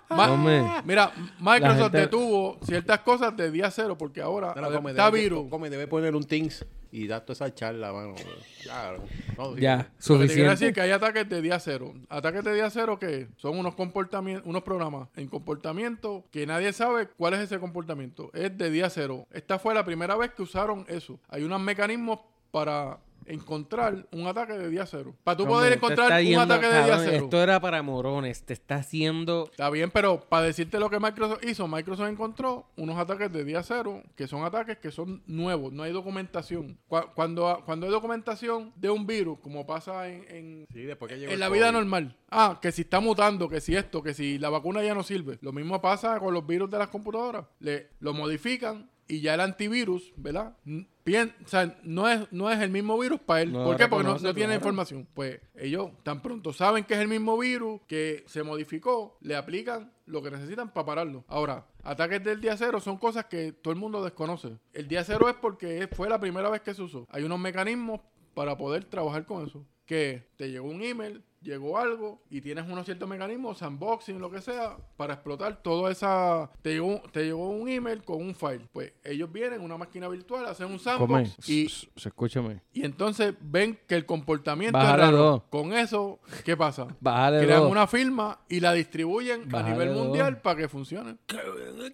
S3: Ma-
S2: Ponme.
S3: mira, Microsoft
S2: gente-
S3: detuvo ciertas cosas de día cero porque ahora
S1: Dale, come,
S3: está
S1: debe-
S3: virus.
S1: Come, debe poner un Teams y dar toda esa charla, mano. Claro. No, sí.
S2: Ya,
S3: Lo que te quiero decir es
S2: suficiente.
S3: que hay ataques de día cero. Ataques de día cero que son unos comportamientos, unos programas en comportamiento que nadie sabe cuál es ese comportamiento. Es de día cero. Esta fue la primera vez que usaron eso. Hay unos mecanismos para encontrar un ataque de día cero. Para tú
S2: Hombre,
S3: poder
S2: te está
S3: encontrar un
S2: yendo,
S3: ataque de día
S2: cabrón,
S3: cero.
S2: Esto era para morones, te está haciendo...
S3: Está bien, pero para decirte lo que Microsoft hizo, Microsoft encontró unos ataques de día cero, que son ataques que son nuevos, no hay documentación. Cu- Cuando, cuando hay documentación de un virus, como pasa en- en,
S1: Sí, después que llegó
S3: en
S1: el
S3: la vida
S1: COVID.
S3: normal. Ah, que si está mutando, que si esto, que si la vacuna ya no sirve. Lo mismo pasa con los virus de las computadoras. Le, lo modifican y ya el antivirus, ¿verdad? N- pien- o sea, no es, no es el mismo virus para él.
S2: No
S3: ¿Por
S2: lo
S3: qué? Porque no,
S2: reconoce,
S3: no tiene
S2: claro.
S3: información. Pues ellos tan pronto saben que es el mismo virus, que se modificó, le aplican lo que necesitan para pararlo. Ahora, ataques del día cero son cosas que todo el mundo desconoce. El día cero es porque fue la primera vez que se usó. Hay unos mecanismos para poder trabajar con eso. Que te llegó un email, llegó algo y tienes unos ciertos mecanismos, unboxing, lo que sea, para explotar toda esa... Te llegó, te llegó un email con un file. Pues ellos vienen, una máquina virtual, hacen un
S2: Come,
S3: sandbox y,
S2: escúchame.
S3: y entonces ven que el comportamiento
S2: Bájale
S3: es raro.
S2: dos.
S3: Con eso, ¿qué pasa?
S2: Bájale
S3: Crean
S2: dos.
S3: una firma y la distribuyen
S2: Bájale
S3: a nivel
S2: dos.
S3: mundial para que funcione.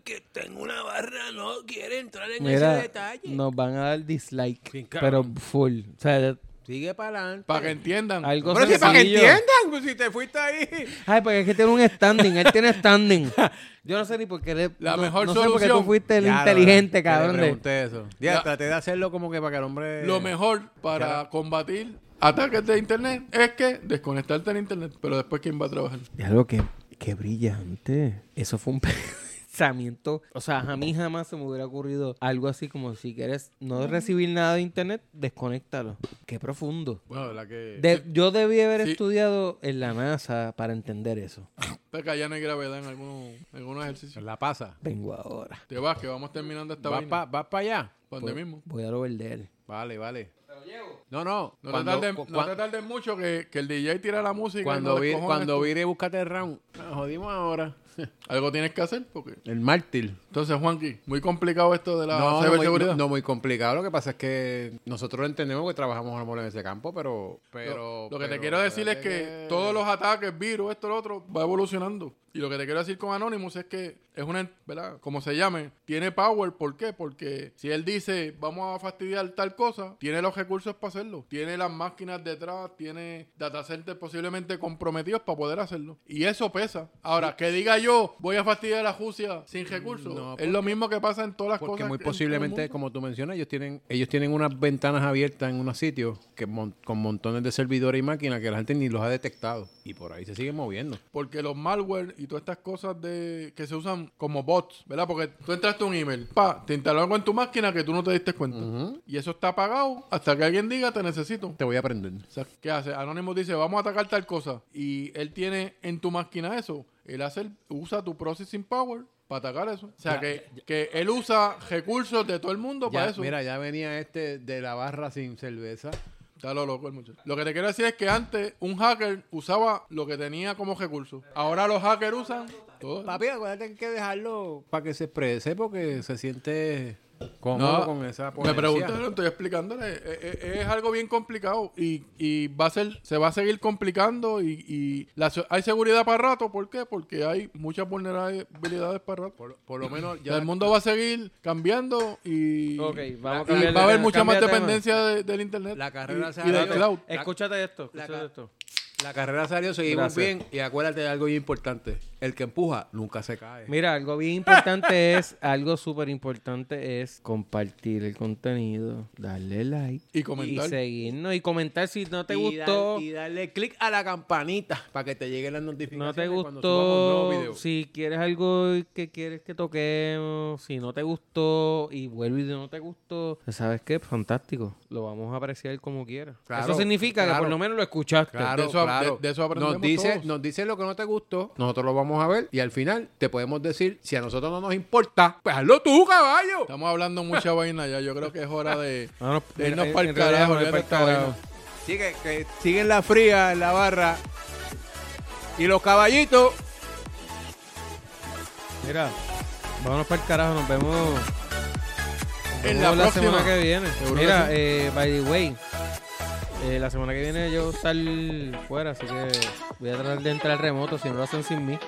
S5: que tengo una barra, no quiere entrar en ese
S2: Mira,
S5: detalle.
S2: nos van a dar dislike,
S4: Sí,
S2: pero
S4: cabrón.
S2: full. O sea,
S4: Sigue para adelante.
S3: Para que entiendan.
S2: algo
S4: Pero si para que
S2: sencillo.
S4: entiendan, pues, si te fuiste ahí.
S2: Ay, porque es que tiene un standing, él tiene
S3: [LAUGHS]
S2: standing. Yo no sé ni por qué le-
S3: La
S2: no,
S3: mejor
S2: no sé por qué tú
S3: solución.
S2: fuiste el
S4: Ya,
S2: inteligente,
S4: le
S2: cabrón. de-
S4: pregunté eso. Ya,
S3: La-
S4: traté de hacerlo como que para que el hombre...
S3: Lo mejor para combatir ataques de internet es que desconectarte del internet. Pero después, ¿quién va a trabajar?
S2: Ya lo que, qué brillante. Eso fue un [LAUGHS] pensamiento. O sea, a mí jamás se me hubiera ocurrido algo así como si quieres no recibir nada de internet, desconéctalo. Qué profundo.
S3: Bueno, la
S4: Eh,
S3: que.
S2: De- yo debí haber
S3: Sí.
S2: estudiado en la NASA para entender eso.
S3: Porque allá no hay gravedad en algunos, algunos ejercicios.
S4: La pasa. Ah,
S2: Vengo ahora.
S3: Te vas, que vamos terminando esta
S4: ¿Vas
S3: vaina.
S4: para allá?
S3: Pa' donde
S2: Voy,
S3: mismo.
S2: voy a lo él.
S4: Vale, vale. No, no.
S3: No,
S4: cuando,
S3: te tardes,
S4: cu-
S3: no te tardes mucho que, que el DJ tira la música. y
S4: cuando
S3: no
S4: vi-
S3: descojones
S4: cuando
S3: tú.
S4: vire Búscate el round, nos jodimos ahora. [LAUGHS]
S3: Algo tienes que hacer porque.
S4: El mártir.
S3: Entonces, Juanqui, muy complicado esto de la
S4: No, no, muy,
S3: ciberseguridad.
S4: no- no muy complicado. Lo que pasa es que nosotros lo entendemos porque trabajamos a lo mejor en ese campo, pero... pero
S3: lo que te
S4: pero
S3: quiero decir es que,
S4: espérate
S3: todos los ataques, virus, esto, lo otro, va evolucionando. Y lo que te quiero decir con Anonymous es que es una, en- ¿verdad? Como se llame, tiene power. ¿Por qué? Porque si él dice, vamos a fastidiar tal cosa, tiene los recursos para hacerlo. Tiene las máquinas detrás, tiene data centers posiblemente comprometidos para poder hacerlo. Y eso pesa. Ahora, que diga yo, voy a fastidiar a Jucia sin recursos,
S4: No,
S3: es lo mismo que pasa en todas las
S4: Porque
S3: cosas.
S4: muy
S3: en todo el
S4: posiblemente,
S3: mundo.
S4: como tú mencionas, ellos tienen, ellos tienen unas ventanas abiertas en unos sitios que mon- con montones de servidores y máquinas que la gente ni los ha detectado. Y por ahí se siguen moviendo.
S3: Porque los malware y todas estas cosas de que se usan como bots, ¿verdad? Porque tú entraste a un email, pa, te instalaron algo en tu máquina que tú no te diste cuenta. Y eso está apagado hasta que alguien diga te necesito.
S4: Te voy a aprender.
S3: O sea, ¿qué hace? Anonymous dice, vamos a atacar tal cosa. Y él tiene en tu máquina eso. Él hace el- usa tu processing power para atacar eso. O sea, que, que él usa recursos de todo el mundo para
S4: Ya,
S3: eso.
S4: mira, ya venía este de la barra sin cerveza.
S3: Está lo loco el muchacho. Lo que te quiero decir es que antes un hacker usaba lo que tenía como recurso. Ahora los hackers usan todo.
S4: Papi, acuérdate que hay que dejarlo para que se exprese porque se siente cómodo
S3: No,
S4: con esa
S3: me
S4: ponencia.
S3: preguntaron, estoy explicándole. Eh, eh, eh, Es, algo bien complicado y, y va a ser, se va a seguir complicando y, y la se- hay seguridad para rato. ¿Por qué? Porque hay muchas vulnerabilidades para rato. Por, lo menos
S4: ya-
S3: el mundo va a seguir cambiando y,
S2: Ok, vamos a
S3: y
S2: cambiar de
S3: va a haber
S2: tema,
S3: mucha más
S2: cambia de tema.
S3: dependencia de- del internet
S4: La carrera
S3: y-
S4: se
S3: y, del
S4: abrió.
S3: cloud.
S2: Escúchate esto,
S4: la
S2: escúchate
S4: ca-
S2: esto.
S4: La carrera salió, seguimos
S2: Gracias.
S4: bien. Y acuérdate de algo bien importante. El que empuja nunca se cae.
S2: Mira, algo bien importante [LAUGHS] es, algo súper importante es compartir el contenido, darle like
S3: Y comentar.
S2: y seguirnos y comentar si no te
S4: Y dar-
S2: gustó,
S4: y darle clic a la campanita para que te lleguen las
S2: no
S4: notificaciones.
S2: te
S4: cuando subamos nuevos
S2: gustó,
S4: videos.
S2: si quieres algo que quieres que toquemos, si no te gustó y vuelve y no te gustó, pues, ¿sabes qué? Fantástico, lo vamos a apreciar como quieras.
S4: Claro,
S2: Eso significa que por
S4: claro.
S2: lo menos lo escuchaste.
S4: Claro,
S3: De eso- de-
S4: claro.
S3: de eso aprendemos
S4: nos dice,
S3: todos.
S4: Nos dice lo que no te gustó, nosotros lo vamos a ver y al final te podemos decir, si a nosotros no nos importa, pues hazlo tú, caballo.
S3: Estamos hablando mucha vaina ya. Yo creo que es hora
S2: [LAUGHS]
S3: de,
S2: No, no,
S3: de irnos
S2: en-
S3: para el
S2: en realidad
S3: carajo.
S2: no es
S3: olvídate
S2: pa'l
S3: esta
S2: carajo.
S3: vaina.
S1: Sigue, que siguen la fría en la barra. Y los caballitos.
S2: Mira, vámonos para el carajo, nos vemos. nos
S3: En
S2: vemos
S3: la próxima.
S2: semana que viene.
S3: Seguro que
S2: Mira,
S3: sí.
S2: eh, by the way, eh, la semana que viene yo voy a estar fuera, así que voy a tratar de entrar remoto si no lo hacen sin mí.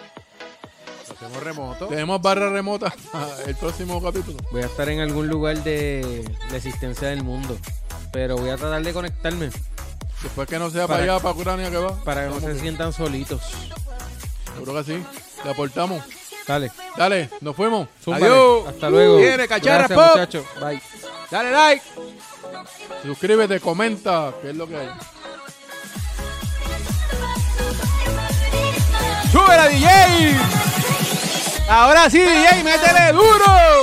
S4: Hacemos remoto.
S3: Tenemos barra remota [LAUGHS] el próximo capítulo.
S2: Voy a estar en algún lugar de, de existencia del mundo, pero voy a tratar de conectarme
S3: Después que no sea
S2: Para-
S3: para, allá, para Ucrania que va.
S2: para que no se
S3: Vamos,
S2: sientan solitos.
S3: Seguro que sí. Le aportamos.
S2: Dale,
S3: Dale, nos fuimos.
S2: zúmbale.
S1: Adiós.
S2: Hasta luego.
S1: Viene, cacharra,
S2: Gracias,
S1: pop.
S2: muchachos. Bye.
S1: Dale like.
S3: Suscríbete, comenta, que es lo que hay.
S1: ¡Sube la DJ! Ahora sí, DJ, métele duro.